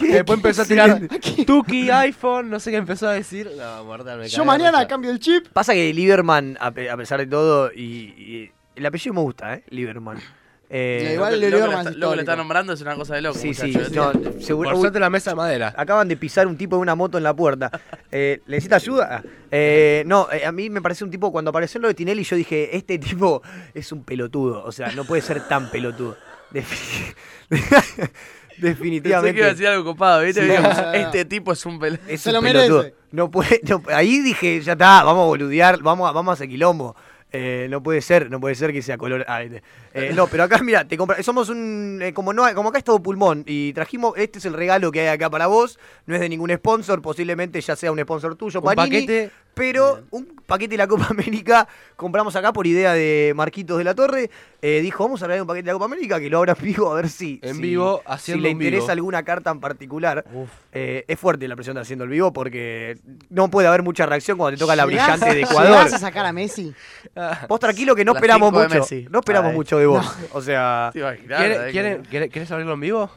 S5: Y después empezó a tirar [LAUGHS] Tuki, iPhone, no sé qué empezó a decir. No, mortal, me cagué
S3: Yo
S5: de
S3: mañana
S5: risa.
S3: cambio el chip.
S1: Pasa que Lieberman, a, pe- a pesar de todo, y, y el apellido me gusta, ¿eh? Lieberman. Eh,
S6: Lo-
S1: igual
S6: lo-
S1: el
S6: lo que
S1: olor
S6: lo
S1: más
S6: está- lo que
S1: histórico.
S6: lo está nombrando es una cosa de loco.
S1: Sí, sí.
S6: muchachos.
S1: no, seguro- uy,
S5: la mesa de
S3: [LAUGHS]
S5: madera.
S1: Acaban de pisar un tipo de una moto en la puerta. Eh, ¿Le necesita ayuda? Eh, no, eh, a mí me parece un tipo, cuando apareció lo de Tinelli, yo dije, este tipo es un pelotudo. O sea, no puede ser tan pelotudo. Defi- [LAUGHS]
S6: Pensé
S1: Definitivamente.
S6: que iba a decir algo copado, ¿viste?
S1: Sí.
S6: Dije,
S1: No, no, no.
S6: Este tipo es un pel...
S1: [LAUGHS] Es un pelotudo. No puede, no- ahí dije, ya está, vamos a boludear, vamos a, vamos a hacer quilombo. Eh, no puede ser, no puede ser que sea color. ah, este. Eh, no, pero acá, mira, te compra- somos un. eh, como, no, hay- como acá es todo pulmón y trajimos. Este es el regalo que hay acá para vos. No es de ningún sponsor, posiblemente ya sea un sponsor tuyo,
S5: Un
S1: Panini,
S5: paquete.
S1: Pero un paquete de la Copa América compramos acá por idea de Marquitos de la Torre. Eh, dijo, vamos a hablar de un paquete de la Copa América que lo abra en vivo a ver si.
S5: En
S1: si-
S5: vivo,
S1: Si
S5: haciendo
S1: le
S5: un vivo. Uh.
S1: interesa alguna carta en particular. Eh, es fuerte la presión de haciendo el vivo porque no puede haber mucha reacción cuando te toca la
S3: ¿Llegás- [LAUGHS]
S1: brillante de Ecuador.
S3: llegás a sacar a Messi?
S1: Vos tranquilo que no
S3: Las
S1: esperamos
S3: cinco de
S1: mucho.
S3: Messi.
S1: No esperamos
S3: Ay.
S1: mucho de vos.
S3: [LAUGHS]
S1: O sea.
S5: ¿Quieren- quieren- quiere- ¿Querés abrirlo en vivo?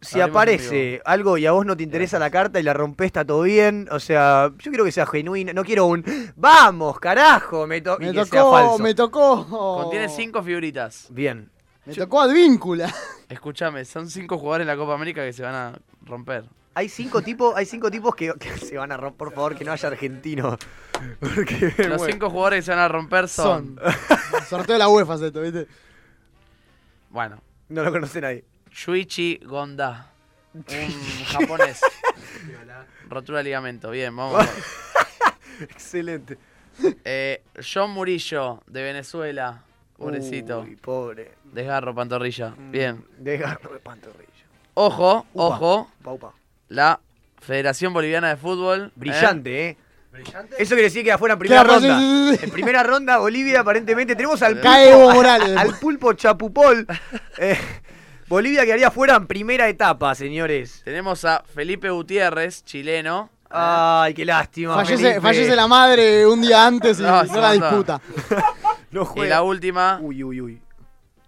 S1: Si aparece algo y a vos no te interesa la carta y la rompés, está todo bien. O sea, yo quiero que sea genuino. No quiero un ¡Vamos, carajo! Me, to- y
S3: Me
S1: que sea
S3: tocó,
S1: falso.
S3: me tocó.
S6: Contiene cinco figuritas.
S1: Bien.
S3: Me tocó Advíncula.
S6: Escúchame, son cinco jugadores de la Copa América que se van a
S1: [LAUGHS]
S6: romper.
S1: Hay cinco tipos, hay cinco tipos que, que se van a romper, por favor, que no haya argentino. [LAUGHS] Porque me
S6: Los
S1: muero.
S6: cinco jugadores que se van a romper son...
S3: Sorteo de la UEFA, es esto, ¿viste?
S6: Bueno.
S1: No lo conoce nadie.
S6: Shuichi Gonda.
S1: [LAUGHS]
S6: Un japonés. Rotura de ligamento. Bien, vamos.
S1: Excelente.
S6: [LAUGHS] Eh, John Murillo, de Venezuela. Pobrecito.
S1: Uy, pobre.
S6: Desgarro, pantorrilla. Bien.
S1: Desgarro de pantorrilla.
S6: Ojo,
S1: Upa,
S6: ojo.
S1: upa, upa.
S6: La Federación Boliviana de Fútbol. ¿eh?
S1: Brillante, ¿eh? Eso quiere decir que afuera en primera
S6: Claro,
S1: ronda.
S6: sí, sí, sí.
S1: En primera ronda, Bolivia aparentemente tenemos al
S3: Cae
S1: pulpo, [LAUGHS]
S3: Evo Morales.
S1: al pulpo Chapupol. Eh, Bolivia quedaría fuera en primera etapa, señores.
S6: Tenemos a Felipe Gutiérrez, chileno.
S1: Ay, qué lástima.
S3: Fallece, fallece la madre un día antes y
S6: No,
S3: no,
S6: se
S3: la
S6: mandó.
S3: disputa.
S6: Y la última.
S1: Uy, uy, uy.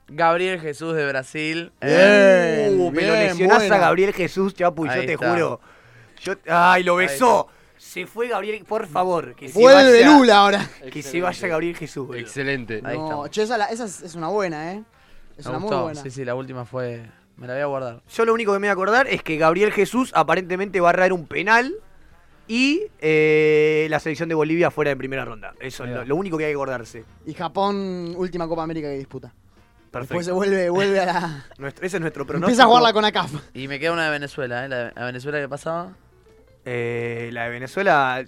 S6: Gabriel Jesús de Brasil. ¿eh?
S1: Bien, Uh, pero bien, lesionás buena. a Gabriel Jesús, Chapu, yo te juro. Yo- ay, lo
S6: Ahí
S1: besó. Se fue Gabriel, por favor. Que se
S3: Vuelve
S1: vaya-
S3: Lula ahora.
S1: Que se vaya Gabriel Jesús. boludo.
S5: Excelente.
S3: No, che, esa, la- esa es, es una buena, ¿eh? Es
S6: Me
S3: una muy
S6: gustó.
S3: buena.
S6: Sí, sí, la última fue. Me la voy a guardar.
S1: Yo lo único que me voy a acordar es que Gabriel Jesús aparentemente va a errar un penal y eh, la selección de Bolivia fuera en primera ronda. Eso es lo, lo único que hay que acordarse.
S3: Y Japón, última Copa América que disputa.
S1: Perfecto.
S3: Después se vuelve, vuelve a la.
S1: Nuestro- ese es nuestro [LAUGHS] pronóstico.
S3: Empieza a jugarla con ACAF.
S6: Y me queda una de Venezuela, ¿eh? La, de- la Venezuela que pasaba.
S1: Eh, la de Venezuela,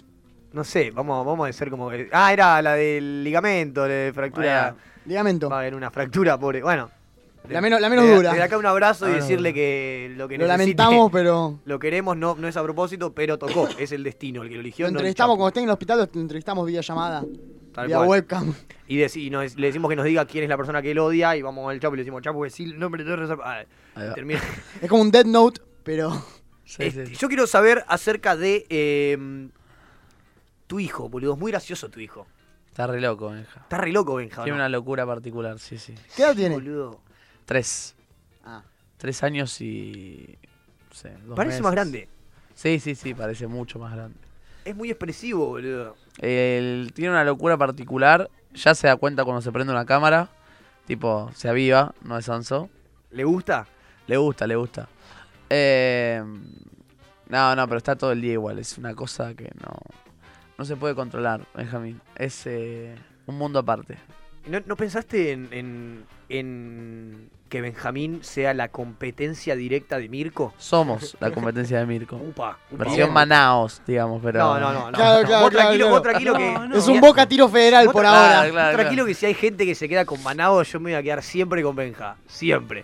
S1: no sé, vamos, vamos a ser como... que- Ah, era la del ligamento, la de fractura.
S3: Ligamento.
S1: Va a haber una fractura, pobre. Bueno.
S3: La menos- la menos
S1: Le-
S3: dura.
S1: Le da acá un abrazo y
S3: La menos
S1: decirle
S3: dura.
S1: que lo que
S3: Lo
S1: necesite-
S3: lamentamos, pero.
S1: Lo queremos, no, no es a propósito, pero tocó. Es el destino el que lo eligió.
S3: Lo
S1: no el
S3: entrevistamos cuando esté en el hospital, lo entrevistamos vía llamada.
S1: Tal
S3: vía
S1: cual.
S3: webcam.
S1: Y, deci- y nos- le decimos que nos diga quién es la persona que él odia y vamos al Chapo y le decimos, Chapo, decí el nombre de reserva. Ah,
S6: Ahí va. [LAUGHS]
S1: termina.
S3: Es como un Dead Note, pero. [LAUGHS]
S1: Este, Yo quiero saber acerca de eh, tu hijo, boludo. Es muy gracioso tu hijo.
S6: Está re loco, Benja.
S1: Está re loco, Benja. ¿o
S6: Tiene
S1: no?
S6: una locura particular, sí, sí.
S3: ¿Qué edad tiene?
S1: Boludo.
S6: Tres.
S3: Ah.
S6: Tres años y. no sé, dos
S1: Parece
S6: meses.
S1: más grande.
S6: Sí, sí, sí, parece mucho más grande.
S1: Es muy expresivo, boludo.
S6: Él tiene una locura particular. Ya se da cuenta cuando se prende una cámara. Tipo, se aviva, no es Anso.
S1: ¿Le gusta?
S6: Le gusta, le gusta. Eh, no, no, pero está todo el día igual. Es una cosa que no, no se puede controlar, Benjamín. Es eh, un mundo aparte.
S1: ¿No, no pensaste en, en- en que Benjamín sea la competencia directa de Mirko?
S6: Somos la competencia de Mirko.
S1: Upa, upa.
S6: Versión
S1: Bien.
S6: Manaos, digamos, pero.
S1: No, no, no. no.
S3: Claro, claro,
S1: vos tranquilo,
S3: claro,
S1: vos
S3: claro.
S1: tranquilo que.
S3: No, no. Es un Boca tiro federal
S1: Vos
S3: por
S1: tra-
S3: ahora.
S1: vos
S6: claro,
S1: tranquilo que si hay gente que se queda con Manao, yo me voy a quedar siempre con Benja.
S3: [LAUGHS]
S1: Siempre.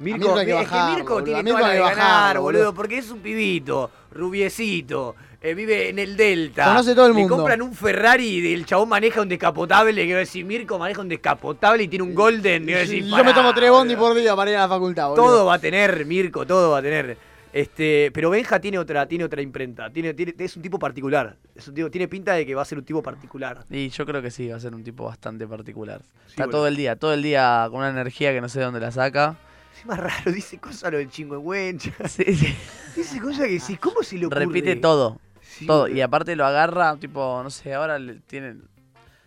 S1: Mirko,
S3: Mirko hay que
S1: es que
S3: bajarlo,
S1: Mirko
S3: boludo.
S1: tiene
S3: A Mirko
S1: toda la
S3: hay
S1: de
S3: que
S1: ganar,
S3: bajarlo,
S1: boludo,
S3: boludo.
S1: porque es un pibito, rubiecito. eh, vive en el Delta.
S3: Conoce todo el
S1: Le
S3: mundo.
S1: compran un Ferrari y el chabón maneja un descapotable. Que va a decir, Mirko maneja un descapotable y tiene un Golden. que voy a decir,
S3: Yo me
S1: Ah, pará,
S3: tomo tres bondi por día para ir a la facultad, boludo.
S1: todo va a tener, Mirko, todo va a tener. Este, pero Benja tiene otra, tiene otra imprenta. Tiene, tiene, es un tipo particular. Es un tipo, tiene pinta de que va a ser un tipo particular.
S6: Y yo creo que sí, va a ser un tipo bastante particular. Está
S1: bueno.
S6: todo el día, todo el día con una energía que no sé de dónde la saca.
S1: Es más raro, dice cosas lo del chingüengüencha.
S6: [LAUGHS] Sí, sí.
S1: Dice cosas que decís, ¿cómo se le ocurre?
S6: Repite todo. todo.
S1: boludo.
S6: Y aparte lo agarra, tipo, no sé, ahora le tienen.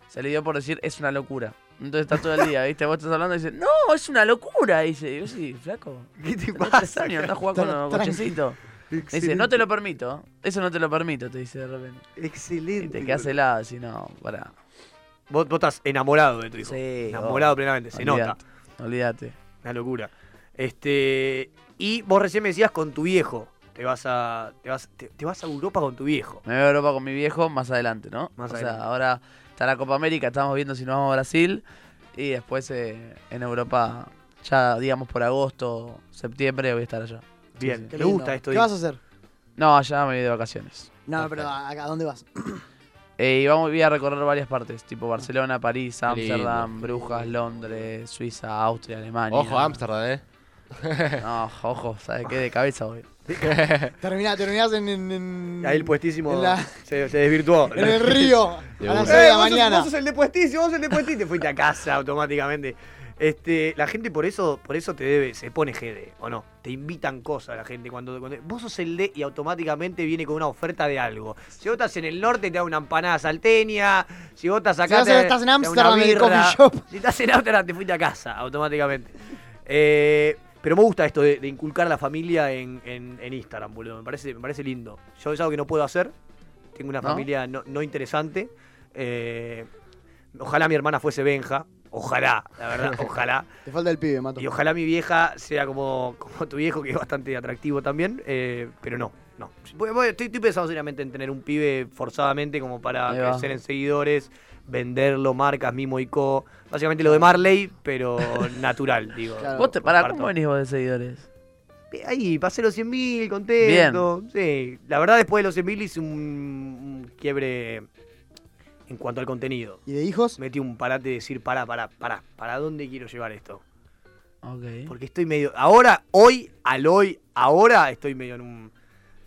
S6: Se le dio por decir, es una locura. Entonces está todo el día, ¿viste? Vos estás hablando y dices, no, es una locura. Dice, y yo sí, flaco. ¿Qué te [LAUGHS]
S20: pasa,
S6: años, andás a jugar
S20: cara?
S6: con los
S20: Tranqui.
S6: cochecitos. Dice,
S20: Excelente.
S6: no te lo permito. Eso no te lo permito, te dice de repente.
S20: Excelente.
S6: Y te quedas helado, así, no, pará.
S1: Vos, vos estás enamorado de tu hijo. enamorado
S6: oh,
S1: plenamente, se nota.
S6: olvidate, Olvídate.
S1: Una locura. Este. Y vos recién me decías con tu viejo. Te vas a. Te vas, te, te vas a Europa con tu viejo.
S6: Me voy a Europa con mi viejo más adelante, ¿no?
S1: Más
S6: o
S1: adelante.
S6: sea, ahora está la Copa América, estamos viendo si nos vamos a Brasil. Y después eh, en Europa, ya digamos por agosto, septiembre, voy a estar allá.
S1: Bien,
S6: Sí, sí.
S1: Qué me lindo. gusta esto,
S3: ¿Qué vas a hacer?
S6: No, allá me voy de vacaciones.
S3: No, pero ¿a, a dónde vas?
S6: Eh, y vamos, voy a recorrer varias partes, tipo Barcelona, París,
S10: lindo.
S6: Ámsterdam, Brujas, Londres, Suiza, Austria, Alemania.
S10: Ojo, Ámsterdam, ¿eh?
S6: [LAUGHS] No, ojo, ¿sabes qué? De cabeza voy.
S3: Terminá, terminás en, en, en-
S1: Ahí el puestísimo [LAUGHS]
S3: en la-
S1: se, se
S6: [LAUGHS]
S1: desvirtuó.
S3: en el río. a
S1: Eh,
S3: las seis de la
S1: vos sos-
S3: mañana.
S1: Vos sos el de puestísimo, vos sos el de puestísimo. Te fuiste a casa automáticamente. Este, la gente por eso, por eso te debe, se pone GD, ¿o no? Te invitan cosas la gente cuando, cuando- Vos sos el D y automáticamente viene con una oferta de algo. Si vos estás en el norte, te da una empanada salteña. Si vos estás acá,
S3: Si vas
S1: te,
S3: a- estás en
S1: te da
S3: Ámsterdam,
S1: una
S3: en el
S1: birra.
S3: coffee shop.
S1: [LAUGHS] Si estás en Ámsterdam, te fuiste a casa automáticamente. Eh, pero me gusta esto de, de inculcar a la familia en, en- en Instagram, boludo. Me parece, me parece lindo. Yo es algo que no puedo hacer. Tengo una
S6: ¿No?
S1: familia no, no interesante. Eh, ojalá mi hermana fuese Benja. Ojalá, la
S3: [LAUGHS]
S1: verdad, ojalá.
S3: Te falta el pibe, Mato.
S1: Y ojalá mi vieja sea como, como tu viejo, que es bastante atractivo también. eh, pero no, no. Voy- voy- Estoy, estoy pensando seriamente en tener un pibe forzadamente como para
S6: Ahí va.
S1: crecer en seguidores, venderlo, marcas, mimo y co. Básicamente lo de Marley,
S6: [LAUGHS]
S1: pero natural, digo.
S6: ¿Vos te, pará,
S1: Comparto.
S6: ¿cómo venís vos de seguidores?
S1: Ahí, pasé los 100.000, contento. Sí, la verdad después de los 100.000 hice un, un quiebre en cuanto al contenido.
S3: ¿Y de hijos?
S1: Metí un parate de decir, pará, pará, pará, ¿para dónde quiero llevar esto?
S6: Ok.
S1: Porque estoy medio. Ahora, hoy, al hoy, ahora estoy medio en un,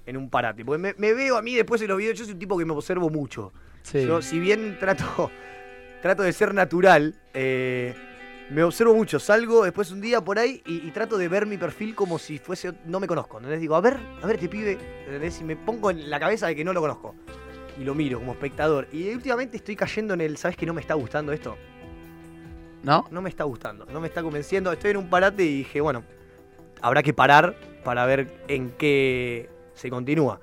S1: en un parate. Porque me, me veo a mí después de los videos. Yo soy un tipo que me observo mucho.
S6: Sí.
S1: Yo, si bien trato, [LAUGHS] trato de ser natural, eh, me observo mucho. Salgo después un día por ahí y, y trato de ver mi perfil como si fuese. No me conozco. Entonces digo, a ver, a ver este pibe. ¿entendés? Y me pongo en la cabeza de que no lo conozco. Y lo miro como espectador. Y últimamente estoy cayendo en el. ¿Sabes que no me está gustando esto?
S6: ¿No?
S1: No me está gustando, no me está convenciendo. Estoy en un parate y dije, bueno, habrá que parar para ver en qué se continúa.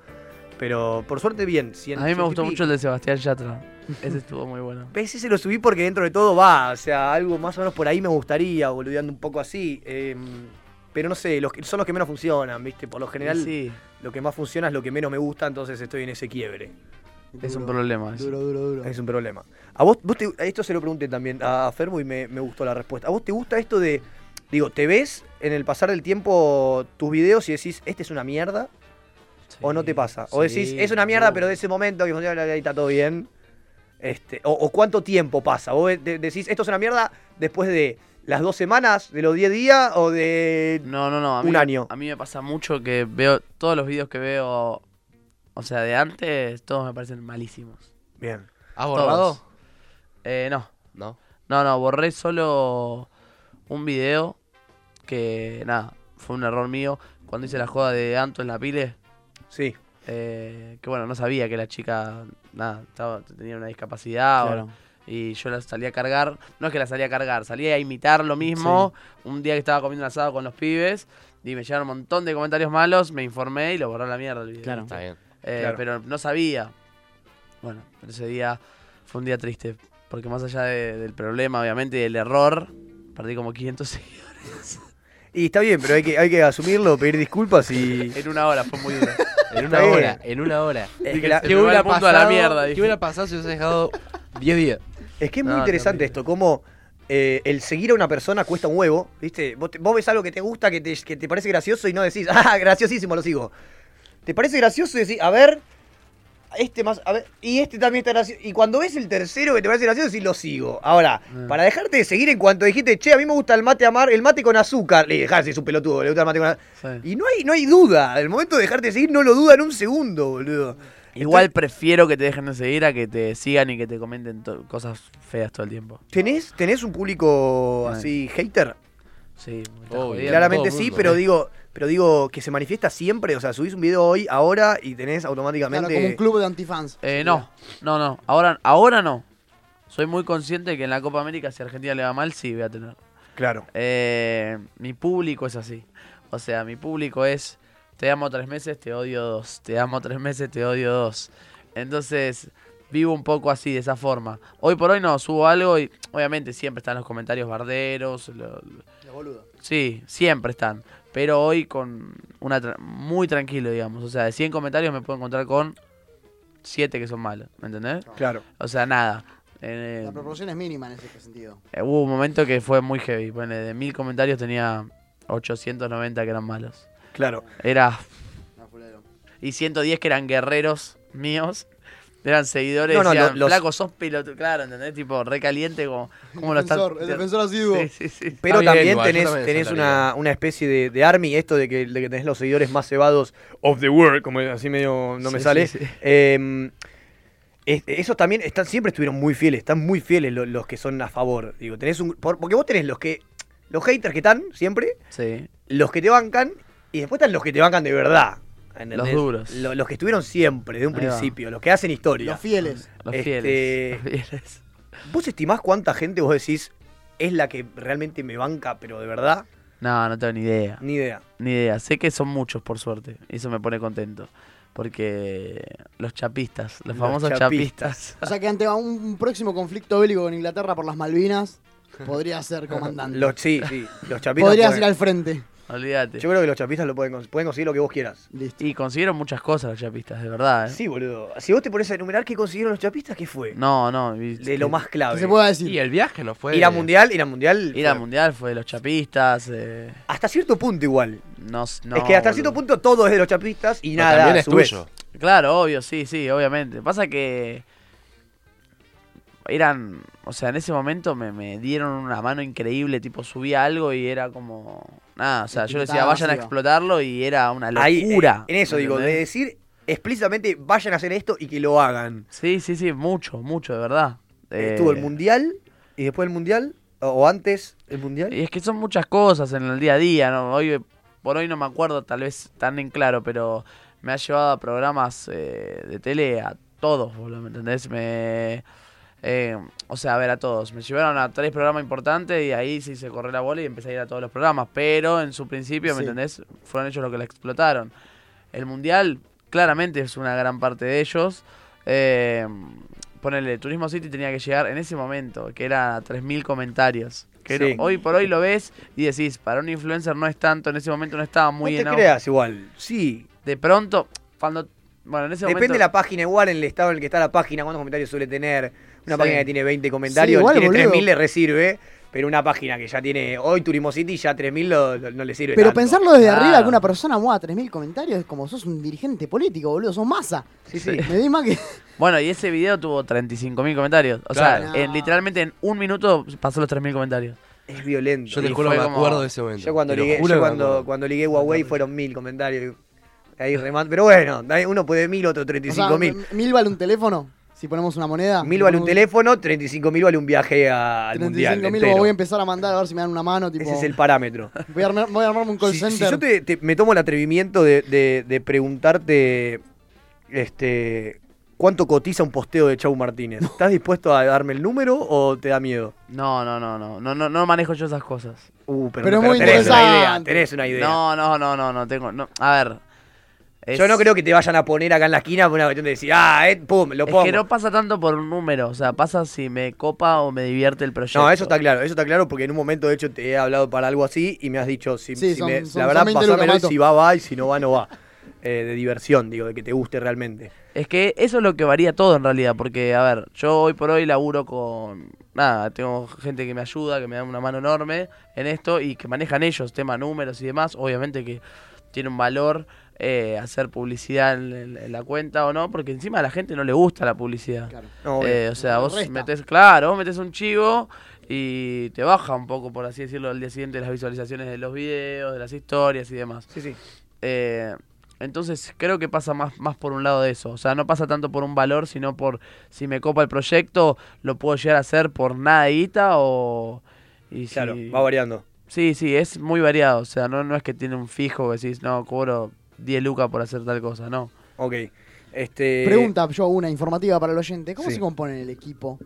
S1: Pero por suerte bien.
S6: A mí me gustó mucho el de
S1: [LAUGHS]
S6: Sebastián Yatra. Ese estuvo muy bueno.
S1: Ese se lo subí porque dentro de todo va, o sea, algo más o menos por ahí me gustaría, boludeando un poco así. eh, pero no sé, los que, son los que menos funcionan, ¿viste? Por lo general,
S6: sí.
S1: lo que más funciona es lo que menos me gusta, entonces estoy en ese quiebre.
S6: Es un problema. eso.
S3: duro, duro.
S1: Es un problema. A vos, vos te- esto se lo pregunté también a Fermo y me, me gustó la respuesta. ¿A vos te gusta esto de, digo, te ves en el pasar del tiempo tus videos y decís, este es una mierda? ¿O no te pasa? O
S6: sí,
S1: decís, es una mierda, pero de ese momento que funciona la ley está todo bien. Este, o, o cuánto tiempo pasa? ¿Vos de- de- decís, esto es una mierda después de las dos semanas, de los 10 días o de
S6: No, no, no. A mí,
S1: un año?
S6: A mí me pasa mucho que veo todos los videos que veo, o sea, de antes, todos me parecen malísimos.
S1: Bien.
S10: ¿Has
S6: Todos.
S10: borrado?
S6: Eh, no.
S10: No.
S6: No, no, borré solo un video que, nada, fue un error mío. Cuando hice la joda de Anto en la pile.
S1: Sí.
S6: Eh, que bueno, no sabía que la chica, nada, estaba- tenía una discapacidad. o-
S10: Claro.
S6: y yo la salía a cargar. No es que la salía a cargar, salía a imitar lo mismo. Un día que estaba comiendo un asado con los pibes. Y me llegaron un montón de comentarios malos. Me informé y lo borré a la mierda el video.
S10: Claro.
S6: ¿viste?
S10: Está bien.
S6: Eh,
S10: Claro.
S6: Pero no sabía. Bueno, pero ese día fue un día triste. Porque más allá de- del problema, obviamente, y del error, perdí como 500 seguidores.
S1: Y está bien, pero hay que, hay que asumirlo, pedir disculpas y...
S6: [LAUGHS] en una hora, fue muy duro.
S10: En una
S1: Está bien.
S10: hora, en una hora.
S1: Es que la-
S10: ¿Qué
S1: se me va
S10: hubiera
S1: el mundo
S10: pasado,
S1: a la mierda,
S10: ¿Qué
S1: dije.
S10: hubiera pasado si hubiese dejado 10 días?
S1: Es que es muy
S10: No,
S1: interesante esto, cómo eh, el seguir a una persona cuesta un huevo, ¿viste? Vos, te- vos ves algo que te gusta, que te, que te parece gracioso y no decís, [LAUGHS] ah, graciosísimo, lo sigo. ¿Te parece gracioso y decís, a ver, este más, a ver, y este también está gracioso? Y cuando ves el tercero que te parece gracioso, decís, lo sigo. Ahora,
S6: Ah.
S1: para dejarte de seguir en cuanto dijiste, che, a mí me gusta el mate amar, el mate con azúcar, le dejás, es un pelotudo, le gusta el mate con azúcar. Y no hay, no hay duda, el momento de dejarte de seguir no lo duda en un segundo, boludo.
S6: Igual prefiero que te dejen de seguir a que te sigan y que te comenten to- cosas feas todo el tiempo.
S1: ¿Tenés, tenés un público
S6: Ay.
S1: así, hater?
S6: Sí,
S1: Obvio, Claramente sí,
S6: ¿eh?
S1: pero digo, pero digo que se manifiesta siempre, o sea, subís un video hoy, ahora y tenés automáticamente
S3: Claro, como un club de antifans.
S6: Eh, no, no, no. Ahora, ahora no. Soy muy consciente que en la Copa América, si a Argentina le va mal, sí voy a tener.
S1: Claro.
S6: Eh, mi público es así. O sea, mi público es. Te amo tres meses, te odio dos. Te amo tres meses, te odio dos. Entonces, vivo un poco así, de esa forma. Hoy por hoy no, subo algo y obviamente siempre están los comentarios barderos. lo- lo- Sí, siempre están. Pero hoy con una tra- muy tranquilo, digamos. O sea, de 100 comentarios me puedo encontrar con 7 que son malos, ¿me entendés?
S1: Claro.
S6: O sea, nada. Eh,
S17: La proporción es mínima en ese sentido.
S6: eh, Hubo un momento que fue muy heavy. Ponele, de mil comentarios tenía 890 que eran malos.
S1: Claro.
S6: Era. Y 110 que eran guerreros míos. Eran seguidores.
S1: No, no,
S6: decían,
S1: lo- los-
S6: Flaco, sos piloto. Claro, ¿entendés? Tipo, recaliente como, como lo estás.
S17: Defensor, el defensor asiduo.
S6: Sí, sí, sí.
S1: Pero
S6: Está bien,
S1: también
S6: igual, yo
S1: tenés,
S6: también
S1: tenés
S6: saltaría.
S1: una, una especie de, de army, esto de que, de que tenés los seguidores más cebados of the world, como así medio no me
S6: Sí,
S1: sale.
S6: sí, sí.
S1: Eh, es- esos también están, siempre estuvieron muy fieles, están muy fieles lo- los, que son a favor. Digo, tenés un, por- porque vos tenés los que. Los haters que están siempre,
S6: Sí.
S1: los que te bancan, y después están los que te bancan de verdad. ¿entendés?
S6: Los duros.
S1: Lo- los que estuvieron siempre, de un
S6: Ahí va.
S1: principio, los que hacen historia.
S17: Los fieles.
S6: Los
S1: Este,
S6: fieles. Los fieles.
S1: ¿Vos estimás cuánta gente vos decís es la que realmente me banca, pero de verdad?
S6: No, no tengo ni idea.
S1: Ni idea.
S6: Ni idea. Sé que son muchos, por suerte. y Eso me pone contento. Porque los chapistas,
S1: Los
S6: los, famosos chapistas.
S17: O sea que ante un, un próximo conflicto bélico con Inglaterra por las Malvinas, podría ser comandante.
S1: Los, sí, sí. Los chapistas.
S17: podrías
S1: pueden-
S17: ir al frente.
S6: Olvídate.
S1: Yo creo que los chapistas lo pueden, cons- pueden conseguir lo que vos quieras.
S6: Y consiguieron muchas cosas los chapistas, de verdad. ¿eh?
S1: Sí, boludo. Si vos te pones a enumerar qué consiguieron los chapistas, ¿qué fue?
S6: No, no. y-
S1: De lo más clave.
S2: Y el viaje no fue.
S1: Ir a mundial, ir a mundial.
S6: Ir al
S1: fue-
S6: mundial fue de los chapistas. eh,
S1: Hasta cierto punto igual.
S6: no, s- no,
S1: es que hasta
S6: boludo.
S1: cierto punto todo es de los chapistas y
S6: No,
S1: nada.
S6: también es
S1: a su vez.
S6: tuyo. Claro, obvio, sí, sí, obviamente. Pasa que eran, o sea, en ese momento me, me dieron una mano increíble, tipo subía algo y era como nada, o sea, yo le decía,
S1: Explotaba,
S6: vayan a
S1: sí, va.
S6: explotarlo y era una
S1: Ahí, eh,
S6: locura.
S1: en eso digo, de
S6: ¿entendés?
S1: decir explícitamente vayan a hacer esto y que lo hagan.
S6: Sí, sí, sí, mucho, mucho, de verdad.
S1: Estuvo el
S6: Eh,
S1: mundial y después el mundial, o, o antes el mundial.
S6: Y es que son muchas cosas en el día a día, ¿no? Hoy, por hoy no me acuerdo tal vez tan en claro, pero me ha llevado a programas eh, de tele a todos, boludo, ¿me entendés? Me, eh, o sea, a ver, a todos. Me llevaron a tres programas importantes y ahí sí se corrió la bola y empecé a ir a todos los programas. Pero en su principio, ¿me
S17: Sí.
S6: entendés? Fueron ellos los que la explotaron. El Mundial, claramente, es una gran parte de ellos. Eh, ponele, Turismo City tenía que llegar en ese momento, que era a 3.000 comentarios. Que
S1: Sí.
S6: no- hoy por hoy lo ves y decís, para un influencer no es tanto, en ese momento no estaba muy
S1: no
S6: en
S1: te
S6: auge.
S1: creas igual. Sí.
S6: De pronto, cuando... Bueno, en ese
S1: Depende de
S6: momento...
S1: la página, igual en el estado en el que está la página, cuántos comentarios suele tener. Una
S6: Sí.
S1: página que tiene 20 comentarios,
S6: Sí, igual,
S1: tiene
S6: boludo.
S1: 3000 le resirve, pero una página que ya tiene hoy Turismo City ya 3000 lo- lo- no le sirve.
S17: Pero
S1: tanto.
S17: pensarlo desde arriba,
S1: Claro.
S17: que una persona mueva 3.000 comentarios, es como sos un dirigente político, boludo, sos masa.
S1: Sí, sí.
S17: Me di más que...
S6: Bueno, y ese video tuvo 35.000 comentarios. O
S17: Claro.
S6: sea, en- literalmente en un minuto pasó los 3.000 comentarios.
S1: Es violento.
S2: Yo te
S6: Y
S2: juro que
S6: fue
S2: me
S6: como-
S2: acuerdo de ese momento.
S1: Yo cuando
S2: Te lo
S1: ligué,
S2: juro
S1: yo
S2: que me
S1: cuando,
S2: acuerdo.
S1: cuando ligué Huawei fueron 1000 comentarios. Ahí remando. Pero bueno, ahí uno puede 1000, otro
S17: O sea,
S1: 35000.
S17: m- mil vale un teléfono, si ponemos una moneda.
S1: Mil vale un teléfono, 35.000 vale un viaje a- al mundial.
S17: 35.000
S1: entero.
S17: voy a empezar a mandar a ver si me dan una mano, tipo...
S1: Ese es el parámetro.
S17: Voy a, armar, voy a armarme un [LAUGHS] call
S1: Si- si,
S17: center.
S1: yo te, te- me tomo el atrevimiento de, de- de preguntarte este, cuánto cotiza un posteo de Chau Martínez, ¿estás dispuesto a darme el número o te da miedo?
S6: No, no, no, no, no, no, no manejo yo esas cosas.
S1: Uh, pero,
S6: Pero
S1: pero
S6: muy
S1: tenés una idea,
S6: interesante.
S1: tenés una idea.
S6: No, no, no, no, no tengo. No. A ver.
S1: Yo no creo que te vayan a poner acá en la esquina por una cuestión de decir, ah, eh, pum, lo pongo.
S6: Es que no pasa tanto por un número, o sea, pasa si me copa o me divierte el proyecto.
S1: No, eso está claro, eso está claro porque en un momento de hecho te he hablado para algo así y me has dicho, si,
S6: Sí,
S1: si
S6: son-
S1: me-
S6: son-
S1: la
S6: son
S1: verdad,
S6: 20 lucas,
S1: pasámelo y
S6: Mato.
S1: si va, va y si no va, no va. Eh, de diversión, digo, de que te guste realmente.
S6: Es que eso es lo que varía todo en realidad, porque, a ver, yo hoy por hoy laburo con. Nada, tengo gente que me ayuda, que me da una mano enorme en esto y que manejan ellos, tema números y demás. Obviamente que tiene un valor eh, hacer publicidad en, en- en la cuenta o no, porque encima a la gente no le gusta la publicidad.
S1: No, obvio.
S6: Eh, o sea, vos
S1: Resta.
S6: metés, claro, vos metés un chivo y te baja un poco, por así decirlo, al día siguiente las visualizaciones de los videos, de las historias y demás.
S1: Sí,
S6: Eh,
S1: sí.
S6: entonces creo que pasa más, más por un lado de eso. O sea, no pasa tanto por un valor, sino por si me copa el proyecto, lo puedo llegar a hacer por nada de guita o... Y
S1: Claro,
S6: si-
S1: va variando.
S6: Sí, sí, es muy variado. O sea, no, no es que tiene un fijo que decís, no, cobro 10 lucas por hacer tal cosa, no.
S1: Ok. Este...
S17: Pregunta yo una informativa para el oyente. ¿Cómo
S6: Sí.
S17: se compone el equipo?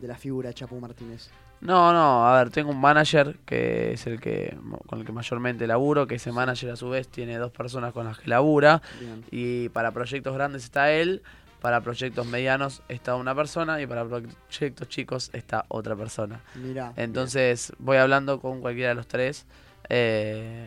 S3: de la figura de Chapo Martínez?
S6: No, no, a ver, tengo un manager que es el que con el que mayormente laburo, que ese manager a su vez tiene dos personas con las que labura
S3: Bien.
S6: y para proyectos grandes está él, para proyectos medianos está una persona y para proyectos chicos está otra persona.
S3: Mirá,
S6: Entonces voy hablando con cualquiera de los tres. eh,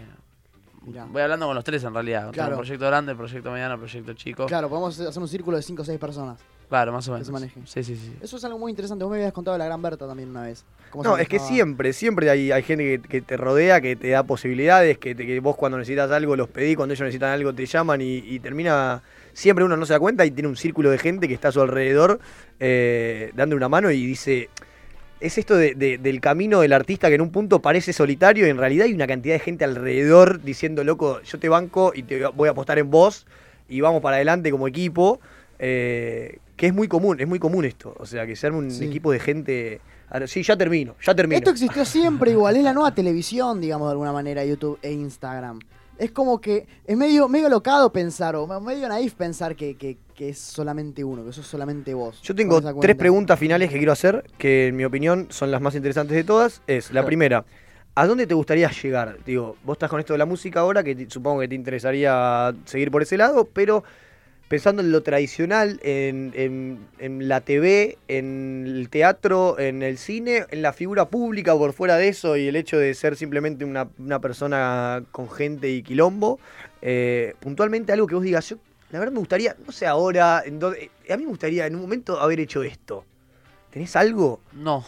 S6: voy hablando con los tres en realidad. Tengo
S3: Claro.
S6: un proyecto grande, proyecto mediano, proyecto chico.
S3: Claro, podemos hacer un círculo de 5 o 6 personas.
S6: Claro, más o
S3: Que
S6: menos.
S3: se maneje.
S6: Sí, sí, sí.
S3: Eso es algo muy interesante. Vos me habías contado de la Gran Berta también una vez. Cómo se
S1: No, es que
S3: manejaba.
S1: siempre, siempre hay, hay gente que, que te rodea, que te da posibilidades, que, te- que vos cuando necesitas algo los pedís, cuando ellos necesitan algo te llaman y, y termina. Siempre uno no se da cuenta y tiene un círculo de gente que está a su alrededor eh, dando una mano y dice. Es esto de- de- del camino del artista que en un punto parece solitario y en realidad hay una cantidad de gente alrededor diciendo, loco, yo te banco y te voy a apostar en vos y vamos para adelante como equipo. eh, que es muy común, es muy común esto. O sea, que se arme un
S3: Sí.
S1: equipo de gente. a ver, Sí, ya termino, ya termino.
S3: Esto existió siempre igual, es la nueva televisión, digamos de alguna manera, YouTube e Instagram. Es como que es medio, medio locado pensar, o medio naif pensar que, que- que es solamente uno, que sos solamente vos.
S1: Yo
S3: Con esa
S1: tengo tres
S3: cuenta.
S1: preguntas finales que quiero hacer, que en mi opinión son las más interesantes de todas. Es la primera, ¿a dónde te gustaría llegar? Digo, vos estás con esto de la música ahora, que te- supongo que te interesaría seguir por ese lado, pero pensando en lo tradicional, en, en- en la TV, en el teatro, en el cine, en la figura pública por fuera de eso y el hecho de ser simplemente una, una persona con gente y quilombo, eh, puntualmente algo que vos digas, yo la verdad me gustaría, no sé ahora, en dónde- eh, a mí me gustaría en un momento haber hecho esto. ¿Tenés algo?
S6: No.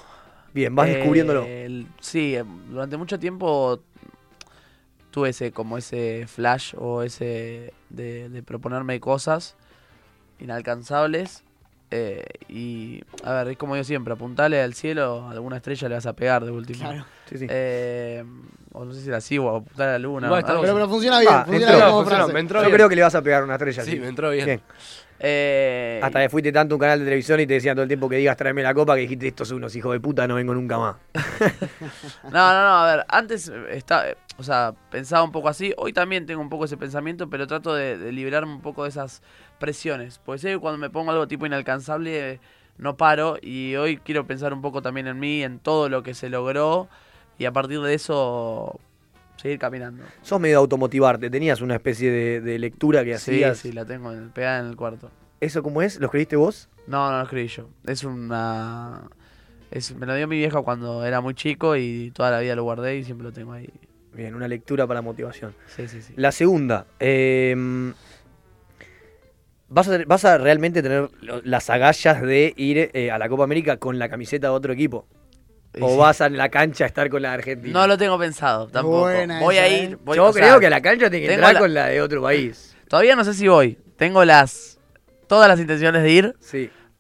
S1: Bien, vas
S6: Eh,
S1: descubriéndolo.
S6: el- sí, eh, durante mucho tiempo tuve ese como ese flash o ese de, de proponerme cosas inalcanzables. eh, y a ver, es como yo siempre, apuntale al cielo, a alguna estrella le vas a pegar de último.
S3: Claro.
S1: Sí, sí.
S6: Eh, o no sé si era así, o apuntar a la luna.
S3: Igual está
S6: algo
S3: bien. Pero-
S6: así.
S3: pero funciona bien, Ah, funciona entró, bien como funcionó, frase. me entró
S1: Yo
S3: bien.
S1: creo que le vas a pegar una estrella.
S6: Sí, me entró bien. Eh.
S1: Hasta que fuiste tanto a un canal de televisión y te decían todo el tiempo que digas tráeme la copa que dijiste estos unos hijos de puta, no vengo nunca más.
S6: No, no, no, a ver, antes eh, está, eh, o sea, pensaba un poco así, hoy también tengo un poco ese pensamiento, pero trato de, de liberarme un poco de esas presiones, porque sé que cuando me pongo algo tipo inalcanzable eh, no paro y hoy quiero pensar un poco también en mí, en todo lo que se logró y a partir de eso seguir caminando.
S1: Sos medio de automotivarte, tenías una especie de, de lectura que
S6: Sí,
S1: hacías.
S6: sí, la tengo en- pegada en el cuarto.
S1: ¿Eso cómo es? ¿Lo escribiste vos?
S6: No, no lo escribí yo. Es una. Es, me lo dio mi vieja cuando era muy chico y toda la vida lo guardé y siempre lo tengo ahí.
S1: Bien, una lectura para motivación.
S6: Sí, sí, sí.
S1: La segunda, eh, ¿vas, a, vas a realmente tener lo- las agallas de ir eh, a la Copa América con la camiseta de otro equipo? ¿O
S6: sí.
S1: vas a la cancha a estar con la de Argentina?
S6: No lo tengo pensado tampoco.
S1: Buena
S6: voy
S1: esa,
S6: a
S1: ¿eh?
S6: ir. voy-
S1: Yo
S6: o sea,
S1: creo que a la cancha tiene que
S6: tengo
S1: entrar con la de otro país.
S6: Todavía no sé si voy. Tengo las. Todas las intenciones de ir.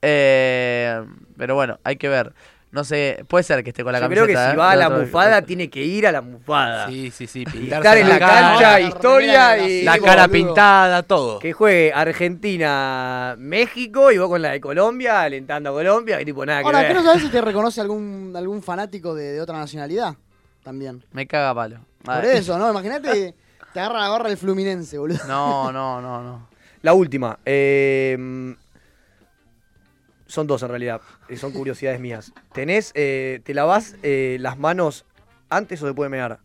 S6: eh,
S1: Sí.
S6: pero bueno, hay que ver. No sé, puede ser que esté con la
S1: Yo creo
S6: camiseta.
S1: que si
S6: ¿eh?
S1: va a
S6: de
S1: la
S6: otro-
S1: mufada, tiene que ir a la mufada.
S7: Sí, sí, sí.
S1: Y
S7: pintarse
S1: estar en la
S7: cara.
S1: cancha, historia y.
S7: La
S1: tipo,
S7: cara
S1: boludo,
S7: pintada, todo.
S1: Que juegue Argentina, México y vos con la de Colombia, alentando a Colombia y tipo nada que
S3: Ahora,
S1: ver.
S3: quiero saber si te reconoce algún, algún fanático de, de otra nacionalidad también.
S6: Me caga palo.
S3: Por eso, ¿no? Imagínate, te agarra la gorra el Fluminense, boludo.
S6: No, no, no, no.
S1: La última. eh, son dos en realidad. eh, Son curiosidades mías. ¿Tenés, eh, te lavás eh, las manos antes o después de mear?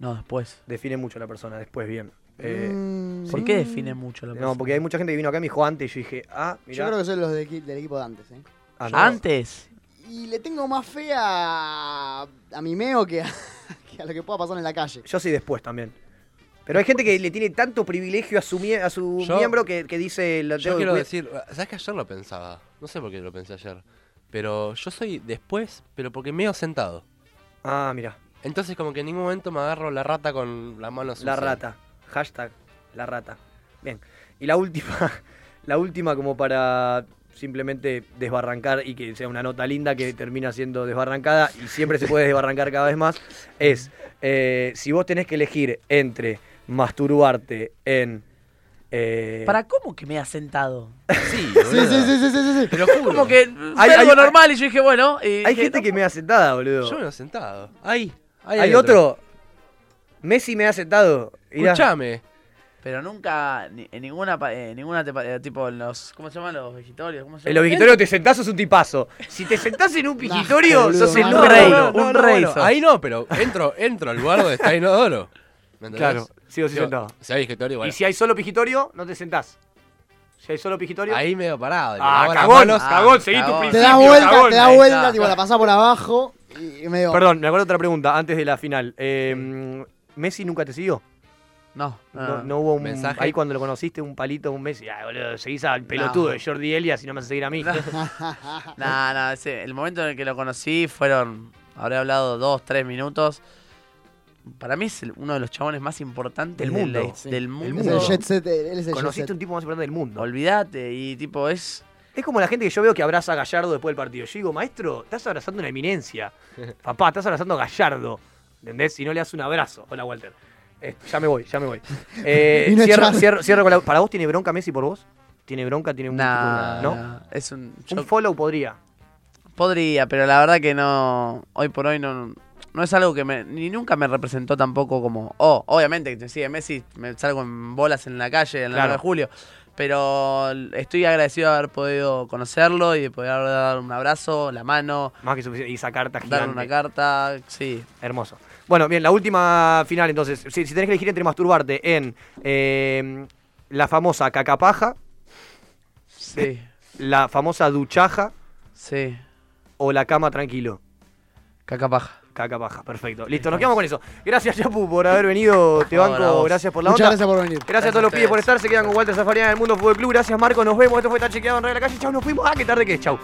S6: No, después.
S1: Define mucho la persona, después bien. Eh,
S3: Mm,
S6: ¿Por
S1: sí.
S6: qué define mucho
S7: Mm.
S6: la
S1: No,
S6: persona?
S1: porque hay mucha gente que vino acá y me dijo antes y yo dije, ah,
S3: Yo
S1: mirá.
S3: creo que son los de equi- del equipo de antes, ¿eh?
S1: Ah, no.
S6: Antes.
S3: Y le tengo más fe a, a mi meo que a, [LAUGHS] que a lo que pueda pasar en la calle.
S1: Yo soy después también. Pero hay gente que le tiene tanto privilegio a su, mie- a su
S7: Yo-
S1: miembro que, que dice... Lo tengo
S7: Yo
S1: que
S7: quiero
S1: cuidar.
S7: decir, ¿sabes que ayer lo pensaba? No sé por qué lo pensé ayer. Pero yo soy después, pero porque medio sentado.
S1: Ah, mira.
S7: Entonces como que en ningún momento me agarro la rata con la mano sucia.
S1: La rata. Hashtag la rata. Bien. Y la última, la última como para simplemente desbarrancar y que sea una nota linda que termina siendo desbarrancada y siempre se puede desbarrancar cada vez más, es eh, si vos tenés que elegir entre masturbarte en... eh,
S6: ¿Para cómo que me ha sentado?
S7: Sí,
S6: sí, sí, sí,
S3: sí, sí,
S6: Te lo juro. Como que fue
S1: Hay-
S6: algo
S1: hay-
S6: normal y yo dije, bueno. y
S1: Hay
S6: dije,
S1: gente que me ha sentado, boludo.
S7: Yo me he sentado. Ahí. Ahí
S1: hay otro. Messi me ha sentado. Mirá.
S7: Escuchame. Pero nunca, ni- en ninguna, pa- eh, ninguna te pa- eh, tipo, en los, ¿cómo se llaman los vegetorios?
S6: Eh,
S7: ¿Cómo se
S1: En
S7: llaman?
S1: los vigitorios te sentás, sos un tipazo.
S21: Si te sentás en un
S7: pijitorio, sos el
S1: un
S7: rey, un
S1: rey
S6: bueno,
S1: sos.
S6: ahí no, pero entro, entro al lugar donde está Inodoro. ¿Me entendés?
S21: Claro, sigo así
S6: Digo,
S21: sentado.
S6: Si hay escritorio, bueno.
S21: Y si hay solo pijitorio, no te sentás. Si hay solo pijitorio.
S6: Ahí medio parado.
S21: Ah,
S6: Ahora,
S21: cagón,
S6: manos-
S21: cagón,
S6: Ah,
S21: seguí tu
S6: cagón.
S21: principio.
S3: Te das
S21: Sí,
S3: vuelta,
S21: cagón,
S3: te das
S21: ahí
S3: vuelta,
S21: está.
S3: tipo, la pasás por abajo y medio.
S1: Perdón, me acuerdo otra pregunta antes de la final. Eh, mm, ¿Messi nunca te siguió?
S7: No,
S21: Ah.
S1: No, no hubo un
S21: Mensaje.
S1: Ahí cuando lo conociste, un palito, un Messi. Ah, boludo, seguís al
S7: No.
S1: pelotudo de Jordi Elia si no me vas a seguir a mí.
S7: [LAUGHS] Nah, nah, ese- el momento en el que lo conocí fueron, habré hablado dos, tres minutos. Para mí es el- uno de los chabones más importantes
S1: Del
S7: de la-
S1: mundo.
S7: del
S1: Sí.
S7: mundo.
S1: El
S3: Es el jet set, eh, él es el
S1: Conociste
S3: jet
S1: un tipo más importante del mundo.
S7: Olvídate, y tipo, es.
S1: Es como la gente que yo veo que abraza a Gallardo después del partido. Yo digo, maestro, estás abrazando una eminencia. Papá, estás abrazando a Gallardo. ¿Entendés? Si no le das un abrazo. Hola, Walter. Eh, ya me voy, ya me voy. Eh,
S7: Vino a
S1: cierro,
S7: echar.
S1: cierro- cierro con la- ¿Para vos tiene bronca Messi por vos? ¿Tiene bronca? ¿Tiene un
S7: Nah,
S1: tipo de-
S7: nah,
S1: ¿No?
S7: es un. yo-
S1: Un follow podría.
S7: podría, pero la verdad que no. Hoy por hoy no. No es algo que me, ni nunca me representó tampoco como. Oh, obviamente que te sigue Messi, me salgo en bolas en la calle en la
S1: Claro.
S7: 9 de julio. Pero estoy agradecido de haber podido conocerlo y de poder dar un abrazo, la mano.
S1: Más que suficiente. Y esa carta
S7: Darle una carta, sí.
S1: Hermoso. Bueno, bien, la última final entonces. Si, si tenés que elegir entre masturbarte en eh, la famosa cacapaja,
S7: Sí.
S1: la famosa duchaja
S7: Sí.
S1: o la cama tranquilo.
S7: Cacapaja.
S1: Cacapaja, perfecto. Listo, nos quedamos con eso. Gracias, Chapu, por haber venido. Te banco,
S7: a vos.
S1: gracias por la
S3: Muchas
S1: onda.
S3: gracias por venir.
S1: Gracias a todos los pibes por estar. Se quedan con Walter Zafarian en el Mundo Fútbol Club. Gracias, Marco. Nos vemos. Esto fue Tan Chequeado en Radio de la Calle. Chau, nos fuimos. Ah, qué tarde que es. Chau.